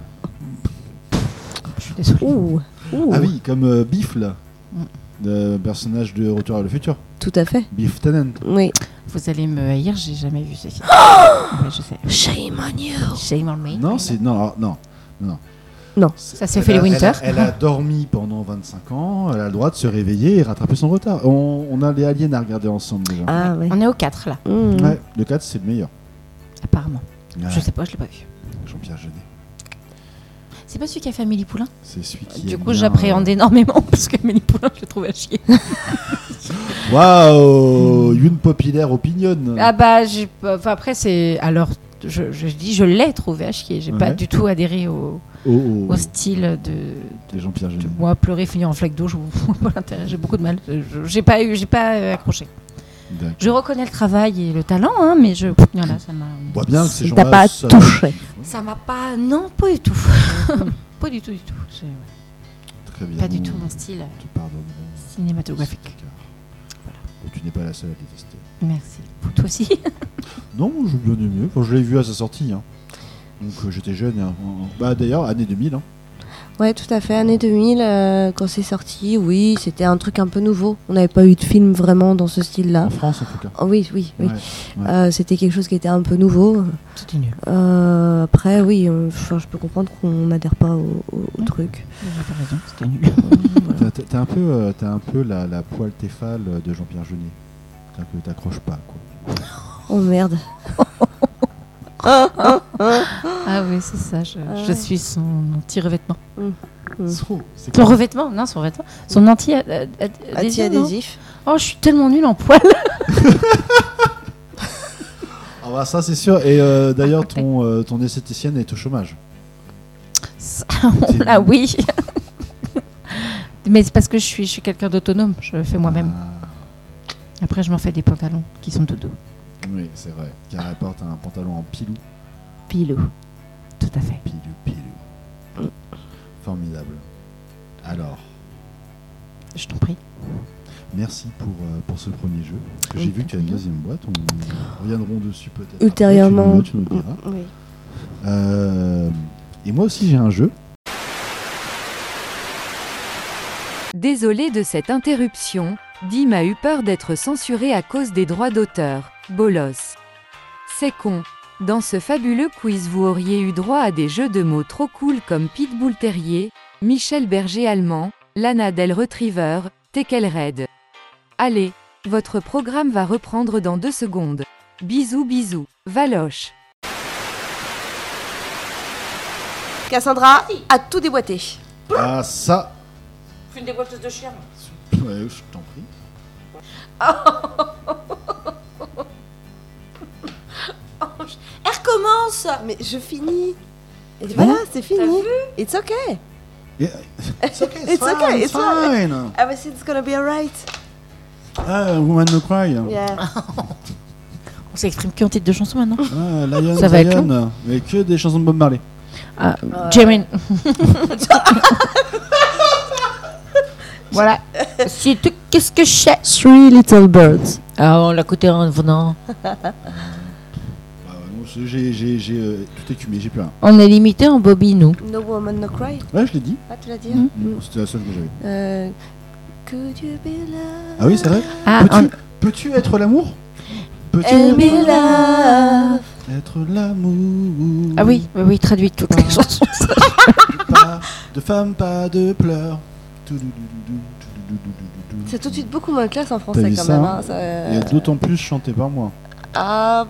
[SPEAKER 2] Je suis désolée.
[SPEAKER 3] Ouh, ouh.
[SPEAKER 1] Ah oui, comme euh, Bifle,
[SPEAKER 2] Oh. Mm.
[SPEAKER 1] le personnage de Retour à le futur.
[SPEAKER 3] Tout à fait.
[SPEAKER 1] Biff Tannen.
[SPEAKER 3] Oui.
[SPEAKER 2] Vous allez me haïr, j'ai jamais vu ce film. Ouais, je sais.
[SPEAKER 3] Shame on you.
[SPEAKER 2] Shame on me.
[SPEAKER 1] Non, c'est. Non, alors, non. Non.
[SPEAKER 3] Non.
[SPEAKER 2] Ça, c'est
[SPEAKER 1] Elle
[SPEAKER 2] Ophélie
[SPEAKER 1] a-
[SPEAKER 2] Winter.
[SPEAKER 1] Elle a, elle a dormi pendant 25 ans, elle a le droit de se réveiller et rattraper son retard. On, on a les aliens à regarder ensemble déjà.
[SPEAKER 3] Ah ouais.
[SPEAKER 2] On est au 4 là,
[SPEAKER 3] Mm.
[SPEAKER 1] Ouais, le 4, c'est le meilleur.
[SPEAKER 2] apparemment.
[SPEAKER 1] Ah,
[SPEAKER 2] Je sais pas, je l'ai pas vu.
[SPEAKER 1] Jean-Pierre Jeunet.
[SPEAKER 2] C'est pas celui qui a fait Amélie Poulain
[SPEAKER 1] C'est celui qui.
[SPEAKER 2] Du
[SPEAKER 1] aime
[SPEAKER 2] coup,
[SPEAKER 1] bien,
[SPEAKER 2] j'appréhende énormément parce qu'Amélie Poulain, je le trouve à chier.
[SPEAKER 1] euh, Waouh Une populaire opinion
[SPEAKER 2] Ah bah, j'ai pas- enfin, après, c'est. Alors, je, je dis, je l'ai trouvé à chier. J'ai pas
[SPEAKER 1] Ouais.
[SPEAKER 2] du tout adhéré au,
[SPEAKER 1] Oh, oh,
[SPEAKER 2] au style de.
[SPEAKER 1] de Jean-Pierre Jeunet.
[SPEAKER 2] de- moi, pleurer, finir en flaque d'eau, je vois pas l'intérêt. J'ai beaucoup de mal. Je- je- J'ai pas eu, j'ai pas euh, accroché.
[SPEAKER 1] D'accord.
[SPEAKER 2] Je reconnais le travail et le talent, hein, mais je. Voilà, ça m'a.
[SPEAKER 1] On voit bien que ces
[SPEAKER 3] Il
[SPEAKER 1] gens-là.
[SPEAKER 3] t'a pas
[SPEAKER 1] ça-
[SPEAKER 3] touché.
[SPEAKER 1] hein.
[SPEAKER 2] Ça m'a pas. Non, pas du tout. pas du tout, du tout. C'est
[SPEAKER 1] Très bien.
[SPEAKER 2] Pas du tout mon style
[SPEAKER 1] Te pardonnerons.
[SPEAKER 2] cinématographique.
[SPEAKER 1] Car- Et Tu n'es pas la seule à détester.
[SPEAKER 2] Merci. Toi aussi.
[SPEAKER 1] Non, je bien du mieux. Enfin, je l'ai vu à sa sortie. hein. Donc euh, j'étais jeune. hein. Bah, D'ailleurs, année 2000. hein.
[SPEAKER 3] Ouais, tout à fait. Année 2000, euh, quand c'est sorti, oui, c'était un truc un peu nouveau. On n'avait pas eu de film vraiment dans ce style-là.
[SPEAKER 1] En Ah, France, en tout cas.
[SPEAKER 3] Oh, oui, oui, oui.
[SPEAKER 1] Ouais, ouais.
[SPEAKER 3] Euh, c'était quelque chose qui était un peu nouveau.
[SPEAKER 2] C'était nul.
[SPEAKER 3] Euh, après, oui, euh, enfin, je peux comprendre qu'on n'adhère pas au, au- au
[SPEAKER 2] Ouais.
[SPEAKER 3] truc.
[SPEAKER 2] T'as raison, c'était nul.
[SPEAKER 1] T'as- t'as- T'as un peu, euh, t'as un peu la, la poêle téfale de Jean-Pierre Jeunet. C'est-à-dire que t'accroches pas, quoi.
[SPEAKER 3] Oh merde.
[SPEAKER 2] Ah oui, c'est ça. Je,
[SPEAKER 3] Ah
[SPEAKER 2] je
[SPEAKER 3] ouais.
[SPEAKER 2] suis son anti-revêtement.
[SPEAKER 3] Mm.
[SPEAKER 1] Trop, c'est
[SPEAKER 2] Son
[SPEAKER 1] quoi
[SPEAKER 2] revêtement Non, son revêtement. Son anti euh,
[SPEAKER 3] Ah,
[SPEAKER 2] adhésion
[SPEAKER 3] Anti-adhésif.
[SPEAKER 2] Oh, je suis tellement nulle en poil.
[SPEAKER 1] Ah bah, ça, c'est sûr. Et euh, d'ailleurs, ton, euh, ton esthéticienne est au chômage.
[SPEAKER 2] Ah oui. Mais c'est parce que je suis, je suis quelqu'un d'autonome. Je le fais moi-même. Après, je m'en fais des pantalons qui sont dodo.
[SPEAKER 1] Ah, oui, c'est vrai. Car elle porte un pantalon en pilou.
[SPEAKER 2] Pilou. Tout à fait.
[SPEAKER 1] Pilou, pilou. Formidable. Alors,
[SPEAKER 2] Je t'en prie.
[SPEAKER 1] merci pour, euh, pour ce premier jeu. Parce que J'ai vu que tu as une deuxième boîte. On reviendrons dessus peut-être. après. Tu nous-
[SPEAKER 3] Ultérieurement.
[SPEAKER 1] Tu nous diras.
[SPEAKER 3] Oui.
[SPEAKER 1] Euh, et moi aussi, j'ai un jeu.
[SPEAKER 8] Désolé de cette interruption, Dim a eu peur d'être censuré à cause des droits d'auteur. Bolos. C'est con. Dans ce fabuleux quiz, vous auriez eu droit à des jeux de mots trop cool comme Pitbull Terrier, Michel Berger Allemand, Lana Del Retriever, Tekel Red. Allez, votre programme va reprendre dans deux secondes. Bisous bisous, Valoche.
[SPEAKER 3] Cassandra a tout déboîté.
[SPEAKER 1] Ah, ça.
[SPEAKER 5] Je une déboîteuse de chien.
[SPEAKER 1] Ouais, je t'en prie.
[SPEAKER 5] Elle recommence
[SPEAKER 3] Mais je finis. Et
[SPEAKER 1] voilà,
[SPEAKER 3] c'est
[SPEAKER 5] fini.
[SPEAKER 3] It's okay.
[SPEAKER 1] It's okay, it's,
[SPEAKER 3] It's
[SPEAKER 1] fine,
[SPEAKER 3] okay,
[SPEAKER 1] it's
[SPEAKER 3] it's fine.
[SPEAKER 1] fine.
[SPEAKER 3] Everything's gonna be alright.
[SPEAKER 1] Ah, Woman No Cry.
[SPEAKER 5] Ah.
[SPEAKER 3] Yeah.
[SPEAKER 2] On s'exprime que en titre de chanson maintenant.
[SPEAKER 1] Ah, Lion,
[SPEAKER 2] Ça va être
[SPEAKER 1] Zion. Mais que des chansons de Bob Marley.
[SPEAKER 2] Jermaine. voilà. C'est tout. Qu'est-ce que je sais
[SPEAKER 3] Three little birds.
[SPEAKER 2] Ah, on l'a coûté en venant.
[SPEAKER 1] Ah, non, c'est- j'ai, j'ai, j'ai euh, tout écumé, j'ai plus rien.
[SPEAKER 2] On est limité en bobine, nous.
[SPEAKER 3] No woman, no cry.
[SPEAKER 1] Ouais, je l'ai dit.
[SPEAKER 3] Ah, tu l'as dit.
[SPEAKER 5] Hmm.
[SPEAKER 2] Mm.
[SPEAKER 3] Mm.
[SPEAKER 1] C'était la seule que j'avais.
[SPEAKER 3] Euh, could you be loved?
[SPEAKER 1] Ah oui, c'est vrai.
[SPEAKER 2] Ah,
[SPEAKER 1] peux-tu, peux-tu être l'amour Peux-tu
[SPEAKER 3] And be loved.
[SPEAKER 1] être l'amour
[SPEAKER 2] ah oui, oui, oui, traduit toutes les chansons.
[SPEAKER 1] Pas de femmes, pas de pleurs. Toudoudoudoudou, toudoudoudoudou.
[SPEAKER 3] C'est tout de suite beaucoup moins classe en
[SPEAKER 1] T'as
[SPEAKER 3] français
[SPEAKER 1] vu
[SPEAKER 3] quand
[SPEAKER 1] ça,
[SPEAKER 3] même.
[SPEAKER 1] hein
[SPEAKER 3] hein, ça-
[SPEAKER 1] Et d'autant plus chanté par moi.
[SPEAKER 3] Ah,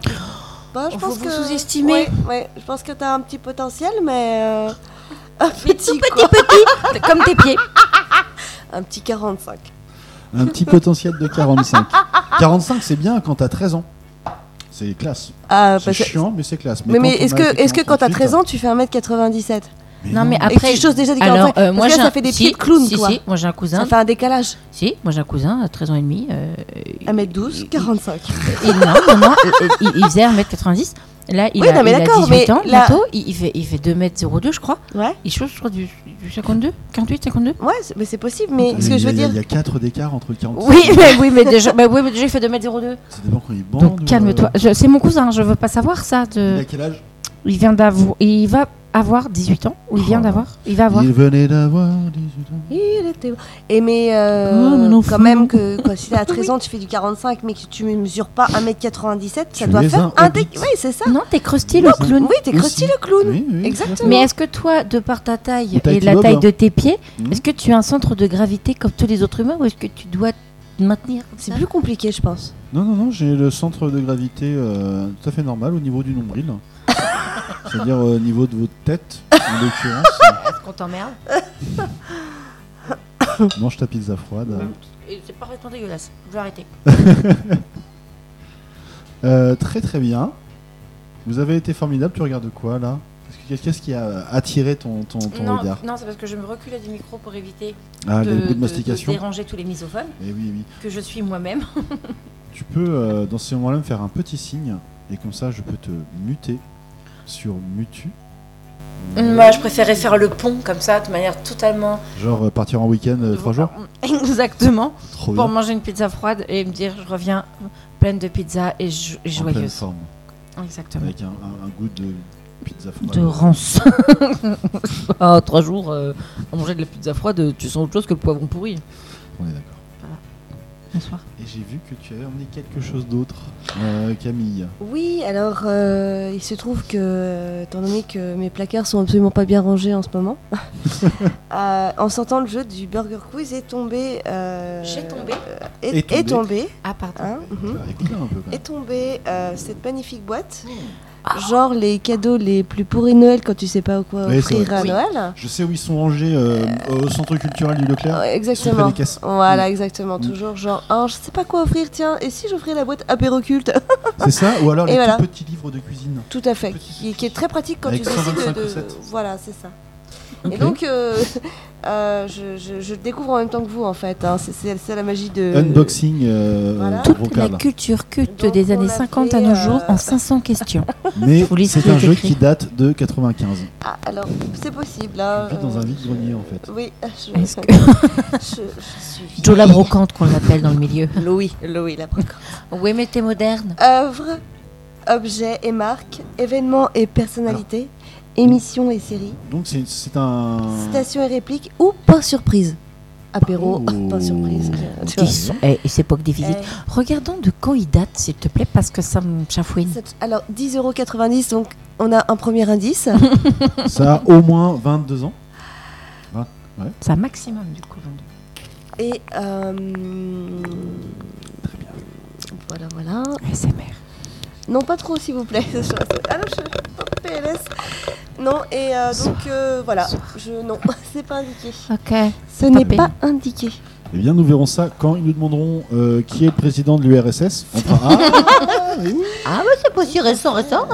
[SPEAKER 3] bah, je
[SPEAKER 5] Vous
[SPEAKER 3] pense
[SPEAKER 5] vous
[SPEAKER 3] que
[SPEAKER 5] sous-estimez.
[SPEAKER 3] Ouais, ouais, je pense que t'as un petit potentiel, mais euh, un
[SPEAKER 5] Mais
[SPEAKER 3] petit,
[SPEAKER 5] tout
[SPEAKER 3] quoi.
[SPEAKER 5] petit, petit, comme tes pieds.
[SPEAKER 3] un petit 45.
[SPEAKER 1] Un petit potentiel de 45. 45, c'est bien quand t'as 13 ans. C'est classe.
[SPEAKER 3] Ah,
[SPEAKER 1] C'est
[SPEAKER 3] parce que-
[SPEAKER 1] chiant, mais c'est classe.
[SPEAKER 3] Mais, mais
[SPEAKER 1] quand on
[SPEAKER 3] est-ce
[SPEAKER 1] a hein.
[SPEAKER 3] que, est-ce que quand t'as
[SPEAKER 1] 48,
[SPEAKER 3] 13 ans, tu fais 1m97
[SPEAKER 2] Non, mais
[SPEAKER 3] Après, et
[SPEAKER 2] après.
[SPEAKER 3] tu choses déjà des
[SPEAKER 2] alors, euh, moi,
[SPEAKER 3] moi,
[SPEAKER 2] j'ai
[SPEAKER 3] ça
[SPEAKER 2] un-
[SPEAKER 3] fait des
[SPEAKER 2] si,
[SPEAKER 3] pieds de clown,
[SPEAKER 2] si,
[SPEAKER 3] quoi.
[SPEAKER 2] si, moi j'ai un cousin.
[SPEAKER 3] Ça fait un décalage.
[SPEAKER 2] Si, moi j'ai un cousin à 13 ans et demi. euh,
[SPEAKER 3] 1m12, 45.
[SPEAKER 2] Et non, non, non, euh, il, il faisait 1m90. Là, il
[SPEAKER 3] Oui,
[SPEAKER 2] a,
[SPEAKER 3] non, mais
[SPEAKER 2] il a
[SPEAKER 3] d'accord,
[SPEAKER 2] 18
[SPEAKER 3] mais
[SPEAKER 2] ans
[SPEAKER 3] là-
[SPEAKER 2] bientôt. Il, il fait, il fait 2m02, je crois.
[SPEAKER 3] Ouais,
[SPEAKER 2] Il chose, je crois, du, du 52, 58, 52.
[SPEAKER 3] ouais, c'est- mais c'est possible. Mais ce que
[SPEAKER 1] Il y
[SPEAKER 3] je
[SPEAKER 1] a-
[SPEAKER 3] veux dire.
[SPEAKER 1] Il y a 4 d'écart entre le 40
[SPEAKER 2] Oui, mais oui, mais déjà, mais oui, mais déjà, il fait 2m02.
[SPEAKER 1] Ça dépend quand il bande.
[SPEAKER 2] Donc
[SPEAKER 1] ou,
[SPEAKER 2] calme-toi.
[SPEAKER 1] euh,
[SPEAKER 2] Je- C'est mon cousin, je veux pas savoir ça.
[SPEAKER 1] Il
[SPEAKER 3] Euh,
[SPEAKER 2] De...
[SPEAKER 1] a quel âge
[SPEAKER 2] Il vient d'avoir. Il va avoir 18 ans. Ou il vient
[SPEAKER 1] Oh.
[SPEAKER 2] d'avoir. Il va avoir.
[SPEAKER 1] Il venait d'avoir 18 ans.
[SPEAKER 3] Il était beau. Et mais euh,
[SPEAKER 2] Oh, mon enfant.
[SPEAKER 3] quand même que quand si t'es à 13 ans, tu fais du 45, mais que tu ne mesures pas 1m97, ça
[SPEAKER 1] Tu
[SPEAKER 3] doit
[SPEAKER 1] es
[SPEAKER 3] faire
[SPEAKER 1] un
[SPEAKER 3] un
[SPEAKER 1] hobbit.
[SPEAKER 3] dé- Oui, c'est ça.
[SPEAKER 2] Non, t'es crusty le
[SPEAKER 1] Non.
[SPEAKER 2] clown.
[SPEAKER 3] Oui, t'es crusty
[SPEAKER 1] Aussi.
[SPEAKER 3] le clown.
[SPEAKER 1] Oui, oui,
[SPEAKER 3] Exactement.
[SPEAKER 2] Mais est-ce que toi, de par ta taille
[SPEAKER 1] Ou ta
[SPEAKER 2] et la
[SPEAKER 1] kilobe,
[SPEAKER 2] taille
[SPEAKER 1] hein.
[SPEAKER 2] de tes pieds,
[SPEAKER 5] Hmm.
[SPEAKER 1] Mhm.
[SPEAKER 2] est-ce que tu as un centre de gravité comme tous les autres humains ou est-ce que tu dois te maintenir comme
[SPEAKER 3] C'est
[SPEAKER 2] ça
[SPEAKER 3] plus compliqué, je pense.
[SPEAKER 1] Non, non, non, j'ai le centre de gravité euh, tout à fait normal au niveau du nombril. C'est-à-dire euh, au niveau de votre tête, en l'occurrence.
[SPEAKER 2] Est-ce qu'on t'emmerde
[SPEAKER 1] Mange ta pizza froide.
[SPEAKER 5] Et C'est parfaitement dégueulasse. Je vais arrêter.
[SPEAKER 1] Euh, très très bien. Vous avez été formidable. Tu regardes quoi là Parce que Qu'est-ce qui a euh, attiré ton, ton, ton
[SPEAKER 5] non,
[SPEAKER 1] regard
[SPEAKER 5] non, c'est parce que je me reculais du micro pour éviter
[SPEAKER 1] Ah,
[SPEAKER 5] de,
[SPEAKER 1] le bruit
[SPEAKER 5] de-
[SPEAKER 1] de
[SPEAKER 5] de
[SPEAKER 1] mastication.
[SPEAKER 5] déranger tous les misophones,
[SPEAKER 1] Eh oui, oui.
[SPEAKER 5] que je suis moi-même.
[SPEAKER 1] Tu peux, euh, dans ces moments-là, me faire un petit signe. Et comme ça, je peux te muter sur Mutu.
[SPEAKER 2] Euh,
[SPEAKER 5] Moi, je préférais faire le pont comme ça, de manière totalement.
[SPEAKER 1] Genre euh, partir en week-end euh, trois jours
[SPEAKER 5] Exactement.
[SPEAKER 1] Trop
[SPEAKER 5] Pour
[SPEAKER 1] bien.
[SPEAKER 5] manger une pizza froide et me dire, je reviens pleine de pizza et, jo- et
[SPEAKER 1] En pleine
[SPEAKER 5] joyeuse.
[SPEAKER 1] forme.
[SPEAKER 5] Exactement.
[SPEAKER 1] Avec un, un- un goût de pizza froide.
[SPEAKER 2] De rance. ah, trois jours euh, à manger de la pizza froide, euh, tu sens autre chose que le poivron pourri.
[SPEAKER 1] On est d'accord.
[SPEAKER 2] Bonsoir.
[SPEAKER 1] Et j'ai vu que tu avais emmené quelque chose d'autre, euh, Camille.
[SPEAKER 3] Oui, alors euh, il se trouve que, étant donné que mes placards sont absolument pas bien rangés en ce moment, euh, en sortant le jeu du Burger Quiz est tombé. euh,
[SPEAKER 5] J'ai tombé.
[SPEAKER 3] euh, est,
[SPEAKER 1] Est tombé.
[SPEAKER 3] est tombé.
[SPEAKER 2] Ah, pardon.
[SPEAKER 3] hein, mhm.
[SPEAKER 1] Ah, Écoute-la un peu quand même.
[SPEAKER 3] Est tombée euh, cette magnifique
[SPEAKER 5] Hmm.
[SPEAKER 3] boîte, Ah. genre les cadeaux les plus pourris de Noël quand tu sais pas quoi
[SPEAKER 1] Oui, c'est
[SPEAKER 3] offrir
[SPEAKER 1] vrai.
[SPEAKER 3] à
[SPEAKER 1] Oui.
[SPEAKER 3] Noël.
[SPEAKER 1] Je sais où ils sont rangés euh, au centre culturel du Leclerc.
[SPEAKER 3] Ouais,
[SPEAKER 1] Ils sont près
[SPEAKER 3] Exactement.
[SPEAKER 1] des caisses.
[SPEAKER 3] Voilà, exactement.
[SPEAKER 1] Mm.
[SPEAKER 3] Toujours genre, oh, je sais pas quoi offrir, tiens, et si j'offrais la boîte apéroculte
[SPEAKER 1] C'est ça Ou alors
[SPEAKER 3] Et
[SPEAKER 1] les
[SPEAKER 3] voilà.
[SPEAKER 1] tout petits livres de cuisine.
[SPEAKER 3] Tout à fait,
[SPEAKER 1] Petit
[SPEAKER 3] qui, qui est très pratique quand
[SPEAKER 1] Avec
[SPEAKER 3] tu décides
[SPEAKER 1] 125
[SPEAKER 3] de...
[SPEAKER 1] recettes.
[SPEAKER 3] Voilà, c'est ça. Et
[SPEAKER 1] Ok.
[SPEAKER 3] donc, euh, euh, je, je- je le découvre en même temps que vous, en fait. hein. C'est- C'est c'est la magie de...
[SPEAKER 1] Unboxing euh,
[SPEAKER 3] Voilà.
[SPEAKER 2] Toute
[SPEAKER 1] vocal.
[SPEAKER 2] la culture culte
[SPEAKER 3] Donc,
[SPEAKER 2] des
[SPEAKER 3] on
[SPEAKER 2] années
[SPEAKER 3] a
[SPEAKER 2] 50
[SPEAKER 3] fait,
[SPEAKER 2] à nos jours
[SPEAKER 3] euh,
[SPEAKER 2] en 500 questions.
[SPEAKER 1] Mais
[SPEAKER 2] Vous lisez ce
[SPEAKER 1] c'est
[SPEAKER 2] qui
[SPEAKER 1] un
[SPEAKER 2] est
[SPEAKER 1] jeu
[SPEAKER 2] écrit.
[SPEAKER 1] qui date de 95.
[SPEAKER 3] Ah, alors, c'est possible. hein,
[SPEAKER 1] Tu vis dans
[SPEAKER 3] euh,
[SPEAKER 1] un vide-grenier en fait.
[SPEAKER 3] Oui, je...
[SPEAKER 2] Est-ce que-
[SPEAKER 3] je, je suis... vieille.
[SPEAKER 2] Joe la brocante qu'on l'appelle dans le milieu.
[SPEAKER 3] Louis, Louis, la brocante.
[SPEAKER 2] Oui, mais t'es moderne.
[SPEAKER 3] Œuvres, objets et marques, événements et personnalités, émissions et séries,
[SPEAKER 1] Donc c'est- c'est un.
[SPEAKER 3] citations et répliques ou par surprise. Apéro,
[SPEAKER 1] Oh.
[SPEAKER 3] par surprise. Tu vois.
[SPEAKER 2] Ils sont- eh, et c'est pas que des visites.
[SPEAKER 3] Eh,
[SPEAKER 2] Regardons de quand il date, s'il te plaît, parce que ça me chafouine.
[SPEAKER 3] cette- alors, 10,90€, donc on a un premier indice.
[SPEAKER 1] Ça a au moins 22 ans.
[SPEAKER 2] C'est un maximum, du coup. vingt-deux.
[SPEAKER 3] Et euh, voilà, voilà.
[SPEAKER 2] ASMR.
[SPEAKER 3] Non, pas trop, s'il vous plaît. Je reste- Ah non, je suis en PLS. Non, et euh, donc euh, voilà. Je non, c'est pas indiqué.
[SPEAKER 2] Ok.
[SPEAKER 3] Ce n'est
[SPEAKER 2] tapé.
[SPEAKER 3] pas indiqué.
[SPEAKER 1] Eh bien, nous verrons ça quand ils nous demanderont euh, qui est le président de l'URSS. On fera Ah, oui.
[SPEAKER 5] C'est pas si récent, récent.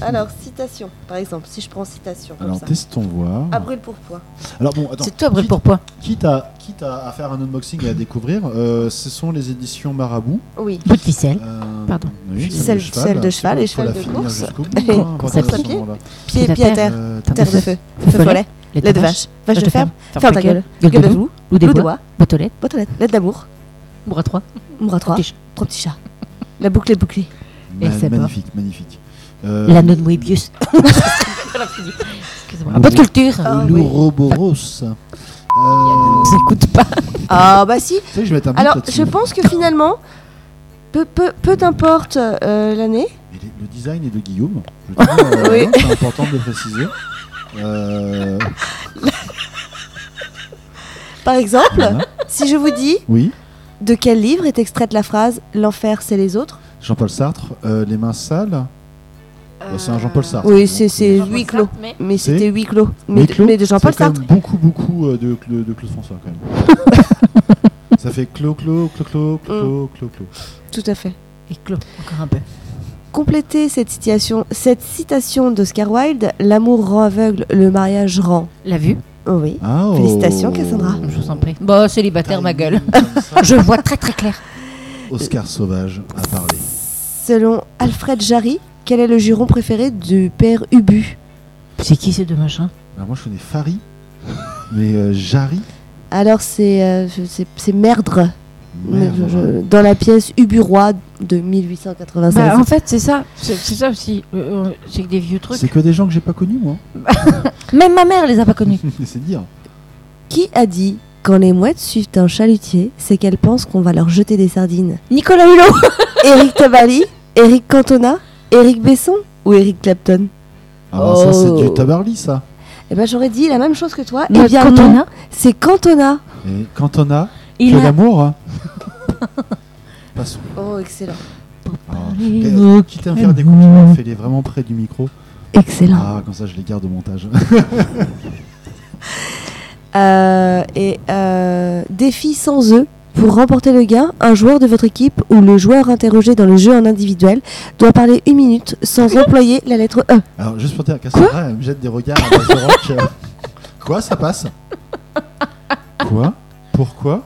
[SPEAKER 3] Alors citation, par exemple, si je prends citation comme
[SPEAKER 1] Alors,
[SPEAKER 3] ça. Ah
[SPEAKER 1] testons voir.
[SPEAKER 3] Abril pourpoint.
[SPEAKER 1] Alors, bon, attends.
[SPEAKER 2] C'est toi, brûle
[SPEAKER 1] Quitte-
[SPEAKER 2] pour point.
[SPEAKER 1] Quitte, à, quitte à, à faire un unboxing et à découvrir, euh, ce sont les éditions Marabout.
[SPEAKER 3] Oui.
[SPEAKER 2] Bout de ficelle.
[SPEAKER 1] Euh,
[SPEAKER 2] Pardon.
[SPEAKER 1] Oui,
[SPEAKER 3] Celle- celle de cheval et
[SPEAKER 1] Faut
[SPEAKER 3] cheval
[SPEAKER 1] la
[SPEAKER 3] de
[SPEAKER 1] finir
[SPEAKER 3] course.
[SPEAKER 1] jusqu'au bout,
[SPEAKER 3] Et
[SPEAKER 1] hein, à
[SPEAKER 2] course
[SPEAKER 1] partir
[SPEAKER 2] à
[SPEAKER 1] de ce
[SPEAKER 3] pied.
[SPEAKER 1] moment-là.
[SPEAKER 3] Pied,
[SPEAKER 2] Pied à
[SPEAKER 3] pied à
[SPEAKER 2] terre.
[SPEAKER 3] terre.
[SPEAKER 1] Euh,
[SPEAKER 2] Terre
[SPEAKER 3] Terre de feu. Feu follet. Lait de vache.
[SPEAKER 2] Bah,
[SPEAKER 3] Vache de ferme. Ferme ta gueule.
[SPEAKER 2] Gueule
[SPEAKER 3] Gueule de
[SPEAKER 2] de
[SPEAKER 3] loup.
[SPEAKER 2] loup. Loup des
[SPEAKER 3] Loup de
[SPEAKER 2] bois.
[SPEAKER 3] bois.
[SPEAKER 2] Bottelette.
[SPEAKER 3] Boîte aux lettres. Lettre d'amour.
[SPEAKER 2] Bourre à trois.
[SPEAKER 3] Ombre à trois.
[SPEAKER 2] Petit chat.
[SPEAKER 3] Trois petits chats. La boucle est bouclée.
[SPEAKER 2] Et
[SPEAKER 1] Ma-
[SPEAKER 2] c'est pas.
[SPEAKER 1] magnifique, magnifique. Euh,
[SPEAKER 2] L'anneau de Moebius. Elle a fini. Excusez-moi.
[SPEAKER 1] Lourd.
[SPEAKER 2] Pas de culture.
[SPEAKER 3] Ah, oui.
[SPEAKER 1] L'ouroboros. Euh,
[SPEAKER 2] On s'écoute pas.
[SPEAKER 3] Ah bah si.
[SPEAKER 1] tu sais que je vais mettre un
[SPEAKER 3] Alors,
[SPEAKER 1] but là-dessus.
[SPEAKER 3] je pense que finalement, peu, peu, peu importe euh, l'année,
[SPEAKER 1] Mais les- Le design est de Guillaume. je te dis, euh,
[SPEAKER 3] Oui.
[SPEAKER 1] C'est important de le préciser. Euh,
[SPEAKER 3] par exemple,
[SPEAKER 1] voilà.
[SPEAKER 3] si je vous dis
[SPEAKER 1] Oui,
[SPEAKER 3] de quel livre est extraite la phrase L'enfer, c'est les autres
[SPEAKER 1] Jean-Paul Sartre, euh, les mains sales.
[SPEAKER 2] Euh,
[SPEAKER 1] Bah, c'est un Jean-Paul Sartre.
[SPEAKER 3] Oui,
[SPEAKER 1] donc,
[SPEAKER 3] c'est-
[SPEAKER 1] euh,
[SPEAKER 3] c'est-
[SPEAKER 1] Jean-Paul
[SPEAKER 3] Huis clos.
[SPEAKER 5] Mais
[SPEAKER 3] Mais
[SPEAKER 1] C'est
[SPEAKER 3] c'était huis clos. Mais,
[SPEAKER 1] Huis
[SPEAKER 3] de-
[SPEAKER 1] clos,
[SPEAKER 3] mais de Jean-Paul
[SPEAKER 1] c'est quand même
[SPEAKER 3] Sartre.
[SPEAKER 1] beaucoup, beaucoup euh, de, Cla- de Claude François, quand même.
[SPEAKER 3] Mm.
[SPEAKER 1] ça fait clo, clo, clo, clo, clo, clo, clo.
[SPEAKER 3] Tout à fait.
[SPEAKER 2] Et Claude, encore un peu.
[SPEAKER 3] compléter cette citation, cette citation d'Oscar Wilde, l'amour rend aveugle, le mariage rend.
[SPEAKER 2] La vue,
[SPEAKER 3] Oh oui.
[SPEAKER 1] Ah, oh.
[SPEAKER 3] Félicitations, Cassandra.
[SPEAKER 2] je vous en prie. Bon, célibataire, ma gueule. Je vois très très clair.
[SPEAKER 1] Oscar Sauvage a parlé.
[SPEAKER 3] Selon Alfred Jarry, quel est le juron préféré du père Ubu
[SPEAKER 2] C'est qui ces deux machins
[SPEAKER 1] Alors moi je connais Fari, mais euh, Jarry.
[SPEAKER 3] Alors c'est euh, je- c'est- c'est Merdre,
[SPEAKER 1] merde,
[SPEAKER 3] je-
[SPEAKER 1] voilà.
[SPEAKER 3] je- dans la pièce Ubu Roi de 1896.
[SPEAKER 2] Bah, en fait, c'est ça. C'est c'est ça aussi. Euh, euh, c'est que des vieux
[SPEAKER 1] C'est
[SPEAKER 2] trucs.
[SPEAKER 1] que des gens que j'ai pas connus moi.
[SPEAKER 2] Même ma mère les a pas connus.
[SPEAKER 1] c'est dire.
[SPEAKER 3] Qui a dit quand les mouettes suivent un chalutier, c'est qu'elles pensent qu'on va leur jeter des sardines
[SPEAKER 5] Nicolas Hulot
[SPEAKER 3] Eric Tabali, Eric Cantona, Eric Besson ou Eric Clapton
[SPEAKER 1] Ah bah, ça c'est
[SPEAKER 3] Oh.
[SPEAKER 1] du tabarly ça.
[SPEAKER 3] Eh ben j'aurais dit la même chose que toi.
[SPEAKER 2] Bah,
[SPEAKER 3] Eh bien
[SPEAKER 2] quand
[SPEAKER 3] non,
[SPEAKER 2] on a-
[SPEAKER 3] c'est Cantona.
[SPEAKER 1] Et quand on a
[SPEAKER 5] Il
[SPEAKER 1] que
[SPEAKER 5] a
[SPEAKER 1] l'amour. hein. Passons.
[SPEAKER 3] Oh excellent.
[SPEAKER 1] Ah. Eh, Quitte à me faire des coups, fais-les vraiment près du micro.
[SPEAKER 3] Excellent.
[SPEAKER 1] Ah, comme ça je les garde au montage.
[SPEAKER 3] Euh, et euh, défi sans eux. Pour remporter le gain, un joueur de votre équipe ou le joueur interrogé dans le jeu en individuel doit parler une minute sans employer la lettre E.
[SPEAKER 1] Alors, juste pour dire, Cassandra, elle me jette des regards à base de rock. Euh, Quoi, ça passe Quoi Pourquoi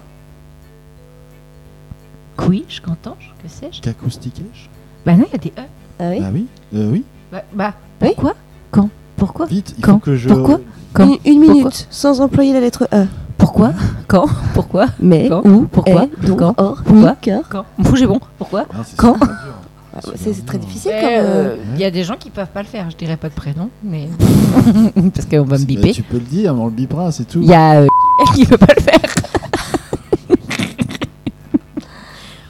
[SPEAKER 2] Oui, je qu'entends, je- que sais-je
[SPEAKER 1] Qu'acoustiquais-je
[SPEAKER 2] Bah non, il y a des E.
[SPEAKER 3] Ah oui
[SPEAKER 1] Ah oui, euh, oui.
[SPEAKER 2] Bah, bah,
[SPEAKER 3] Oui.
[SPEAKER 2] pourquoi Quand Pourquoi
[SPEAKER 1] Vite, il
[SPEAKER 2] Quand
[SPEAKER 1] faut que je.
[SPEAKER 2] Pourquoi Quand
[SPEAKER 3] une, une minute
[SPEAKER 2] Pourquoi
[SPEAKER 3] sans employer la lettre E.
[SPEAKER 2] Pourquoi Quand Pourquoi
[SPEAKER 3] Mais,
[SPEAKER 2] Quand Où Pourquoi
[SPEAKER 3] est, donc,
[SPEAKER 2] Quand
[SPEAKER 3] or,
[SPEAKER 2] Pourquoi
[SPEAKER 3] ni, car.
[SPEAKER 2] Quand Bougez bon, pourquoi
[SPEAKER 1] Ah, c'est
[SPEAKER 2] Quand bah,
[SPEAKER 1] super dur.
[SPEAKER 3] Ah,
[SPEAKER 1] Super
[SPEAKER 3] C'est c'est très
[SPEAKER 1] dur.
[SPEAKER 3] difficile
[SPEAKER 2] Il
[SPEAKER 3] comme. euh,
[SPEAKER 2] y a des gens qui peuvent pas le faire, je dirais pas de prénom, mais. Parce qu'on va me
[SPEAKER 1] C'est- bah,
[SPEAKER 2] biper.
[SPEAKER 1] tu peux le dire, mais on le bipera, c'est tout.
[SPEAKER 2] Il y a. euh, qui veut pas le faire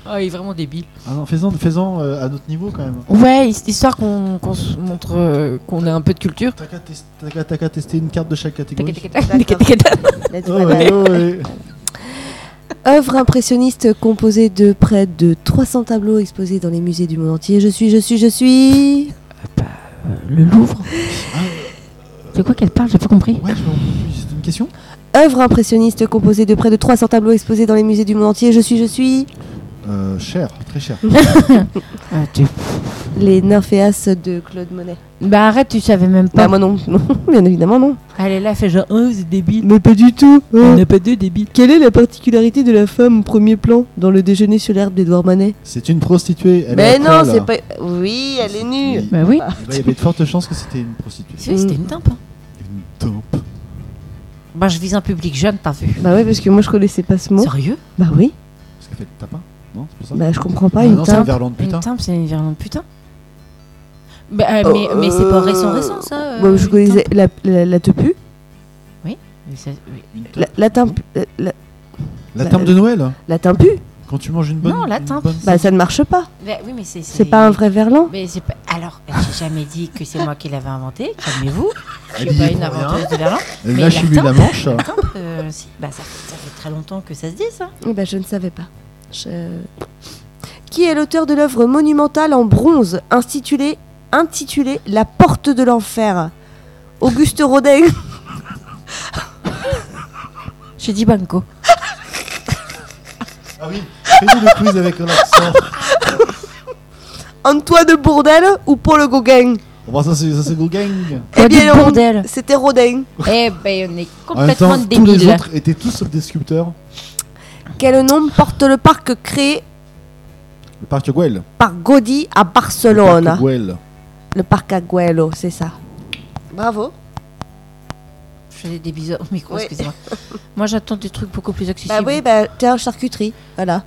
[SPEAKER 2] Oh, il est vraiment débile.
[SPEAKER 1] Ah non, fais-en, fais-en, euh, à notre niveau quand même.
[SPEAKER 2] Ouais, his- histoire qu'on qu'on se montre euh, qu'on a un peu de culture.
[SPEAKER 1] T'as qu'à, tes- t'as qu'à- t'as qu'à tester une carte de chaque catégorie.
[SPEAKER 3] lettre-
[SPEAKER 1] Oh, ouais, oh, ouais.
[SPEAKER 3] Œuvre impressionniste composée de près de 300 tableaux exposés dans les musées du monde entier. Je suis, je suis, je suis.
[SPEAKER 2] Le Louvre.
[SPEAKER 5] Ah.
[SPEAKER 2] De quoi qu'elle parle J'ai pas compris.
[SPEAKER 1] Ouais, je m'en fous, c'est une question
[SPEAKER 3] Œuvre impressionniste composée de près de 300 tableaux exposés dans les musées du monde entier. Je suis, je suis.
[SPEAKER 1] euh, Cher, très cher.
[SPEAKER 2] Ah, tu-
[SPEAKER 3] Les nymphéas de Claude Monet.
[SPEAKER 2] Bah arrête, tu savais même
[SPEAKER 3] Bah,
[SPEAKER 2] pas.
[SPEAKER 3] moi non, non, bien évidemment non.
[SPEAKER 2] Elle est là, fait genre, oh, c'est débile.
[SPEAKER 3] Mais pas du tout.
[SPEAKER 2] On n'a pas deux débiles.
[SPEAKER 3] Quelle est la particularité de la femme au premier plan dans le déjeuner sur l'herbe d'Edouard Manet
[SPEAKER 1] C'est une prostituée. Elle est
[SPEAKER 3] Mais
[SPEAKER 1] à
[SPEAKER 3] non,
[SPEAKER 1] poil.
[SPEAKER 3] c'est pas. Oui, elle est nue.
[SPEAKER 1] Oui.
[SPEAKER 2] Bah oui.
[SPEAKER 1] Eh ben, Il y avait de fortes chances que c'était une prostituée.
[SPEAKER 5] C'était une tempe.
[SPEAKER 1] Une taupe.
[SPEAKER 5] Moi, je vise un public jeune, pas vu.
[SPEAKER 3] Bah ouais, parce que moi je connaissais pas ce mot.
[SPEAKER 5] Sérieux
[SPEAKER 3] Bah oui.
[SPEAKER 1] Parce qu'elle fait le tapin, non C'est pour ça
[SPEAKER 3] Bah je comprends pas
[SPEAKER 1] Ah
[SPEAKER 3] une
[SPEAKER 1] non, c'est
[SPEAKER 3] teinte.
[SPEAKER 1] une verlande putain.
[SPEAKER 5] Une tempe, c'est une verlande putain. Bah, euh, mais mais c'est pas récent, récent, ça. euh,
[SPEAKER 3] Oh, Bah, je
[SPEAKER 5] une
[SPEAKER 3] connaissais la, la, la tepu,
[SPEAKER 5] tempe. Mais ça- oui.
[SPEAKER 1] Une taupe.
[SPEAKER 3] la, la timpu- la- la,
[SPEAKER 1] La tarte de Noël hein.
[SPEAKER 3] la timpu.
[SPEAKER 1] Quand tu manges une bonne.
[SPEAKER 5] Non, la
[SPEAKER 1] une
[SPEAKER 5] tarte.
[SPEAKER 1] bonne-
[SPEAKER 3] Bah ça ne marche pas.
[SPEAKER 5] Bah oui, mais c'est.
[SPEAKER 3] C'est pas un vrai verlan.
[SPEAKER 5] Mais c'est pas. Alors, j'ai jamais dit que c'est moi qui l'avais inventé. Calmez-vous. Je
[SPEAKER 1] Elle
[SPEAKER 5] suis
[SPEAKER 1] y
[SPEAKER 5] pas
[SPEAKER 1] est
[SPEAKER 5] une
[SPEAKER 1] pour rien.
[SPEAKER 5] inventeuse de verlan.
[SPEAKER 1] Elle
[SPEAKER 5] Mais
[SPEAKER 1] lâche
[SPEAKER 5] la
[SPEAKER 1] lui la
[SPEAKER 5] tarte.
[SPEAKER 1] manche.
[SPEAKER 5] Une tempe, euh, si. Bah, ça, fait- ça fait très longtemps que ça se dit, ça.
[SPEAKER 3] Eh ben, je ne savais pas. Je- Qui est l'auteur de l'œuvre monumentale en bronze intitulée, intitulée La porte de l'enfer Auguste Rodin.
[SPEAKER 2] J'ai dit Banco.
[SPEAKER 1] Ah oui, fais-nous le quiz avec un accent.
[SPEAKER 3] Antoine Bourdel ou Paul Gauguin Eh
[SPEAKER 1] Bon, ça c'est ça, c'est Gauguin.
[SPEAKER 2] Oh,
[SPEAKER 3] bien,
[SPEAKER 2] dit
[SPEAKER 3] Laurent.
[SPEAKER 2] bordel.
[SPEAKER 3] C'était Rodin.
[SPEAKER 5] Eh ben, on est
[SPEAKER 1] En même
[SPEAKER 5] complètement
[SPEAKER 1] temps, tous les
[SPEAKER 5] débiles.
[SPEAKER 1] autres étaient tous sauf des sculpteurs.
[SPEAKER 3] Quel nom porte le parc créé
[SPEAKER 1] Le parc Güell.
[SPEAKER 3] par Gaudi à
[SPEAKER 1] Le
[SPEAKER 3] Barcelone
[SPEAKER 1] parc Güell.
[SPEAKER 3] Le parc Agüelo, c'est ça. Bravo.
[SPEAKER 5] Je faisais des bisous au micro,
[SPEAKER 3] Oui.
[SPEAKER 5] excusez-moi. Moi, j'attends des trucs beaucoup plus
[SPEAKER 3] Bah
[SPEAKER 5] accessibles.
[SPEAKER 3] oui, bah t'es un charcuterie. Voilà.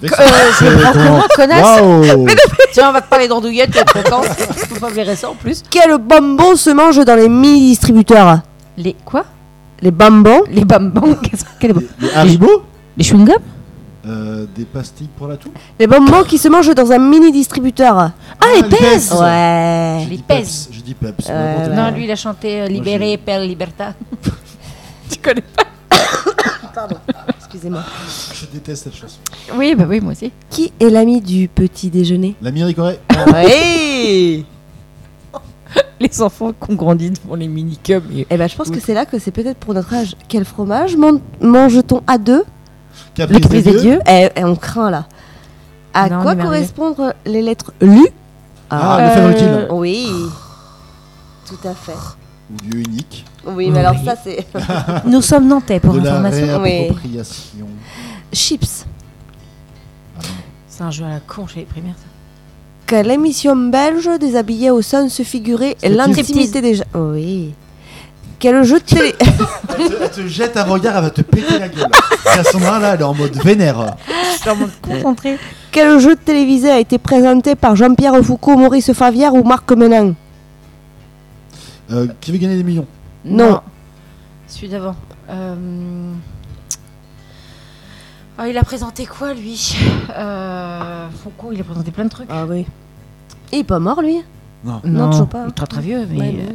[SPEAKER 1] C'est comment
[SPEAKER 5] connasse
[SPEAKER 1] Waouh
[SPEAKER 5] Tiens, on va te parler d'andouillette, tu vas être contente. Faut pas blairer ça en plus.
[SPEAKER 3] Quel bonbon se mange dans les mini-distributeurs
[SPEAKER 2] Les quoi
[SPEAKER 3] Les bonbons
[SPEAKER 2] Les bambans Qu'est-ce que les,
[SPEAKER 1] Les Haribo
[SPEAKER 2] les chewing-gums
[SPEAKER 1] Euh, Des pastilles pour la toux
[SPEAKER 3] Les bonbons qui se mangent dans un mini-distributeur.
[SPEAKER 1] Ah, les pèses
[SPEAKER 3] Ouais.
[SPEAKER 5] Les
[SPEAKER 1] J'ai dit
[SPEAKER 5] pèses.
[SPEAKER 1] peps, J'ai dit peps.
[SPEAKER 3] Ouais,
[SPEAKER 1] n'importe
[SPEAKER 3] ouais.
[SPEAKER 1] quoi.
[SPEAKER 5] Non, lui, il a chanté euh,
[SPEAKER 1] j'ai-
[SPEAKER 5] Libéré, per libertà. tu connais pas
[SPEAKER 3] Excusez-moi.
[SPEAKER 1] Je déteste cette chanson.
[SPEAKER 2] Oui, bah oui, moi aussi.
[SPEAKER 3] Qui est l'ami du petit déjeuner
[SPEAKER 1] La Miri Corée.
[SPEAKER 3] Oui
[SPEAKER 2] Les enfants qui ont grandi devant les minicums. Et...
[SPEAKER 3] Eh ben, je pense que c'est là que c'est peut-être pour notre âge. Quel fromage man- mange-t-on à deux
[SPEAKER 1] Caprice des dieux.
[SPEAKER 3] Eh, eh, on craint là. À
[SPEAKER 2] Non, on
[SPEAKER 3] quoi
[SPEAKER 2] est merveilleux.
[SPEAKER 3] correspondent les lettres LU, Euh,
[SPEAKER 1] Ah, le faire utile.
[SPEAKER 3] Oui, tout à fait.
[SPEAKER 1] Ou lieu unique.
[SPEAKER 3] Oui, Oh, mais alors ça, c'est.
[SPEAKER 5] Nous sommes nantais pour
[SPEAKER 1] de la
[SPEAKER 5] information.
[SPEAKER 1] réappropriation.
[SPEAKER 3] Chips.
[SPEAKER 2] C'est un jeu à la con chez les primaires. ça.
[SPEAKER 3] Que l'émission belge déshabillait au son se figurait
[SPEAKER 1] Striptease.
[SPEAKER 3] l'intimité des gens. Oh Oui. Quel jeu de télé.
[SPEAKER 1] Elle te- elle te jette un regard, elle va te péter la gueule. Cassandra, là, elle est en mode vénère.
[SPEAKER 2] Concentré.
[SPEAKER 3] Quel jeu télévisé a été présenté par Jean-Pierre Foucault, Maurice Favière ou Marc Menin
[SPEAKER 1] Euh, qui veut gagner des millions
[SPEAKER 3] Non.
[SPEAKER 2] Celui d'avant. Euh, oh, il a présenté quoi, lui Euh, Foucault, il a présenté plein de trucs.
[SPEAKER 3] Ah oui. Il est pas mort lui
[SPEAKER 2] Non,
[SPEAKER 3] toujours pas.
[SPEAKER 2] il est Très très vieux, mais.
[SPEAKER 3] Ouais, mais-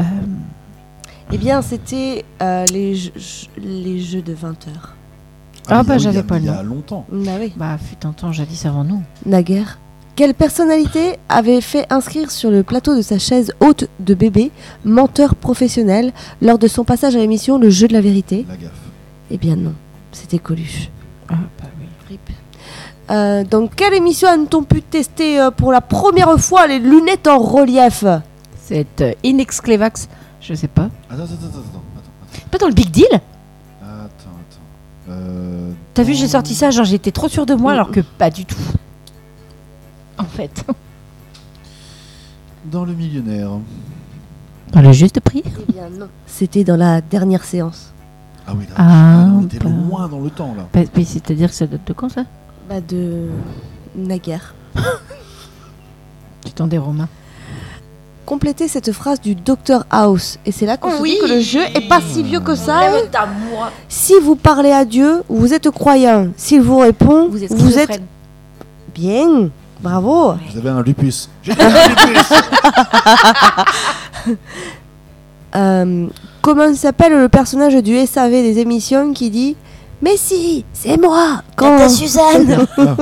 [SPEAKER 2] euh, euh,
[SPEAKER 3] Eh bien, c'était euh, les, jeux- les jeux de 20 heures.
[SPEAKER 2] Ah,
[SPEAKER 1] mais
[SPEAKER 2] bah,
[SPEAKER 1] il y a-
[SPEAKER 2] j'avais pas
[SPEAKER 1] Il y
[SPEAKER 2] le
[SPEAKER 1] a longtemps.
[SPEAKER 3] Ah oui.
[SPEAKER 2] bah, fut un temps jadis avant nous.
[SPEAKER 3] Naguère. Quelle personnalité avait fait inscrire sur le plateau de sa chaise haute de bébé, menteur professionnel, lors de son passage à l'émission Le jeu de la vérité
[SPEAKER 1] La gaffe.
[SPEAKER 3] Eh bien non, c'était Coluche.
[SPEAKER 2] Ah, bah oui.
[SPEAKER 3] Euh, dans quelle émission a-t-on pu tester euh, pour la première fois les lunettes en relief
[SPEAKER 2] C'est euh, Inex Clevax, je sais pas.
[SPEAKER 1] Attends, attends, attends, attends, attends,
[SPEAKER 2] Pas dans le Big Deal
[SPEAKER 1] attends, attends, attends. Euh,
[SPEAKER 2] T'as vu, j'ai
[SPEAKER 1] dans-
[SPEAKER 2] sorti ça, genre j'étais trop sûre de moi,
[SPEAKER 3] Mm.
[SPEAKER 2] alors que pas du tout. En fait.
[SPEAKER 1] Dans le millionnaire.
[SPEAKER 2] Dans le juste prix
[SPEAKER 3] Eh bien non. C'était dans la dernière séance.
[SPEAKER 1] Ah oui, là,
[SPEAKER 2] Ah,
[SPEAKER 1] on était
[SPEAKER 2] bah.
[SPEAKER 1] loin dans le temps, là.
[SPEAKER 2] C'est-à-dire que ça date de quand ça
[SPEAKER 3] Bah de Naguère.
[SPEAKER 2] Du temps des Romains.
[SPEAKER 3] Complétez cette phrase du Dr House. Et c'est là qu'on se
[SPEAKER 5] Oui.
[SPEAKER 3] dit que le jeu est pas si vieux que ça.
[SPEAKER 5] d'amour.
[SPEAKER 3] Si vous parlez à Dieu, vous êtes croyant. S'il vous répond, vous êtes, bien. Bravo.
[SPEAKER 1] Vous avez un lupus. J'ai un lupus
[SPEAKER 3] Euh, comment s'appelle le personnage du SAV des émissions qui dit Mais si, c'est moi quand...
[SPEAKER 5] Tata Suzanne.
[SPEAKER 1] Ah.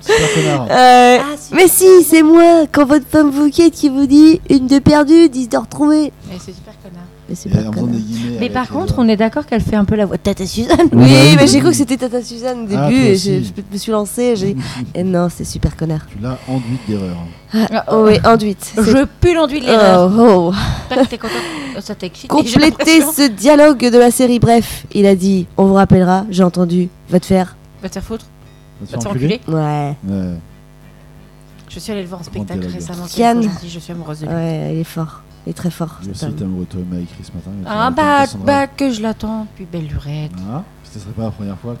[SPEAKER 1] Super connard.
[SPEAKER 3] Euh,
[SPEAKER 5] Ah, si.
[SPEAKER 3] mais si, c'est moi quand votre femme vous quitte qui vous dit une de perdue, dix de retrouvée.
[SPEAKER 2] Mais c'est super connard.
[SPEAKER 3] Mais c'est
[SPEAKER 1] Il y
[SPEAKER 3] pas
[SPEAKER 1] a un besoin
[SPEAKER 3] connard.
[SPEAKER 1] des guillemets
[SPEAKER 2] Mais
[SPEAKER 1] avec euh,
[SPEAKER 2] par
[SPEAKER 1] les
[SPEAKER 2] contre,
[SPEAKER 1] doigts.
[SPEAKER 2] on est d'accord qu'elle fait un peu la voix de Tata Suzanne.
[SPEAKER 1] Oui, bah
[SPEAKER 3] Oui, mais
[SPEAKER 1] oui.
[SPEAKER 3] j'ai cru que c'était Tata Suzanne au début
[SPEAKER 1] Ah, toi
[SPEAKER 3] et je,
[SPEAKER 1] aussi. Mm.
[SPEAKER 3] je me suis lancée. J'ai dit, Eh non, c'est super connard.
[SPEAKER 1] Tu l'as enduite d'erreur.
[SPEAKER 3] Oh, oui, induite. C'est-
[SPEAKER 2] Je pue l'enduit de l'erreur.
[SPEAKER 3] Oh, oh.
[SPEAKER 5] J'espère que t'es contente. Euh, Ça t'excite. j'ai
[SPEAKER 3] Complétez
[SPEAKER 5] l'impression.
[SPEAKER 3] ce dialogue de la série. Bref, il a dit On vous rappellera, j'ai entendu, va te faire.
[SPEAKER 2] Va te faire foutre,
[SPEAKER 1] Va te
[SPEAKER 2] va
[SPEAKER 1] faire
[SPEAKER 2] te faire
[SPEAKER 1] enculer
[SPEAKER 2] enculer.
[SPEAKER 3] Ouais,
[SPEAKER 1] Ouais.
[SPEAKER 3] Ah,
[SPEAKER 2] Je suis allée le voir en
[SPEAKER 1] Comment
[SPEAKER 2] spectacle
[SPEAKER 1] dialogue.
[SPEAKER 2] récemment. c'est
[SPEAKER 3] Kian.
[SPEAKER 2] trop gentil, Je suis amoureuse de lui.
[SPEAKER 3] ouais, il est fort. Il est très fort.
[SPEAKER 1] Lui
[SPEAKER 3] cet
[SPEAKER 1] aussi,
[SPEAKER 3] homme.
[SPEAKER 1] t'es amoureux de toi, il m'a écrit ce matin. il
[SPEAKER 3] Ah,
[SPEAKER 1] m'a fait
[SPEAKER 2] Un
[SPEAKER 3] bah,
[SPEAKER 1] raconter
[SPEAKER 2] bac,
[SPEAKER 1] Cassandra.
[SPEAKER 2] bac Ah, bah, que je l'attends, puis belle lurette.
[SPEAKER 1] Ah, ce serait pas la première fois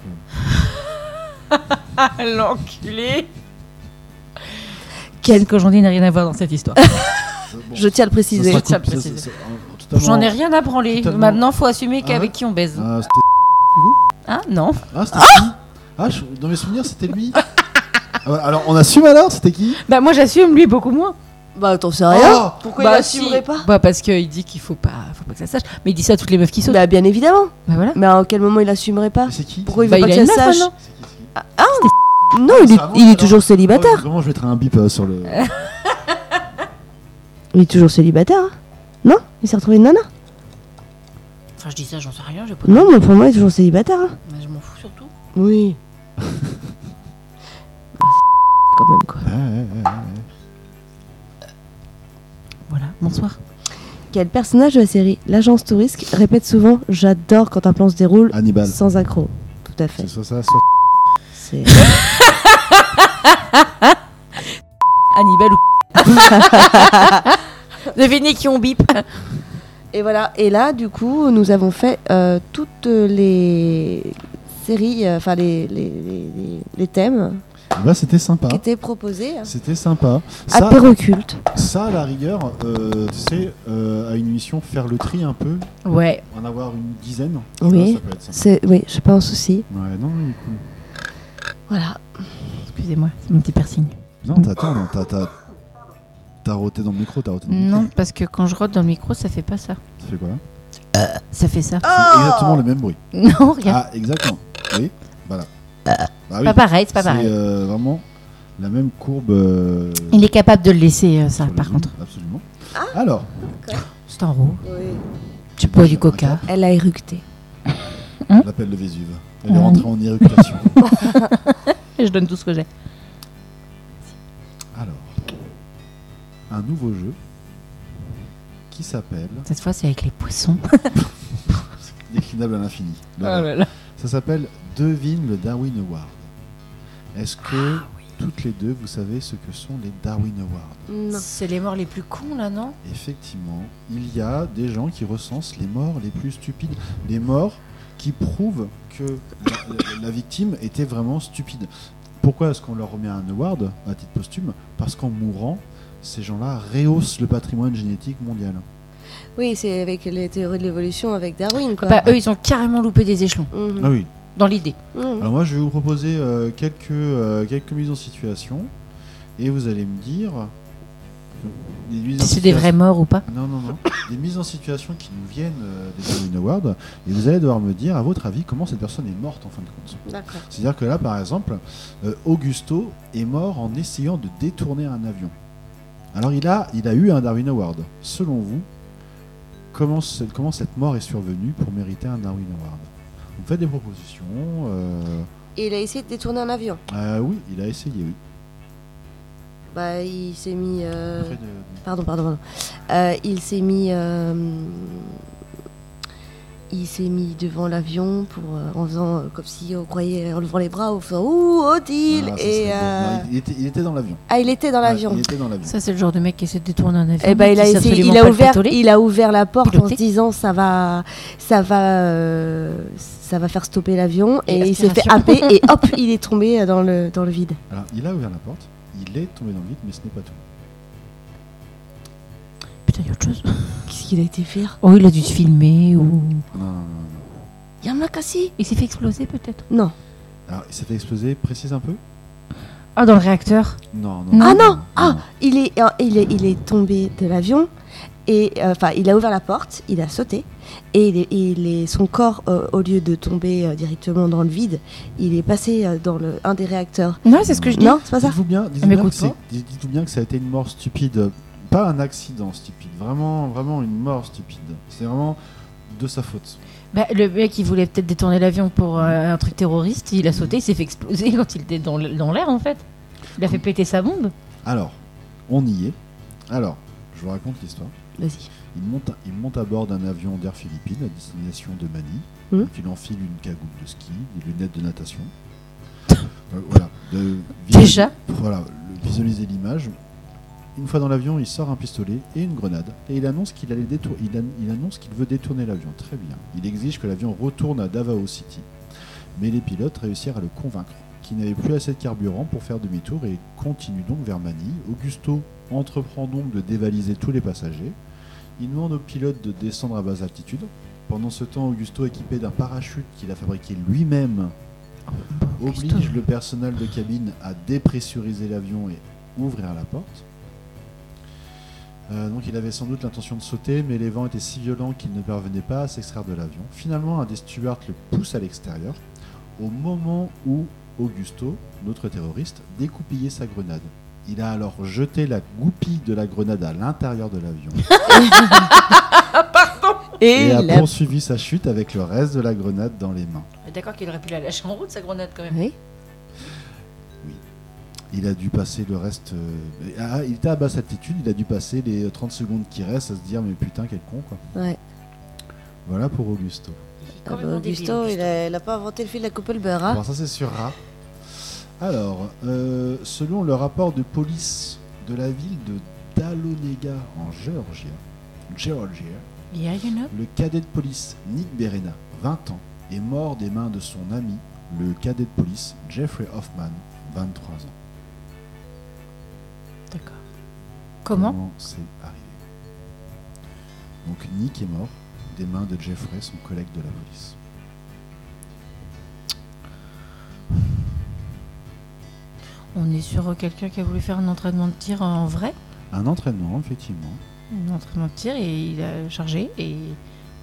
[SPEAKER 1] que.
[SPEAKER 2] Ah, l'enculé Quelle cojondine n'a rien à voir dans cette histoire.
[SPEAKER 1] Bon,
[SPEAKER 3] Je tiens à le
[SPEAKER 1] ça
[SPEAKER 3] préciser.
[SPEAKER 1] sera
[SPEAKER 2] tiens à le
[SPEAKER 1] coupé, ça,
[SPEAKER 2] préciser.
[SPEAKER 1] c'est- c'est- totalement-
[SPEAKER 2] J'en ai rien à branler.
[SPEAKER 1] Totalement.
[SPEAKER 2] Maintenant, faut assumer
[SPEAKER 1] Ah.
[SPEAKER 2] qu'avec qui on baise.
[SPEAKER 1] Ah, c'était
[SPEAKER 2] Ah, non.
[SPEAKER 1] Ah, c'était qui Ah, je- dans mes souvenirs, c'était lui. Ah, bah, alors, on assume alors, c'était qui
[SPEAKER 2] Bah, moi, j'assume, lui, beaucoup moins.
[SPEAKER 3] Bah, t'en sais rien.
[SPEAKER 1] Oh
[SPEAKER 3] Pourquoi
[SPEAKER 2] bah,
[SPEAKER 3] il l'assumerait
[SPEAKER 2] si.
[SPEAKER 3] pas
[SPEAKER 2] Bah, parce qu'il dit qu'il faut pas, faut pas que ça sache. Mais il dit ça à toutes les meufs qui sautent. Bah,
[SPEAKER 3] Bah, bien évidemment.
[SPEAKER 2] voilà.
[SPEAKER 3] Mais à quel moment il l'assumerait pas
[SPEAKER 1] Mais C'est qui
[SPEAKER 3] Ah, Pourquoi il
[SPEAKER 2] Bah,
[SPEAKER 3] veut pas
[SPEAKER 2] il
[SPEAKER 3] que
[SPEAKER 2] a
[SPEAKER 3] ça
[SPEAKER 2] une meuf,
[SPEAKER 3] sache
[SPEAKER 2] maintenant.
[SPEAKER 1] C'est qui, Ah, c'est qui
[SPEAKER 3] Non, il est,
[SPEAKER 1] Ça avance,
[SPEAKER 3] il est
[SPEAKER 1] alors.
[SPEAKER 3] toujours
[SPEAKER 1] Oh,
[SPEAKER 3] célibataire.
[SPEAKER 1] Vraiment, je mettrai un bip euh, sur le.
[SPEAKER 3] Il est toujours célibataire. hein. Non Il s'est retrouvé une nana
[SPEAKER 5] Enfin, je dis ça, j'en sais rien. j'ai pas de-
[SPEAKER 3] Non, mais pour moi, il est toujours célibataire. hein.
[SPEAKER 5] Mais Je m'en fous surtout.
[SPEAKER 3] Oui. Quand même, quoi.
[SPEAKER 1] Ouais, ouais, ouais.
[SPEAKER 2] Voilà, bonsoir.
[SPEAKER 3] Quel personnage de la série L'agence touristique répète souvent J'adore quand un plan se déroule
[SPEAKER 1] Hannibal.
[SPEAKER 3] sans accro. Tout à fait.
[SPEAKER 1] C'est soit ça, soit.
[SPEAKER 3] C'est
[SPEAKER 2] Hannibal ou. Devinez qui on bip.
[SPEAKER 3] Et voilà, et là, du coup, nous avons fait euh, toutes les séries, euh, enfin les, les, les- les- les thèmes
[SPEAKER 1] Là, Ah, bah, c'était sympa.
[SPEAKER 3] qui étaient proposés.
[SPEAKER 1] C'était sympa. Ça,
[SPEAKER 3] Apéroculte.
[SPEAKER 1] ça, à la rigueur, euh, tu sais, euh, à une émission, faire le tri un peu,
[SPEAKER 2] Ouais.
[SPEAKER 1] en avoir une dizaine. Ça,
[SPEAKER 3] Oui.
[SPEAKER 1] ça peut être sympa.
[SPEAKER 3] C'est, oui, j'ai pas un souci.
[SPEAKER 1] Ouais, non, il est cool.
[SPEAKER 3] Voilà.
[SPEAKER 2] Excusez-moi, c'est mon petit piercing.
[SPEAKER 1] Non, t'attends, non, t'as- t'as. T'as roté dans le micro, t'as roté dans le micro.
[SPEAKER 2] Non, parce que quand je rote dans le micro, ça fait pas
[SPEAKER 1] Ça
[SPEAKER 2] ça.
[SPEAKER 1] fait quoi
[SPEAKER 2] Ça fait ça.
[SPEAKER 1] C'est exactement le même bruit.
[SPEAKER 2] Non, regarde.
[SPEAKER 1] Ah, exactement. Oui, voilà. Bah oui,
[SPEAKER 2] Pas pareil, Ah c'est pas pareil.
[SPEAKER 1] euh, vraiment la même courbe. euh,
[SPEAKER 2] Il est capable de le laisser, euh,
[SPEAKER 1] sur
[SPEAKER 2] ça,
[SPEAKER 1] le
[SPEAKER 2] par
[SPEAKER 1] zoom,
[SPEAKER 2] contre.
[SPEAKER 1] Absolument. Alors,
[SPEAKER 2] C'est en roux.
[SPEAKER 3] Oui.
[SPEAKER 2] Tu bois du coca.
[SPEAKER 3] Elle a éructé.
[SPEAKER 2] Hein Euh.
[SPEAKER 1] l'appel de Vésuve. Elle est
[SPEAKER 2] Ouais.
[SPEAKER 1] rentrée en éructation.
[SPEAKER 2] Je donne tout ce que j'ai.
[SPEAKER 1] un nouveau jeu qui s'appelle
[SPEAKER 2] Cette fois, c'est avec les poissons.
[SPEAKER 1] Déclinable à l'infini. Ça s'appelle Devine le Darwin Award. Est-ce que toutes les deux, vous savez ce que sont les Darwin Awards
[SPEAKER 3] Non.
[SPEAKER 2] C'est les morts les plus cons, là, non
[SPEAKER 1] Effectivement, il y a des gens qui recensent les morts les plus stupides, les morts qui prouvent que la, la victime était vraiment stupide. Pourquoi est-ce qu'on leur remet un award à titre posthume Parce qu'en mourant, ces gens-là rehaussent le patrimoine génétique mondial.
[SPEAKER 3] Oui, c'est avec les théories de l'évolution avec Darwin, quoi.
[SPEAKER 2] Bah, eux, ils ont carrément loupé des échelons,
[SPEAKER 3] Mhm.
[SPEAKER 1] Ah oui.
[SPEAKER 2] dans l'idée.
[SPEAKER 3] Mhm.
[SPEAKER 1] Alors moi, je vais vous proposer euh, quelques, euh, quelques mises en situation, et vous allez me dire... des mises en
[SPEAKER 2] Si c'est des
[SPEAKER 1] situation-
[SPEAKER 2] vrais morts ou pas.
[SPEAKER 1] Non, non, non. Des mises en situation qui nous viennent euh, des Darwin Awards. Et vous allez devoir me dire, à votre avis, comment cette personne est morte en fin de compte.
[SPEAKER 3] D'accord.
[SPEAKER 1] C'est-à-dire que là, par exemple, euh, Augusto est mort en essayant de détourner un avion. Alors il a, il a eu un Darwin Award. Selon vous, comment, ce- comment cette mort est survenue pour mériter un Darwin Award Vous me faites des propositions. euh,
[SPEAKER 3] Et il a essayé de détourner un avion.
[SPEAKER 1] ah oui, il a essayé, oui.
[SPEAKER 3] Bah, il s'est mis. euh,
[SPEAKER 1] Près de-
[SPEAKER 3] Pardon, pardon, pardon. Euh, il s'est mis. euh, Il s'est mis devant l'avion pour, euh, en faisant euh, comme si on croyait, en levant les bras, en faisant Ouh, Odile
[SPEAKER 1] Ah, ça serait
[SPEAKER 3] Et.
[SPEAKER 1] beau.
[SPEAKER 3] euh,
[SPEAKER 1] Non, il, il était, il était dans l'avion.
[SPEAKER 3] Ah, il était dans l'avion.
[SPEAKER 1] Il était dans l'avion.
[SPEAKER 2] Ça, c'est le genre de mec qui essaie de détourner un avion.
[SPEAKER 3] Eh ben, il a
[SPEAKER 2] qui sait
[SPEAKER 3] essayé-
[SPEAKER 2] absolument
[SPEAKER 3] il
[SPEAKER 2] pas
[SPEAKER 3] a
[SPEAKER 2] le
[SPEAKER 3] ouvert,
[SPEAKER 2] contrôler.
[SPEAKER 3] il a ouvert la porte en se
[SPEAKER 2] Piloter.
[SPEAKER 3] disant ça va, ça va, euh, ça va faire stopper l'avion
[SPEAKER 2] Et
[SPEAKER 3] et, il s'est fait happer
[SPEAKER 2] aspiration.
[SPEAKER 3] et hop, il est tombé dans le dans le vide.
[SPEAKER 1] Alors, il a ouvert la porte, il est tombé dans le vide, mais ce n'est pas tout.
[SPEAKER 2] Putain, il y a autre chose.
[SPEAKER 3] Qu'est-ce qu'il a été faire
[SPEAKER 2] Oh, il a dû se filmer ou.
[SPEAKER 1] Non, non, non, non.
[SPEAKER 3] Yamakasi
[SPEAKER 2] Il s'est fait exploser, peut-être.
[SPEAKER 3] Non.
[SPEAKER 1] Alors, il s'est fait exploser, précise un peu
[SPEAKER 2] Ah, dans le réacteur.
[SPEAKER 1] Non, non.
[SPEAKER 2] Ah,
[SPEAKER 3] non Ah Il est euh, il est il est tombé de l'avion et euh, enfin il a ouvert la porte, il a sauté et il est, il est- son corps euh, au lieu de tomber euh, directement dans le vide, il est passé euh, dans le un des réacteurs.
[SPEAKER 2] Non, c'est ce que je dis.
[SPEAKER 3] Non, c'est pas ça.
[SPEAKER 1] Dites-vous bien, dites
[SPEAKER 2] Mais
[SPEAKER 1] bien, que
[SPEAKER 2] écoute
[SPEAKER 1] c'est-
[SPEAKER 2] pas.
[SPEAKER 1] dites- dites-vous bien que ça a été une mort stupide. Pas un accident stupide, vraiment, vraiment une mort stupide. C'est vraiment de sa faute.
[SPEAKER 2] Bah, le mec, il voulait peut-être détourner l'avion pour euh, un truc terroriste. Il a sauté, il s'est fait exploser quand il était dans l- dans l'air, en fait. Il a fait péter sa bombe.
[SPEAKER 1] Alors, on y est. Alors, je vous raconte l'histoire.
[SPEAKER 3] Vas-y.
[SPEAKER 1] Il monte, il monte à bord d'un avion d'Air Philippines à destination de Manille.
[SPEAKER 3] Mhm.
[SPEAKER 1] Donc, il enfile une cagoule de ski, des lunettes de natation. Euh, voilà. de- visualis-
[SPEAKER 2] Déjà
[SPEAKER 1] Voilà, le- visualiser l'image. Une fois dans l'avion, il sort un pistolet et une grenade et il annonce qu'il allait détour- il, an- il annonce qu'il veut détourner l'avion. Très bien. Il exige que l'avion retourne à Davao City. Mais les pilotes réussirent à le convaincre qu'il n'avait plus assez de carburant pour faire demi-tour et continue donc vers Manille. Augusto entreprend donc de dévaliser tous les passagers. Il demande au pilote de descendre à basse altitude. Pendant ce temps, Augusto, équipé d'un parachute qu'il a fabriqué lui-même, oblige le personnel de cabine à dépressuriser l'avion et ouvrir la porte. Euh, donc il avait sans doute l'intention de sauter, mais les vents étaient si violents qu'il ne parvenait pas à s'extraire de l'avion. Finalement, un des stewards le pousse à l'extérieur, au moment où Augusto, notre terroriste, découpillait sa grenade. Il a alors jeté la goupille de la grenade à l'intérieur de l'avion et a
[SPEAKER 3] la-
[SPEAKER 1] poursuivi sa chute avec le reste de la grenade dans les mains.
[SPEAKER 2] D'accord qu'il aurait pu la lâcher en route, sa grenade, quand même.
[SPEAKER 3] Oui.
[SPEAKER 1] Il a dû passer le reste. euh, ah, il était à basse altitude, il a dû passer les 30 secondes qui restent à se dire mais putain quel con quoi.
[SPEAKER 3] Ouais.
[SPEAKER 1] Voilà pour Augusto.
[SPEAKER 3] Ah bah, Augusto, il a, il a pas inventé le fil de la coupe le beurre. hein.
[SPEAKER 1] Bon, ça c'est sur Ra. Alors, euh, selon le rapport de police de la ville de Dahlonega en Géorgie, Géorgie,
[SPEAKER 2] Yeah, you know.
[SPEAKER 1] le cadet de police Nick Berena, 20 ans, est mort des mains de son ami, le cadet de police Jeffrey Hoffman, 23 ans.
[SPEAKER 2] D'accord. Comment
[SPEAKER 1] c'est arrivé. Donc Nick est mort des mains de Jeffrey, son collègue de la police.
[SPEAKER 2] On est sur euh, quelqu'un qui a voulu faire un entraînement de tir en vrai
[SPEAKER 1] Un entraînement, effectivement.
[SPEAKER 2] Un entraînement de tir et il a chargé et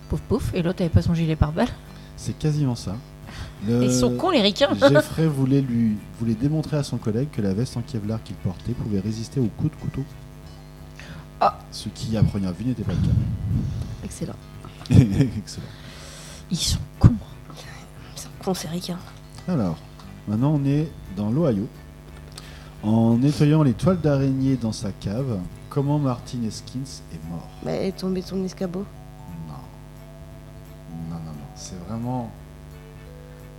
[SPEAKER 2] pouf pouf. Et l'autre avait pas son gilet pare-balles.
[SPEAKER 1] C'est quasiment ça. Le-
[SPEAKER 2] Ils
[SPEAKER 1] Euh,
[SPEAKER 2] sont cons les ricains.
[SPEAKER 1] Jeffrey voulait, lui, voulait démontrer à son collègue que la veste en Kevlar qu'il portait pouvait résister aux coups de couteau.
[SPEAKER 2] Ah.
[SPEAKER 1] Ce qui, à première vue, n'était pas le
[SPEAKER 3] Excellent.
[SPEAKER 1] cas. Excellent.
[SPEAKER 2] Ils sont cons.
[SPEAKER 3] C'est un con, c'est hein. ricain.
[SPEAKER 1] Alors, maintenant on est dans l'Ohio. En nettoyant les toiles d'araignée dans sa cave, Comment Martin Eskins est mort
[SPEAKER 3] Mais Bah, est tombé de son escabeau.
[SPEAKER 1] Non. Non, non, non. C'est vraiment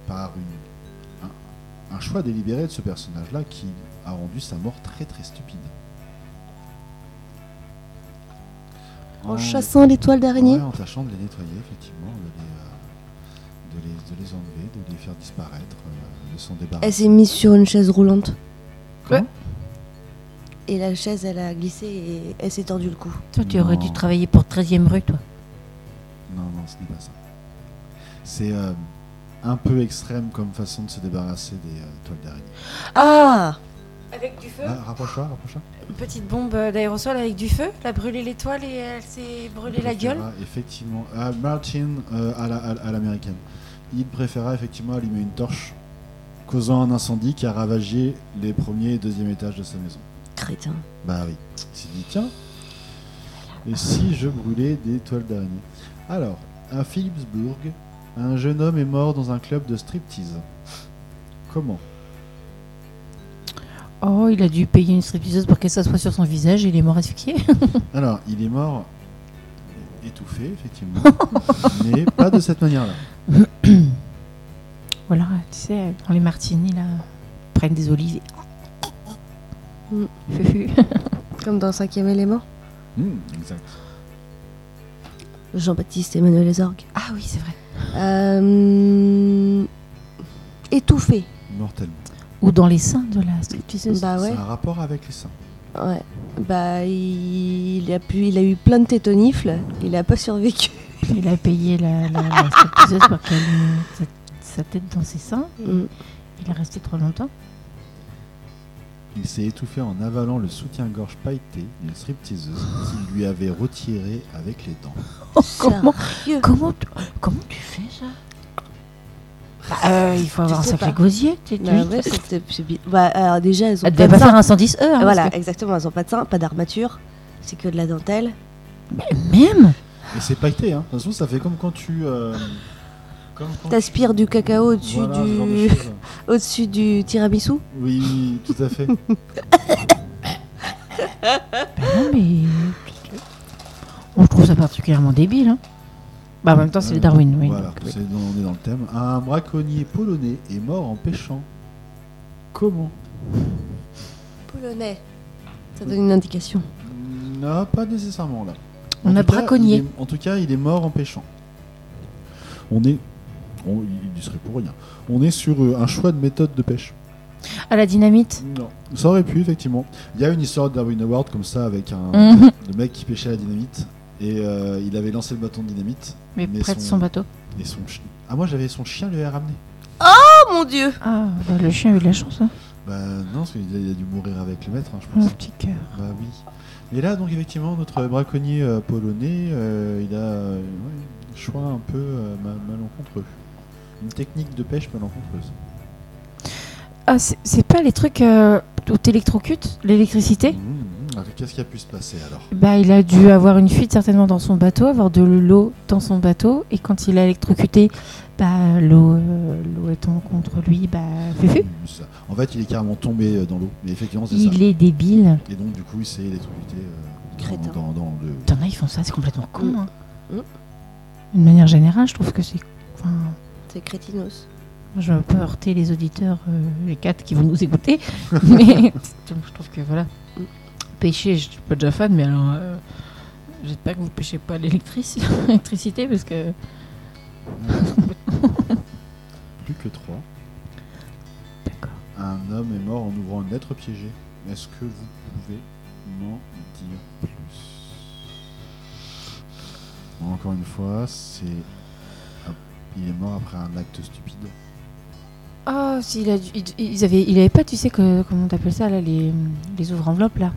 [SPEAKER 1] par une, un, un choix délibéré de ce personnage-là qui a rendu sa mort très très stupide.
[SPEAKER 3] En chassant l'étoile d'araignée.
[SPEAKER 1] Ouais, en tâchant de les nettoyer, effectivement, de les, euh, de les, de les enlever, de les faire disparaître, euh, de s'en débarrasser.
[SPEAKER 3] Elle s'est mise sur une chaise roulante.
[SPEAKER 1] Comment
[SPEAKER 3] Et la chaise, elle a glissé et elle s'est tordue le cou.
[SPEAKER 5] Toi, tu aurais
[SPEAKER 1] Non.
[SPEAKER 5] dû travailler pour 13ème rue, toi.
[SPEAKER 1] Non, non, ce n'est pas ça. C'est euh, un peu extrême comme façon de se débarrasser des euh, toiles d'araignée.
[SPEAKER 3] Ah
[SPEAKER 6] Avec du feu
[SPEAKER 1] Ah, rapproche-toi, rapproche-toi.
[SPEAKER 6] Une petite bombe euh, d'aérosol avec du feu. Elle a brûlé l'étoile et elle s'est brûlée la gueule.
[SPEAKER 1] préféra Effectivement. Ah, Martin euh, à la- à à l'américaine. il préféra effectivement allumer une torche, causant un incendie qui a ravagé les premiers et deuxième étages de sa maison.
[SPEAKER 3] Crétin.
[SPEAKER 1] Bah oui. Il s'est dit, tiens, et si je brûlais des toiles d'araignée Alors, à Philipsburg, un jeune homme est mort dans un club de striptease. Comment
[SPEAKER 2] Oh, il a dû payer une stripteaseuse pour qu'elle s'assoie sur son visage et il est mort asphyxié.
[SPEAKER 1] Alors, il est mort étouffé, effectivement, mais pas de cette manière-là.
[SPEAKER 2] voilà, tu sais, dans les martinis, là, ils prennent des olives et...
[SPEAKER 3] Mm.
[SPEAKER 2] Fufu.
[SPEAKER 3] Comme dans cinquième élément.
[SPEAKER 1] Hmm, exact.
[SPEAKER 3] Jean-Baptiste Emmanuel Zorg.
[SPEAKER 2] ah oui, c'est vrai.
[SPEAKER 3] Euh... Étouffé.
[SPEAKER 1] Mortellement.
[SPEAKER 2] Ou dans les seins de la stripteaseuse.
[SPEAKER 3] Bah ouais.
[SPEAKER 1] C'est un rapport avec les seins.
[SPEAKER 3] ouais. Bah il a, pu, il a eu plein de tétonifles. Il a pas survécu.
[SPEAKER 2] Il a payé la, la, la stripteaseuse pour qu'elle mette sa- sa tête dans ses seins.
[SPEAKER 3] Mm.
[SPEAKER 2] Il est resté trop longtemps.
[SPEAKER 1] Il s'est étouffé en avalant le soutien-gorge pailleté d'une stripteaseuse qu'il lui avait retiré avec les dents.
[SPEAKER 2] Comment-
[SPEAKER 3] Sérieux.
[SPEAKER 2] Comment tu, comment tu fais ça Bah, euh, Il faut avoir un
[SPEAKER 3] sais
[SPEAKER 2] sacré
[SPEAKER 3] pas.
[SPEAKER 2] gosier. Tu, tu-
[SPEAKER 3] Bah ouais, c'était- c'est bi- bah, alors déjà, elles ont
[SPEAKER 2] Elle
[SPEAKER 3] pas
[SPEAKER 2] devait
[SPEAKER 3] de
[SPEAKER 2] pas
[SPEAKER 3] seins.
[SPEAKER 2] faire un 110 heures. hein,
[SPEAKER 3] Voilà,
[SPEAKER 2] parce
[SPEAKER 3] exactement, elles ont pas de seins, pas d'armature, c'est que de la dentelle.
[SPEAKER 2] que- Même
[SPEAKER 1] Et c'est pailleté, hein. De toute façon, ça fait comme quand tu. euh, comme quand
[SPEAKER 3] T'aspires du cacao au-dessus
[SPEAKER 1] Voilà, ce genre de
[SPEAKER 3] du
[SPEAKER 1] choses.
[SPEAKER 3] au-dessus du tiramisu.
[SPEAKER 1] Oui, oui, tout à fait.
[SPEAKER 2] Bah non, mais. Bon, je trouve ça particulièrement débile. hein. Bah, en même temps, c'est
[SPEAKER 1] Euh,
[SPEAKER 2] le Darwin, oui.
[SPEAKER 1] Voilà,
[SPEAKER 2] donc, oui.
[SPEAKER 1] c'est dans- on est dans le thème. Un braconnier polonais est mort en pêchant. Comment
[SPEAKER 3] Polonais. Ça donne une indication.
[SPEAKER 1] Non, pas nécessairement là.
[SPEAKER 2] On
[SPEAKER 1] En
[SPEAKER 2] a
[SPEAKER 1] tout cas,
[SPEAKER 2] braconnier.
[SPEAKER 1] il est- en tout cas, il est mort en pêchant. On est. on- il y serait pour rien. On est sur euh, un choix de méthode de pêche.
[SPEAKER 2] À la dynamite
[SPEAKER 1] Non. Ça aurait pu, effectivement. Il y a une histoire de Darwin Award comme ça avec un
[SPEAKER 2] Mhm.
[SPEAKER 1] le mec qui pêchait à la dynamite et euh, il avait lancé le bâton de dynamite
[SPEAKER 2] Mais,
[SPEAKER 1] Mais
[SPEAKER 2] près de
[SPEAKER 1] son-
[SPEAKER 2] son bateau.
[SPEAKER 1] et son chien. Ah, moi j'avais son chien, lui a ramené.
[SPEAKER 3] Oh mon dieu
[SPEAKER 2] Ah, bah, le chien a eu de la chance. Hein.
[SPEAKER 1] Bah non, parce qu'il a, il a dû mourir avec le maître, hein, je pense.
[SPEAKER 2] Mon petit cœur.
[SPEAKER 1] Bah oui. Et là, donc effectivement, notre braconnier euh, polonais, euh, il a euh, ouais, un choix un peu euh, ma- malencontreux. Une technique de pêche malencontreuse.
[SPEAKER 2] Ah, c'est- c'est pas les trucs euh, où t'électrocutes l'électricité
[SPEAKER 1] Mhm. Alors, Qu'est-ce qui a pu se passer alors
[SPEAKER 2] bah, il a dû avoir une fuite certainement dans son bateau, avoir de l'eau dans son bateau, et quand il a électrocuté, bah, l'eau euh, l'eau étant contre lui, bah, fufu.
[SPEAKER 1] Mhm, ça. En fait, il est carrément tombé euh, dans l'eau. Mais effectivement, c'est ça.
[SPEAKER 2] Il est débile.
[SPEAKER 1] Et donc, du coup, il s'est électrocuté euh,
[SPEAKER 3] Crétin.
[SPEAKER 1] dans, dans- dans le.
[SPEAKER 2] T'en as, ils font ça, c'est complètement con.
[SPEAKER 3] Mm.
[SPEAKER 2] hein.
[SPEAKER 3] Mm.
[SPEAKER 2] D'une manière générale, je trouve que c'est. Enfin,
[SPEAKER 3] C'est crétinos.
[SPEAKER 2] je vais un peu heurter les auditeurs, euh, les quatre qui vont nous écouter, mais donc, je trouve que voilà.
[SPEAKER 3] Mm.
[SPEAKER 2] Pêcher, je suis pas déjà fan, mais alors. euh, J'espère que vous pêchez pas à l'électrici- l'électricité, parce que.
[SPEAKER 1] Plus que trois.
[SPEAKER 2] D'accord.
[SPEAKER 1] Un homme est mort en ouvrant une lettre piégée. Est-ce que vous pouvez m'en dire plus Bon, Encore une fois, c'est. ah, Il est mort après un acte stupide.
[SPEAKER 2] Ah, si, il a dû- il- ils avaient, il avait pas, tu sais, que, comment t'appelles ça, là, les, les ouvre-enveloppes, là.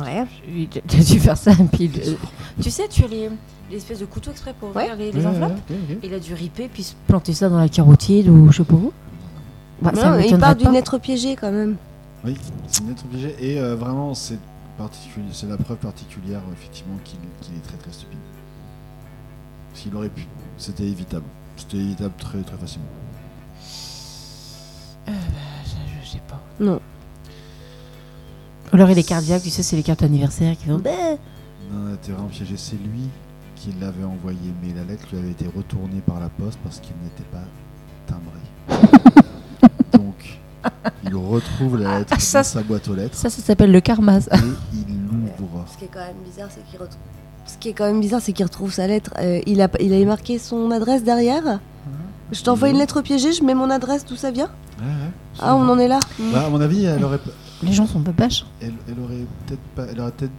[SPEAKER 3] Ouais.
[SPEAKER 2] Il a dû faire ça, puis. euh, il-
[SPEAKER 6] Tu sais, tu as les, les espèces de couteaux exprès pour ouvrir les, les
[SPEAKER 1] Ouais,
[SPEAKER 6] enveloppes.
[SPEAKER 1] ouais, ouais, ouais.
[SPEAKER 6] Il a dû riper, puis se-
[SPEAKER 2] planter ça dans la carotide ou je sais pas où. Bah, ça
[SPEAKER 3] Non, il
[SPEAKER 2] m'étonnerait
[SPEAKER 3] parle
[SPEAKER 2] pas.
[SPEAKER 3] d'une lettre piégée quand même.
[SPEAKER 1] Oui, c'est une lettre piégée. Et euh, vraiment, c'est particulier. C'est la preuve particulière, euh, effectivement, qu'il qu'il est très très stupide. S'il aurait pu, c'était évitable. C'était évitable très très facilement.
[SPEAKER 2] Ça, je sais pas.
[SPEAKER 3] Non.
[SPEAKER 2] Ou alors il est cardiaque, tu sais, c'est les cartes anniversaires qui vont.
[SPEAKER 3] Ben,
[SPEAKER 1] Non, t'es vraiment piégé. C'est lui qui l'avait envoyé, mais la lettre lui avait été retournée par la poste parce qu'il n'était pas timbré. Donc, il retrouve la lettre
[SPEAKER 2] Ah, ça,
[SPEAKER 1] dans sa boîte aux lettres
[SPEAKER 2] Ça, ça s'appelle le karma. ça.
[SPEAKER 1] et il l'ouvre.
[SPEAKER 3] Ce qui est quand même bizarre, c'est qu'il retrouve. Ce qui est quand même bizarre, c'est qu'il retrouve sa lettre. Euh, il a, il a marqué son adresse derrière. Je t'envoie une lettre piégée, je mets mon adresse, d'où ça vient
[SPEAKER 1] Ouais, ouais,
[SPEAKER 3] Ah, on en est là.
[SPEAKER 1] Bah, à mon avis, elle aurait,
[SPEAKER 2] Les gens sont pas bâches.
[SPEAKER 1] elle, elle aurait peut-être pas. Elle aurait peut-être.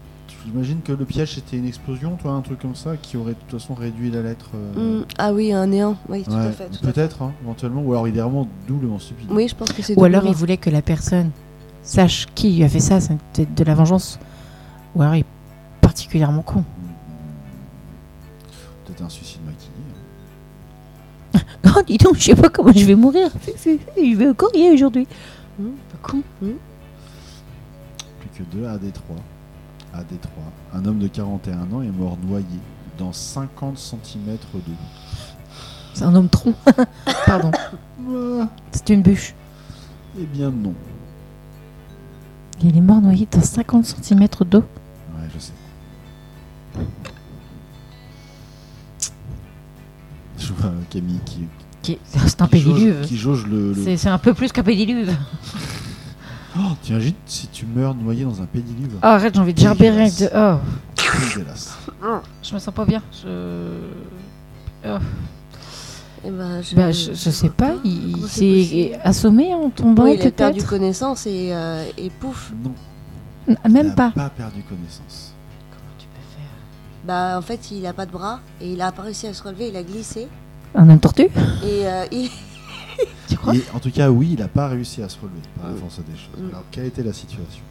[SPEAKER 1] J'imagine que le piège c'était une explosion, toi, un truc comme ça, qui aurait de toute façon réduit la lettre. euh,
[SPEAKER 3] Hmm, Ah oui, un néant. Oui, tout à
[SPEAKER 1] ouais,
[SPEAKER 3] fait. tout à fait.
[SPEAKER 1] Peut-être, hein, éventuellement, ou alors il est vraiment doublement stupide.
[SPEAKER 3] Oui, je pense que c'est.
[SPEAKER 2] Ou alors
[SPEAKER 3] douloureux.
[SPEAKER 2] il voulait que la personne sache qui lui a fait ça, c'est peut-être de la vengeance. Ou alors il est particulièrement con.
[SPEAKER 1] Peut-être un suicide maquillé. hein.
[SPEAKER 5] Oh, dis donc, je sais pas comment je vais mourir. Je vais encore y aller aujourd'hui.
[SPEAKER 2] Hum,
[SPEAKER 1] Plus que deux à Détroit. À Détroit, un homme de 41 ans est mort noyé dans 50 cm d'eau.
[SPEAKER 2] C'est un homme tronc. Pardon.
[SPEAKER 1] Ouah,
[SPEAKER 2] C'est une bûche.
[SPEAKER 1] Ah, Eh bien non.
[SPEAKER 2] Il est mort noyé dans 50 cm d'eau.
[SPEAKER 1] Ouais, je sais. Je vois euh, Camille qui,
[SPEAKER 2] Qui- C'est un
[SPEAKER 1] qui, jauge,
[SPEAKER 2] pédiluve.
[SPEAKER 1] qui jauge le, le-
[SPEAKER 2] C'est c'est un peu plus qu'un pédiluve.
[SPEAKER 1] Oh, t'imagines si tu meurs noyé dans un pédiluve
[SPEAKER 2] Oh, arrête, j'ai envie de gerbérer. avec De... Oh,
[SPEAKER 1] Dégueulasse.
[SPEAKER 2] je me sens pas bien. Je,
[SPEAKER 3] Eh ben, je...
[SPEAKER 2] bah, je, je sais pas. Il, il
[SPEAKER 3] Comment c'est
[SPEAKER 2] s'est
[SPEAKER 3] possible
[SPEAKER 2] assommé en tombant,
[SPEAKER 3] Oui, il a perdu
[SPEAKER 2] peut-être.
[SPEAKER 3] connaissance et, euh, et pouf.
[SPEAKER 1] Non,
[SPEAKER 2] N-
[SPEAKER 1] il
[SPEAKER 2] Même
[SPEAKER 1] a
[SPEAKER 2] pas.
[SPEAKER 1] pas perdu connaissance.
[SPEAKER 3] Bah, en fait, il a pas de bras et il a pas réussi à se relever. Il a glissé
[SPEAKER 2] Un homme tortue
[SPEAKER 3] et euh, il.
[SPEAKER 2] Tu crois
[SPEAKER 1] Et en tout cas, oui, il n'a pas réussi à se relever par
[SPEAKER 2] Euh,
[SPEAKER 1] la force des choses. Alors, quelle était la situation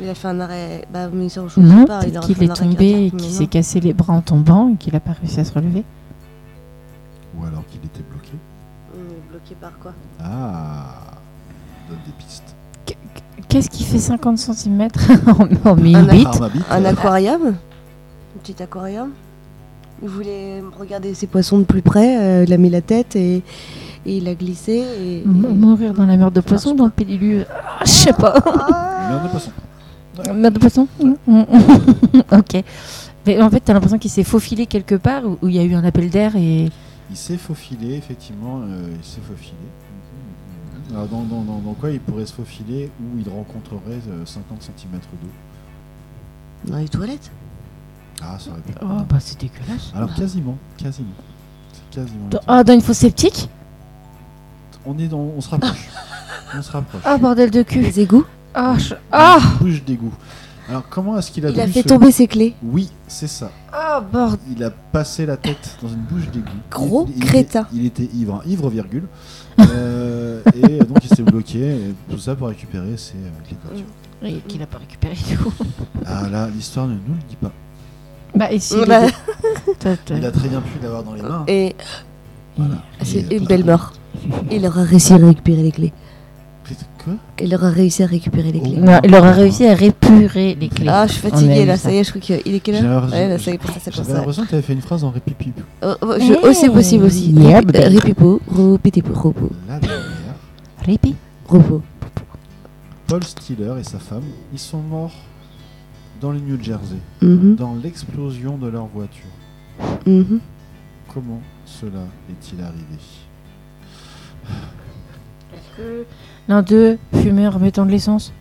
[SPEAKER 3] Il a fait un arrêt. Bah, mais ça, je
[SPEAKER 2] Non,
[SPEAKER 3] sais pas. il
[SPEAKER 2] peut-être
[SPEAKER 3] aurait
[SPEAKER 2] qu'il
[SPEAKER 3] fait un
[SPEAKER 2] est
[SPEAKER 3] arrêt
[SPEAKER 2] tombé et
[SPEAKER 3] cardiaque, hein, mais
[SPEAKER 2] qu'il
[SPEAKER 3] non.
[SPEAKER 2] s'est cassé les bras en tombant et qu'il a pas réussi à se relever.
[SPEAKER 1] Ou alors qu'il était bloqué
[SPEAKER 3] On est bloqué par quoi
[SPEAKER 1] Ah Donne des pistes.
[SPEAKER 2] Qu'est-ce qui fait 50 cm en, en une
[SPEAKER 3] Un
[SPEAKER 2] bite
[SPEAKER 1] Par ma bite,
[SPEAKER 3] Un
[SPEAKER 2] Bah.
[SPEAKER 1] euh,
[SPEAKER 3] aquarium Un petit aquarium Il voulait regarder ses poissons de plus près. euh, il a mis la tête et, et il a glissé. Et, et-
[SPEAKER 2] Mou- Mourir dans la merde de poisson,
[SPEAKER 3] marche
[SPEAKER 2] dans le pédiluve Ah, Je sais pas.
[SPEAKER 3] Ah
[SPEAKER 1] une merde de poisson.
[SPEAKER 2] Merde de poisson Mm, mm. Ok. Mais en fait, t'as l'impression qu'il s'est faufilé quelque part où où il y a eu un appel d'air et.
[SPEAKER 1] Il s'est faufilé, effectivement, euh, il s'est faufilé. Alors, dans, dans- dans- dans quoi il pourrait se faufiler où il rencontrerait euh, 50 cm d'eau
[SPEAKER 3] Dans les toilettes
[SPEAKER 1] Ah, ça aurait pu.
[SPEAKER 2] Oh, bah c'est dégueulasse.
[SPEAKER 1] Alors, quasiment, quasiment. C'est quasiment.
[SPEAKER 2] Dans- Ah, dans une fosse septique
[SPEAKER 1] On, est dans, on se rapproche. on se rapproche.
[SPEAKER 2] Ah, bordel de cul.
[SPEAKER 3] Les égouts
[SPEAKER 2] Ah, je- ah,
[SPEAKER 1] Bouche d'égout. Alors, comment est-ce qu'il a
[SPEAKER 3] Il a
[SPEAKER 1] dû
[SPEAKER 3] fait
[SPEAKER 1] se-
[SPEAKER 3] tomber ses clés.
[SPEAKER 1] Oui, c'est ça.
[SPEAKER 2] ah, bordel.
[SPEAKER 1] Il a passé la tête dans une bouche d'égout.
[SPEAKER 3] Gros
[SPEAKER 1] Il- il-
[SPEAKER 3] crétin.
[SPEAKER 1] Il était ivre, hein, ivre virgule. Euh, et donc il s'est bloqué, et tout ça pour récupérer ses euh, clés de voiture.
[SPEAKER 2] Et qu'il a pas récupéré du coup.
[SPEAKER 1] Ah là, l'histoire ne nous le dit pas.
[SPEAKER 2] Bah, et si.
[SPEAKER 3] Bah.
[SPEAKER 1] Il a très bien pu l'avoir dans les mains.
[SPEAKER 3] Et
[SPEAKER 1] Voilà.
[SPEAKER 3] c'est
[SPEAKER 1] Et-
[SPEAKER 3] une belle mort. Il aura réussi à récupérer les clés.
[SPEAKER 1] Quoi
[SPEAKER 3] Il aura réussi à récupérer les clés.
[SPEAKER 1] Oh.
[SPEAKER 2] Non, il aurait réussi à répurer les clés.
[SPEAKER 3] Ah, je suis
[SPEAKER 2] On
[SPEAKER 3] fatiguée
[SPEAKER 2] aime
[SPEAKER 3] là,
[SPEAKER 2] ça.
[SPEAKER 3] ça y est, je crois qu'il est quelle
[SPEAKER 1] J'ai
[SPEAKER 3] heure
[SPEAKER 1] l'impression-
[SPEAKER 3] Ouais, là, ça y est, pour ça, c'est pour
[SPEAKER 1] J'avais
[SPEAKER 3] ça.
[SPEAKER 1] l'impression que tu avais fait une phrase en répipip.
[SPEAKER 3] Oh, oh, je- oh, c'est possible aussi.
[SPEAKER 2] Yeah,
[SPEAKER 3] Ripi-
[SPEAKER 2] baby.
[SPEAKER 3] Ripipo, repitipo, repos,
[SPEAKER 1] La dernière,
[SPEAKER 2] Ripi.
[SPEAKER 3] repos.
[SPEAKER 1] Paul Stiller et sa femme, ils sont morts dans le New Jersey,
[SPEAKER 3] Mhm,
[SPEAKER 1] dans l'explosion de leur voiture.
[SPEAKER 3] mhm.
[SPEAKER 1] Comment cela est-il arrivé
[SPEAKER 2] L'un d'eux, fumeur mettant de l'essence.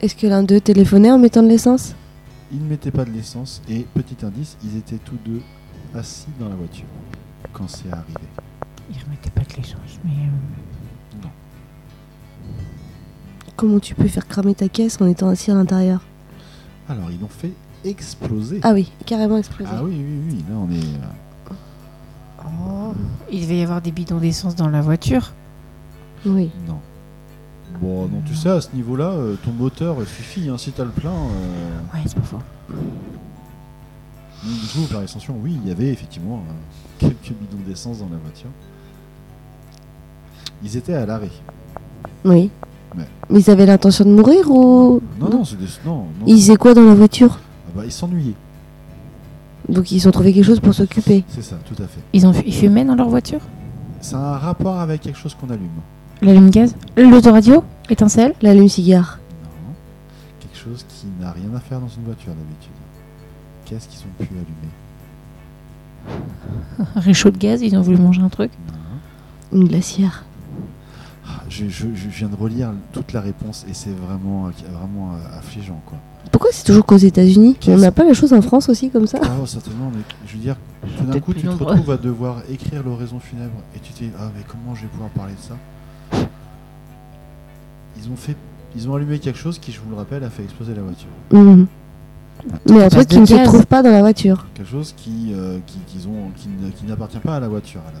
[SPEAKER 3] Est-ce que l'un d'eux téléphonait en mettant de l'essence
[SPEAKER 1] Ils ne mettaient pas de l'essence et, petit indice, ils étaient tous deux assis dans la voiture quand c'est arrivé.
[SPEAKER 2] Il remettait pas de l'essence, mais. euh,
[SPEAKER 3] Comment tu peux faire cramer ta caisse en étant assis à l'intérieur
[SPEAKER 1] Alors, ils l'ont fait exploser.
[SPEAKER 3] Ah oui, carrément explosé.
[SPEAKER 1] Ah oui, oui, oui, là on est. euh,
[SPEAKER 2] Oh. Il devait y avoir des bidons d'essence dans la voiture.
[SPEAKER 3] oui.
[SPEAKER 1] Non. Bon, non, tu sais, à ce niveau-là, euh, ton moteur euh, suffit. Hein, si t'as le plein, euh,
[SPEAKER 2] Ouais, c'est pas faux.
[SPEAKER 1] donc, du coup, par extension, oui, il y avait effectivement euh, quelques bidons d'essence dans la voiture. Ils étaient à l'arrêt.
[SPEAKER 3] Oui.
[SPEAKER 1] Ouais.
[SPEAKER 3] Mais ils avaient l'intention de mourir ou
[SPEAKER 1] Non, non, c'est des... non, non.
[SPEAKER 3] Oh. Ils faisaient quoi dans la voiture
[SPEAKER 1] Ah bah, ils s'ennuyaient.
[SPEAKER 3] Donc ils ont trouvé quelque chose pour s'occuper.
[SPEAKER 1] C'est ça, tout à fait.
[SPEAKER 2] Ils ont fu- ils fumaient dans leur voiture
[SPEAKER 1] Ça a un rapport avec quelque chose qu'on allume.
[SPEAKER 2] L'allume-gaz L'autoradio Étincelle
[SPEAKER 3] L'allume-cigare.
[SPEAKER 1] Non. chose qui n'a rien à faire dans une voiture d'habitude. Qu'est-ce qu'ils ont pu allumer
[SPEAKER 9] Réchaud de gaz, ils ont voulu manger un truc.
[SPEAKER 3] Une glacière.
[SPEAKER 1] Ah, je, je- je viens de relire toute la réponse et c'est vraiment, vraiment euh, affligeant quoi.
[SPEAKER 3] Pourquoi c'est toujours qu'aux États-Unis On n'a pas la chose en France aussi comme ça
[SPEAKER 1] Ah, certainement, mais je veux dire, tout d'un
[SPEAKER 9] peut-être
[SPEAKER 1] coup,
[SPEAKER 9] plus
[SPEAKER 1] tu te
[SPEAKER 9] nombreux.
[SPEAKER 1] retrouves à devoir écrire l'oraison funèbre et tu te dis, ah, mais comment je vais pouvoir parler de ça Ils ont fait. Ils ont allumé quelque chose qui, je vous le rappelle, a fait exploser la voiture.
[SPEAKER 3] Mhm. Mais un
[SPEAKER 9] Passe
[SPEAKER 3] truc
[SPEAKER 9] de
[SPEAKER 3] qui ne se
[SPEAKER 9] gaz.
[SPEAKER 3] trouve pas dans la voiture.
[SPEAKER 1] Quelque chose qui, euh, qui, qu'ils ont, qui, ne- qui n'appartient pas à la voiture à la base.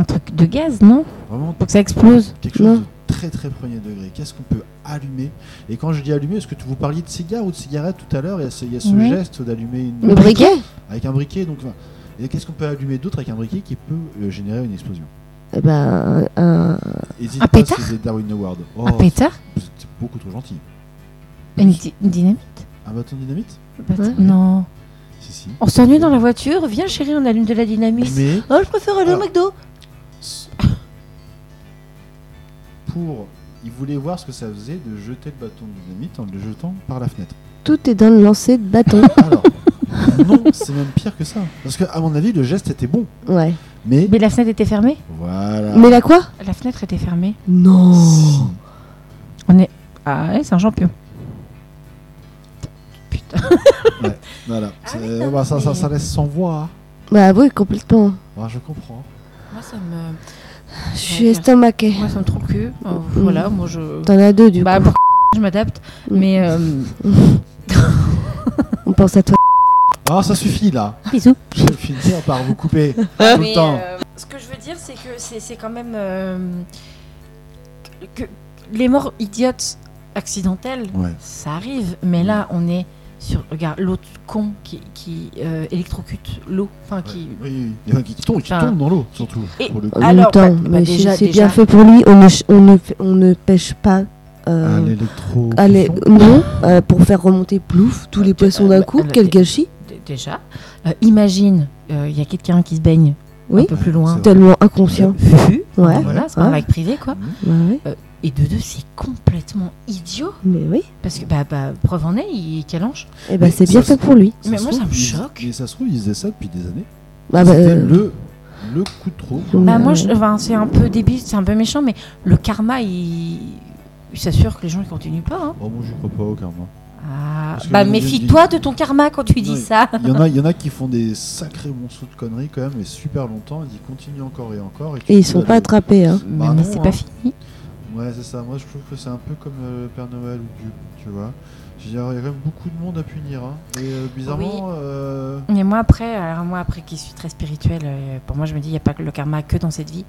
[SPEAKER 9] Un truc de gaz, non
[SPEAKER 1] Vraiment
[SPEAKER 9] Faut que ça explose.
[SPEAKER 1] quelque chose
[SPEAKER 3] Non.
[SPEAKER 1] de très très premier degré. Qu'est-ce qu'on peut allumer Et quand je dis allumer, est-ce que tu vous parliez de cigare ou de cigarette tout à l'heure Il y a ce, il y a ce
[SPEAKER 9] Oui.
[SPEAKER 1] geste d'allumer une...
[SPEAKER 3] Le briquet
[SPEAKER 1] avec un briquet. Donc, enfin, et qu'est-ce qu'on peut allumer d'autre avec un briquet qui peut euh, générer une explosion
[SPEAKER 3] Eh ben, un-
[SPEAKER 1] Hésite
[SPEAKER 9] Un
[SPEAKER 1] pas
[SPEAKER 9] pétard
[SPEAKER 1] si c'est Darwin Award. Oh,
[SPEAKER 9] Un pétard
[SPEAKER 1] c'est c'est beaucoup trop gentil.
[SPEAKER 9] Une, di- une dynamite
[SPEAKER 1] Un bâton de dynamite
[SPEAKER 9] Bah,
[SPEAKER 3] Ouais.
[SPEAKER 9] Non.
[SPEAKER 1] Si, si.
[SPEAKER 10] On s'ennuie dans la voiture. Viens, chérie, on allume de la dynamite.
[SPEAKER 1] Mais
[SPEAKER 10] Oh, je préfère aller au
[SPEAKER 1] Alors.
[SPEAKER 10] McDo.
[SPEAKER 1] s- pour. Il voulait voir ce que ça faisait de jeter le bâton de dynamite en le jetant par la fenêtre.
[SPEAKER 3] tout est dans le lancer de bâton.
[SPEAKER 1] Alors, non, c'est même pire que ça. Parce que, à mon avis, le geste était bon.
[SPEAKER 3] ouais.
[SPEAKER 1] Mais
[SPEAKER 9] Mais la fenêtre était fermée
[SPEAKER 1] voilà.
[SPEAKER 3] Mais la quoi
[SPEAKER 9] La fenêtre était fermée.
[SPEAKER 3] Non.
[SPEAKER 9] Ah ouais, c'est un champion. Putain.
[SPEAKER 1] Voilà.
[SPEAKER 2] Ah
[SPEAKER 1] C'est- euh, bah, ça, ça, ça laisse sans voix.
[SPEAKER 3] Bah oui, complètement.
[SPEAKER 1] Bah, je comprends.
[SPEAKER 9] Moi, ça me,
[SPEAKER 3] Je suis estomaquée.
[SPEAKER 9] moi, ça me trouve le cul. Euh, Voilà, moi, je.
[SPEAKER 3] T'en as deux du
[SPEAKER 9] Bah,
[SPEAKER 3] coup.
[SPEAKER 9] pour je m'adapte.
[SPEAKER 3] Mm.
[SPEAKER 9] Mais. euh,
[SPEAKER 3] On pense à toi.
[SPEAKER 1] Ah, ça suffit là.
[SPEAKER 9] Bisous.
[SPEAKER 1] Je vais finir par vous couper tout le
[SPEAKER 2] Mais,
[SPEAKER 1] temps.
[SPEAKER 2] euh, ce que je veux dire, c'est que c'est c'est quand même euh, que que les morts idiotes accidentelles,
[SPEAKER 1] Ouais.
[SPEAKER 2] ça arrive. Mais là, on est sur regarde l'autre con qui, qui, euh, électrocute l'eau, enfin qui.
[SPEAKER 1] Oui, oui. Il y en a qui tombent, qui
[SPEAKER 2] Enfin,
[SPEAKER 1] tombent dans l'eau, surtout.
[SPEAKER 2] et-
[SPEAKER 1] Pour le coup.
[SPEAKER 3] En
[SPEAKER 2] Alors,
[SPEAKER 3] même temps,
[SPEAKER 2] bah, bah,
[SPEAKER 3] mais
[SPEAKER 2] déjà-
[SPEAKER 3] c'est
[SPEAKER 2] déjà.
[SPEAKER 3] bien fait pour lui. On ne, ch- on ne, fait- on ne pêche pas.
[SPEAKER 1] Ah,
[SPEAKER 3] Euh,
[SPEAKER 1] l'électro.
[SPEAKER 3] allez, non, euh, pour faire remonter plouf tous les poissons d'un
[SPEAKER 2] bah,
[SPEAKER 3] coup.
[SPEAKER 2] bah,
[SPEAKER 3] Quel
[SPEAKER 2] bah,
[SPEAKER 3] gâchis
[SPEAKER 2] D- Déjà, Euh, imagine, euh, il y a quelqu'un qui se baigne
[SPEAKER 3] Oui.
[SPEAKER 2] un peu plus loin.
[SPEAKER 1] C'est
[SPEAKER 3] Tellement inconscient.
[SPEAKER 2] Fufu,
[SPEAKER 3] Ouais.
[SPEAKER 2] voilà, c'est
[SPEAKER 3] ouais.
[SPEAKER 2] un lac privé quoi.
[SPEAKER 3] Ouais, ouais.
[SPEAKER 2] Et de deux, c'est complètement idiot
[SPEAKER 3] Mais oui.
[SPEAKER 2] parce que bah, bah preuve en est, il calanche.
[SPEAKER 3] Et bah
[SPEAKER 1] Mais
[SPEAKER 3] c'est
[SPEAKER 1] ça,
[SPEAKER 3] bien
[SPEAKER 1] c'est-
[SPEAKER 3] fait pour lui.
[SPEAKER 2] Mais moi,
[SPEAKER 1] se
[SPEAKER 2] ça
[SPEAKER 1] trouve,
[SPEAKER 2] me
[SPEAKER 1] ils-
[SPEAKER 2] choque. Ah,
[SPEAKER 1] Mais ça se trouve, ils faisaient ça depuis des années.
[SPEAKER 3] Bah, bah,
[SPEAKER 1] C'était
[SPEAKER 3] euh,
[SPEAKER 1] le, le coup de trop.
[SPEAKER 2] Bah
[SPEAKER 3] Ouais.
[SPEAKER 2] moi, je- enfin, c'est un peu débile, c'est un peu méchant, mais le karma, il, il s'assure que les gens ne continuent pas. hein.
[SPEAKER 1] Oh, moi, je crois pas au karma.
[SPEAKER 2] Ah,
[SPEAKER 1] Parce que
[SPEAKER 10] Bah,
[SPEAKER 1] le-
[SPEAKER 10] méfie-toi de ton karma quand tu dis
[SPEAKER 1] Oui. Bah,
[SPEAKER 10] ça.
[SPEAKER 1] Il y, en a, il y en a qui font des sacrés monceaux de conneries quand même, et super longtemps, et ils continuent encore et encore. tu
[SPEAKER 3] Et ils
[SPEAKER 1] peux
[SPEAKER 3] sont pas
[SPEAKER 1] aller-
[SPEAKER 3] attrapés. Hein.
[SPEAKER 2] mais
[SPEAKER 1] Bah
[SPEAKER 2] mais
[SPEAKER 1] non,
[SPEAKER 2] c'est
[SPEAKER 1] hein.
[SPEAKER 2] pas fini.
[SPEAKER 1] Ouais, c'est ça. Moi, je trouve que c'est un peu comme euh, le Père Noël ou Dieu, tu vois. Je veux dire, il y a quand même beaucoup de monde à punir. hein. Et euh, bizarrement, euh,
[SPEAKER 2] Mais moi après, alors moi après qui suis très spirituelle, euh, pour moi je me dis il n'y a pas que le karma que dans cette vie.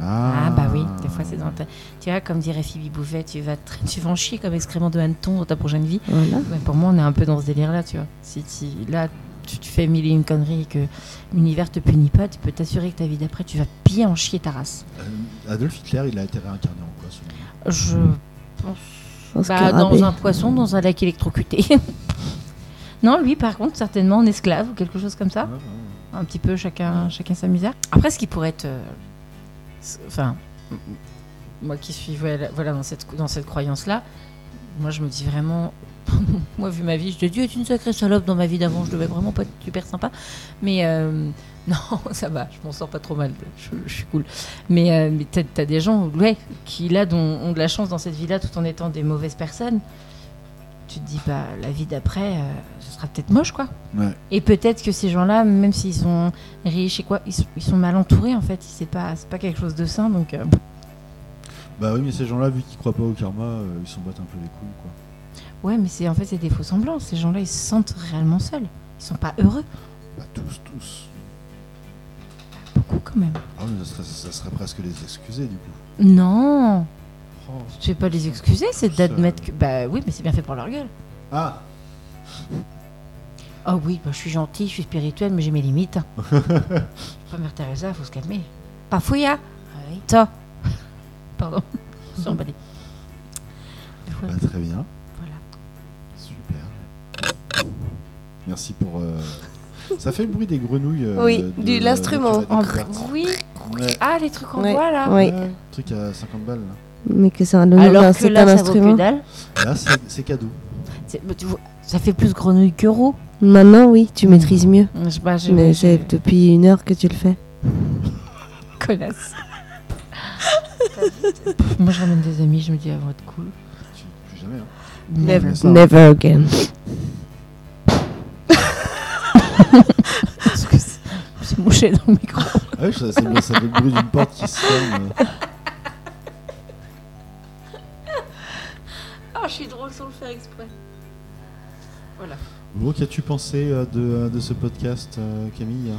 [SPEAKER 2] Ah, bah oui, des fois c'est dans ta... Tu vois, comme dirait Phoebe Bouffet, tu vas, te- tu vas en chier comme excrément de hanneton dans ta prochaine vie.
[SPEAKER 3] Voilà.
[SPEAKER 2] Ouais, pour moi on est un peu dans ce délire là, tu vois. Si, si là tu te fais mille et une conneries et que l'univers te punit pas, tu peux t'assurer que ta vie d'après tu vas bien en chier ta race.
[SPEAKER 1] Euh, Adolf Hitler, il a été réincarné en quoi selon vous
[SPEAKER 2] Je pense
[SPEAKER 3] Un
[SPEAKER 2] Bah,
[SPEAKER 3] scarabée.
[SPEAKER 2] dans un poisson, dans un lac électrocuté. non, lui, par contre, certainement en esclave ou quelque chose comme ça.
[SPEAKER 1] Ouais, ouais.
[SPEAKER 2] Un petit peu, chacun, chacun sa misère. Après, ce qui pourrait être. euh, c'est- Enfin, m- moi qui suis voilà, voilà, dans cette, dans cette croyance-là, moi je me dis vraiment. moi, vu ma vie, je te dis, est une sacrée salope dans ma vie d'avant, je devais vraiment pas être super sympa. Mais euh, non, ça va, je m'en sors pas trop mal, je, je suis cool. Mais, euh, mais t'as, t'as des gens ouais, qui, là, dont- ont de la chance dans cette vie-là tout en étant des mauvaises personnes. Tu te dis, bah, la vie d'après, euh, ce sera peut-être moche, quoi.
[SPEAKER 1] Ouais.
[SPEAKER 2] Et peut-être que ces gens-là, même s'ils sont riches et quoi, ils sont, ils sont mal entourés, en fait. C'est pas, c'est pas quelque chose de sain, donc... euh,
[SPEAKER 1] Bah oui, mais ces gens-là, vu qu'ils croient pas au karma, euh, ils s'en battent un peu les couilles, quoi.
[SPEAKER 2] ouais, mais c'est, en fait, c'est des faux semblants. Ces gens-là, ils se sentent réellement seuls. Ils sont pas heureux,
[SPEAKER 1] Bah tous, tous.
[SPEAKER 2] beaucoup, quand même.
[SPEAKER 1] Ah, mais ça serait, ça serait presque les excuser, du coup.
[SPEAKER 2] Non
[SPEAKER 1] Oh.
[SPEAKER 2] Je vais pas les excuser, c'est d'admettre que... Bah oui, mais c'est bien fait pour leur gueule.
[SPEAKER 1] Ah
[SPEAKER 2] Ah oui, bah, je suis gentille, je suis spirituelle, mais j'ai mes limites. Pas Mère Teresa, faut se calmer. Pas Fouya. Oui. Toi. Pardon. Je suis emballée.
[SPEAKER 1] Bah très bien.
[SPEAKER 2] Voilà.
[SPEAKER 1] Super. Merci pour... euh, Ça fait le bruit des grenouilles. euh,
[SPEAKER 3] Oui,
[SPEAKER 1] de-
[SPEAKER 3] du-
[SPEAKER 1] de- de-
[SPEAKER 3] l'instrument.
[SPEAKER 1] de- de-
[SPEAKER 2] En
[SPEAKER 1] de-
[SPEAKER 2] oui.
[SPEAKER 1] Ouais.
[SPEAKER 2] Ah, les trucs en
[SPEAKER 3] Ouais.
[SPEAKER 2] bois là.
[SPEAKER 3] Oui.
[SPEAKER 1] Ouais, truc à 50 balles. là.
[SPEAKER 3] Mais que c'est un, honneur,
[SPEAKER 10] Alors
[SPEAKER 3] d'un-
[SPEAKER 10] que
[SPEAKER 3] c'est
[SPEAKER 10] là,
[SPEAKER 3] un
[SPEAKER 10] ça vaut que
[SPEAKER 3] instrument.
[SPEAKER 10] dalle.
[SPEAKER 1] Là, c'est c'est cadeau.
[SPEAKER 2] C'est- bah, tu vois, Ça fait plus grenouille que roux.
[SPEAKER 3] Maintenant, oui,
[SPEAKER 1] Hmm.
[SPEAKER 3] tu maîtrises mieux.
[SPEAKER 2] Je sais pas, j'ai-
[SPEAKER 3] Mais
[SPEAKER 2] j'ai-
[SPEAKER 3] c'est depuis une heure que tu le fais.
[SPEAKER 2] connasse. Pff, Moi, je ramène des amis, je me dis, elles vont être cool.
[SPEAKER 1] Plus jamais, hein.
[SPEAKER 2] Never.
[SPEAKER 1] Ça,
[SPEAKER 3] Never again.
[SPEAKER 2] Parce que c'est- j'ai mouché dans le micro.
[SPEAKER 1] Ah oui, ça, ça- ça fait le bruit d'une porte qui se ferme.
[SPEAKER 6] Ah, je suis drôle sans le faire exprès.
[SPEAKER 1] Bon, qu'as-tu pensé euh, de, euh, de ce podcast, euh, Camille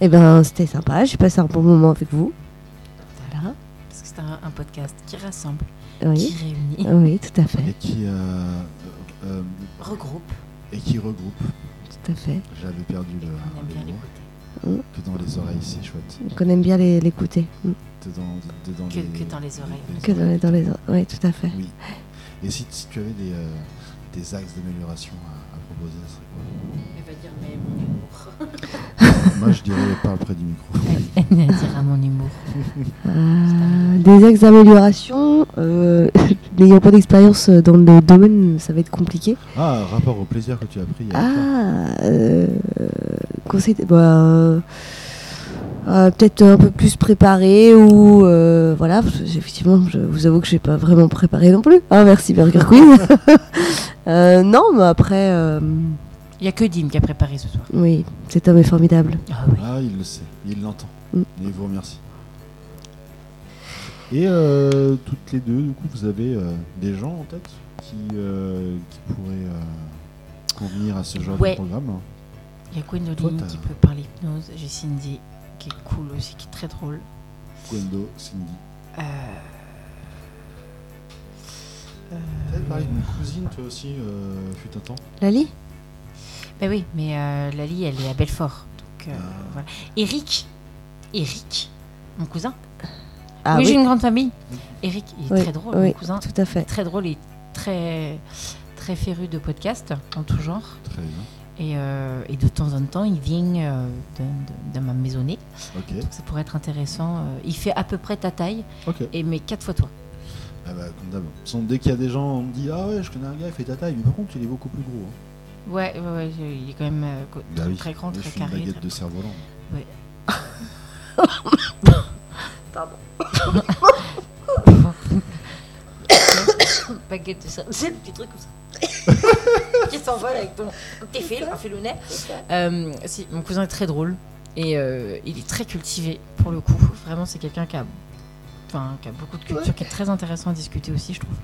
[SPEAKER 3] Eh ben, c'était sympa. J'ai passé un bon moment avec vous. Voilà.
[SPEAKER 2] Parce que c'est un, un podcast qui rassemble,
[SPEAKER 3] Oui.
[SPEAKER 2] qui réunit,
[SPEAKER 3] Oui, tout à fait.
[SPEAKER 1] Et qui, euh, euh, euh,
[SPEAKER 2] regroupe.
[SPEAKER 1] et qui regroupe.
[SPEAKER 3] Tout à fait.
[SPEAKER 1] J'avais perdu le,
[SPEAKER 2] On aime
[SPEAKER 1] le
[SPEAKER 2] bien
[SPEAKER 1] mot.
[SPEAKER 2] l'écouter.
[SPEAKER 1] Que dans les oreilles, c'est chouette.
[SPEAKER 3] Donc, on aime bien les- l'écouter. Mm.
[SPEAKER 1] Que dans, de- dans
[SPEAKER 2] Que-
[SPEAKER 1] les,
[SPEAKER 2] que dans les oreilles.
[SPEAKER 1] les
[SPEAKER 3] Que dans les, dans les... Oui, tout à fait.
[SPEAKER 1] Oui. Et si, si tu avais des, euh, des axes d'amélioration à, à proposer, ce serait quoi
[SPEAKER 2] Elle va dire, mais mon humour.
[SPEAKER 1] Moi, je dirais parle près du micro.
[SPEAKER 2] Elle va dire à mon humour.
[SPEAKER 3] Euh, des axes d'amélioration, euh, n'ayant pas d'expérience dans le domaine, ça va être compliqué.
[SPEAKER 1] Ah, rapport au plaisir que tu as pris. il y a longtemps.
[SPEAKER 3] Ah, euh, conseil, bah, euh, euh, peut-être un peu plus préparé ou euh, voilà, parce que, effectivement, je vous avoue que je n'ai pas vraiment préparé non plus. Ah, merci Burger Queen. Euh, non, mais après, euh,
[SPEAKER 2] Il n'y a que Dim qui a préparé ce soir.
[SPEAKER 3] oui, cet homme est formidable.
[SPEAKER 2] Ah oui.
[SPEAKER 1] Ah, il le sait, il l'entend.
[SPEAKER 3] Mm.
[SPEAKER 1] Et il vous remercie. Et euh, toutes les deux, du coup, vous avez euh, des gens en tête qui, euh, qui pourraient euh, convenir à ce genre de
[SPEAKER 2] Ouais.
[SPEAKER 1] programme.
[SPEAKER 2] Il y a
[SPEAKER 1] Toi,
[SPEAKER 2] Gwendoline
[SPEAKER 1] t'as-
[SPEAKER 2] qui peut parler hypnose. J'ai Cindy qui est cool aussi, qui est très drôle.
[SPEAKER 1] Gwendo, Cindy.
[SPEAKER 2] Euh,
[SPEAKER 1] T'avais parlé d'une cousine, toi aussi, euh, fut un temps.
[SPEAKER 3] Lali
[SPEAKER 2] Ben oui, mais euh, Lali, elle est à Belfort. Donc, euh, voilà.
[SPEAKER 1] Ah.
[SPEAKER 2] Eric, Eric, mon cousin.
[SPEAKER 3] Ah
[SPEAKER 2] oui,
[SPEAKER 3] oui,
[SPEAKER 2] j'ai une grande famille. Eric, il est
[SPEAKER 3] Oui,
[SPEAKER 2] très drôle,
[SPEAKER 3] oui.
[SPEAKER 2] mon cousin.
[SPEAKER 3] tout à fait.
[SPEAKER 2] Très drôle et très, très féru de podcasts en tout genre.
[SPEAKER 1] Très bien.
[SPEAKER 2] Et, euh, et de temps en temps, il vient euh, de, de- de ma maisonnée.
[SPEAKER 1] Ok.
[SPEAKER 2] Donc ça pourrait être intéressant. Euh, Il fait à peu près ta taille,
[SPEAKER 1] Ok.
[SPEAKER 2] et mais quatre fois toi.
[SPEAKER 1] Ah bah, comme d'hab. De toute façon, Dès qu'il y a des gens, on me dit Ah ouais, je connais un gars, il fait ta taille, mais par contre, il est beaucoup plus gros. hein.
[SPEAKER 2] Ouais, ouais, ouais, il est quand même euh, co-
[SPEAKER 1] Bah oui.
[SPEAKER 2] très grand,
[SPEAKER 1] Moi,
[SPEAKER 2] très
[SPEAKER 1] je suis une
[SPEAKER 2] carré.
[SPEAKER 1] baguette
[SPEAKER 2] très-
[SPEAKER 1] de cerf-volant.
[SPEAKER 2] baguette de cerf. C'est le petit truc comme ça. qui s'envole avec ton, tes fils, un filounet. Euh, si, mon cousin est très drôle et euh, il est très cultivé pour le coup. Vraiment, c'est quelqu'un qui a, enfin, qui a beaucoup de culture, qui est très intéressant à discuter aussi, je trouve.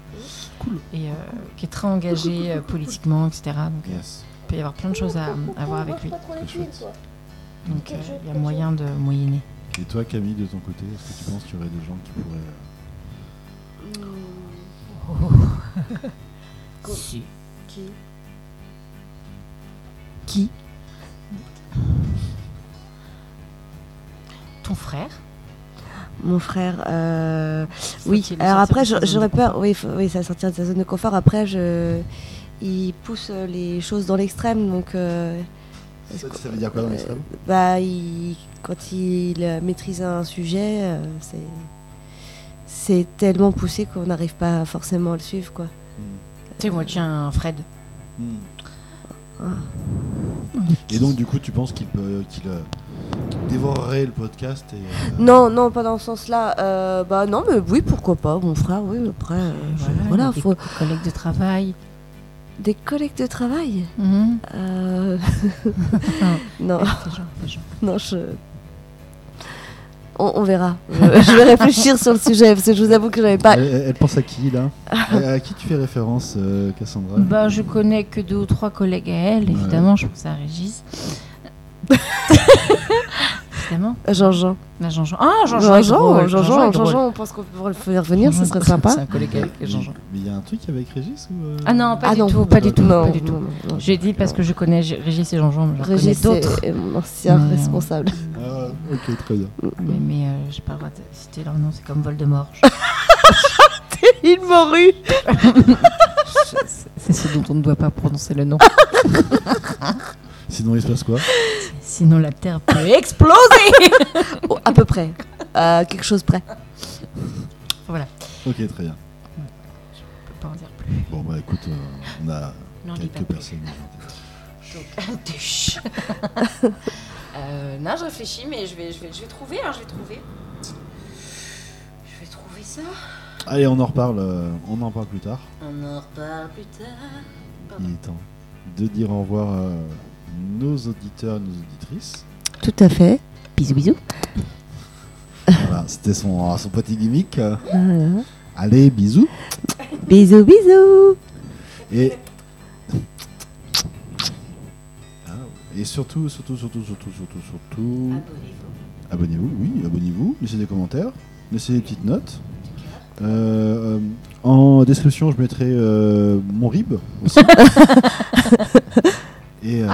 [SPEAKER 2] Cool. Et euh, qui est très engagé euh, politiquement, etc. Donc euh,
[SPEAKER 1] Yes.
[SPEAKER 2] il peut y avoir plein de choses à, à voir avec lui.
[SPEAKER 1] Très chouette.
[SPEAKER 2] Donc euh, il y a moyen de moyenner.
[SPEAKER 1] Et toi, Camille, de ton côté, est-ce que tu penses qu'il y aurait des gens qui pourraient. euh,
[SPEAKER 2] Si.
[SPEAKER 3] Qui
[SPEAKER 2] Ton frère
[SPEAKER 3] Mon frère. euh,
[SPEAKER 2] faut
[SPEAKER 3] Oui,
[SPEAKER 2] qu'il
[SPEAKER 3] alors
[SPEAKER 2] sorte
[SPEAKER 3] après,
[SPEAKER 2] de sa
[SPEAKER 3] je-
[SPEAKER 2] zone
[SPEAKER 3] j'aurais
[SPEAKER 2] de confort.
[SPEAKER 3] peur. Oui, faut- oui, ça sortir de sa zone de confort. Après, je... il pousse euh, les choses dans l'extrême. Donc, euh, est-ce que-
[SPEAKER 1] Ça veut dire quoi dans l'extrême
[SPEAKER 3] bah, il- quand il euh, maîtrise un sujet, euh, c'est. C'est tellement poussé qu'on n'arrive pas forcément à le suivre, quoi.
[SPEAKER 2] Tu sais, moi, tiens, un Fred.
[SPEAKER 1] Hmm.
[SPEAKER 3] Ah.
[SPEAKER 1] Et donc, du coup, tu penses qu'il peut, qu'il euh, dévorerait le podcast et, euh,
[SPEAKER 3] Non, non, pas dans ce sens-là. Euh, bah non, mais oui, pourquoi pas, mon frère, oui, après, euh, je-
[SPEAKER 2] Voilà,
[SPEAKER 3] voilà,
[SPEAKER 2] il y a
[SPEAKER 3] faut...
[SPEAKER 2] Des collègues de travail.
[SPEAKER 3] Des collègues de travail Euh, Non.
[SPEAKER 2] Des gens, des gens.
[SPEAKER 3] Non, je. On, on verra. Je, je vais réfléchir sur le sujet parce que je vous avoue que
[SPEAKER 2] bah-
[SPEAKER 3] j'avais pas.
[SPEAKER 1] elle, elle pense à qui là à, à qui tu fais référence, euh, Cassandra
[SPEAKER 2] Bah, je connais que deux ou trois collègues à elle, évidemment, je pense à Régis. évidemment.
[SPEAKER 3] Jean-Jean.
[SPEAKER 2] Bah, Jean-Jean. Ah, Jean-Jean est
[SPEAKER 3] Jean-Jean,
[SPEAKER 2] drôle.
[SPEAKER 3] Jean-Jean,
[SPEAKER 2] est drôle.
[SPEAKER 3] Jean-Jean, on pense qu'on pourrait le faire venir, ce serait
[SPEAKER 2] C'est
[SPEAKER 3] sympa.
[SPEAKER 2] un collègue avec Jean-Jean.
[SPEAKER 1] Mais il y a un truc avec Régis ou, euh,
[SPEAKER 2] Ah non, pas
[SPEAKER 3] Ah
[SPEAKER 2] du
[SPEAKER 3] non.
[SPEAKER 2] tout, pas du tout,
[SPEAKER 3] Non,
[SPEAKER 2] pas du tout.
[SPEAKER 3] non, non, non.
[SPEAKER 2] J'ai dit parce que je connais G- Régis et Jean-Jean, mais je
[SPEAKER 3] Régis,
[SPEAKER 2] connais d'autres.
[SPEAKER 3] c'est mon ancien
[SPEAKER 2] Mais, euh,
[SPEAKER 3] responsable.
[SPEAKER 1] Ah, ok, très bien.
[SPEAKER 2] Mais, mais euh, j'ai pas le droit de citer leur nom, c'est comme Voldemort.
[SPEAKER 3] Il mourut
[SPEAKER 2] c'est ce dont on ne doit pas prononcer le nom.
[SPEAKER 1] Sinon, il se passe quoi
[SPEAKER 2] Sinon, la Terre peut exploser.
[SPEAKER 3] Oh, À peu près. À quelque chose près.
[SPEAKER 2] voilà,
[SPEAKER 1] Ok, très bien.
[SPEAKER 2] je peux pas en dire plus.
[SPEAKER 1] Bon, bah écoute, euh, on a
[SPEAKER 6] N'en dis pas
[SPEAKER 1] Quelques
[SPEAKER 6] plus.
[SPEAKER 1] personnes.
[SPEAKER 6] Donc, douche. Euh, non, je réfléchis, mais je vais, je vais, je vais trouver, hein, je vais trouver. Je vais trouver ça.
[SPEAKER 1] Allez, on en reparle. euh, on en parle plus tard.
[SPEAKER 6] On en reparle plus tard.
[SPEAKER 1] Il est temps de dire au revoir à nos auditeurs, nos auditrices.
[SPEAKER 3] Tout à fait.
[SPEAKER 5] Bisous, bisous.
[SPEAKER 1] Voilà, c'était son, son petit gimmick. euh.
[SPEAKER 3] Voilà.
[SPEAKER 1] Allez, bisous.
[SPEAKER 3] Bisous, bisous.
[SPEAKER 1] Et. Ah, Et surtout, surtout, surtout, surtout, surtout, surtout. Abonnez-vous, oui, abonnez-vous. Laissez des commentaires, laissez des petites notes. Euh, euh, en description, je mettrai euh, mon rib aussi. Et euh,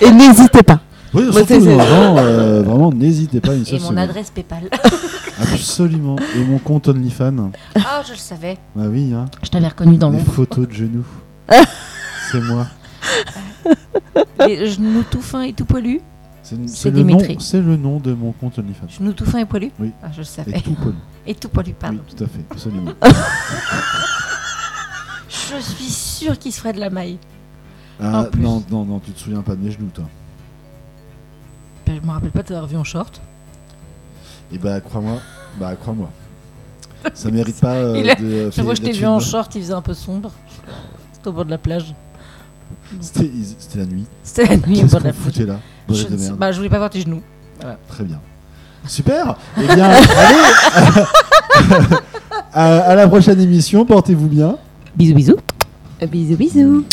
[SPEAKER 3] Et n'hésitez pas.
[SPEAKER 1] oui,
[SPEAKER 3] Moi,
[SPEAKER 1] surtout,
[SPEAKER 3] c'est- c'est-
[SPEAKER 1] vraiment, euh, vraiment, n'hésitez pas une
[SPEAKER 6] Et
[SPEAKER 1] seule
[SPEAKER 6] mon
[SPEAKER 1] seconde.
[SPEAKER 6] adresse PayPal.
[SPEAKER 1] Absolument. Et mon compte OnlyFans.
[SPEAKER 6] Ah, je le savais.
[SPEAKER 1] Bah oui, hein.
[SPEAKER 6] Je t'avais reconnu dans
[SPEAKER 1] les
[SPEAKER 6] l'ombre.
[SPEAKER 1] photos de genoux. c'est moi.
[SPEAKER 5] Les genoux tout fins et tout poilus.
[SPEAKER 1] C'est c'est
[SPEAKER 5] C'est
[SPEAKER 1] le nom.
[SPEAKER 5] Dimitri.
[SPEAKER 1] C'est le nom de mon compte OnlyFans.
[SPEAKER 5] Genoux tout fins et poilus
[SPEAKER 1] Oui.
[SPEAKER 5] Ah, je le
[SPEAKER 1] Et
[SPEAKER 5] savais.
[SPEAKER 1] tout poil.
[SPEAKER 5] Et tout poilu, pardon.
[SPEAKER 1] Oui, tout à fait, absolument.
[SPEAKER 5] Je suis sûre qu'il se ferait de la maille.
[SPEAKER 1] Ah,
[SPEAKER 5] En plus.
[SPEAKER 1] non, non, non, tu te souviens pas de mes genoux, toi.
[SPEAKER 6] Je me rappelle pas t'avoir vu en short.
[SPEAKER 1] Et bah crois-moi, bah crois-moi. Ça mérite pas euh,
[SPEAKER 6] Il a-
[SPEAKER 1] de.
[SPEAKER 6] Je
[SPEAKER 1] faire
[SPEAKER 6] vois, je t'ai
[SPEAKER 1] des
[SPEAKER 6] vu en
[SPEAKER 1] tubes.
[SPEAKER 6] short, il faisait un peu sombre. C'était au bord de la plage.
[SPEAKER 1] C'était ils- c'était la nuit.
[SPEAKER 6] C'était la nuit au
[SPEAKER 1] Qu'est-ce
[SPEAKER 6] bord de
[SPEAKER 1] qu'on
[SPEAKER 6] la plage.
[SPEAKER 1] foutait là Bonne
[SPEAKER 6] Je,
[SPEAKER 1] de
[SPEAKER 6] ne sais-
[SPEAKER 1] merde.
[SPEAKER 6] bah, je voulais pas voir tes genoux.
[SPEAKER 1] Très bien. Super Eh bien, allez à, à la prochaine émission, portez-vous bien.
[SPEAKER 5] Bisous, bisous.
[SPEAKER 3] Euh, Bisous, bisous.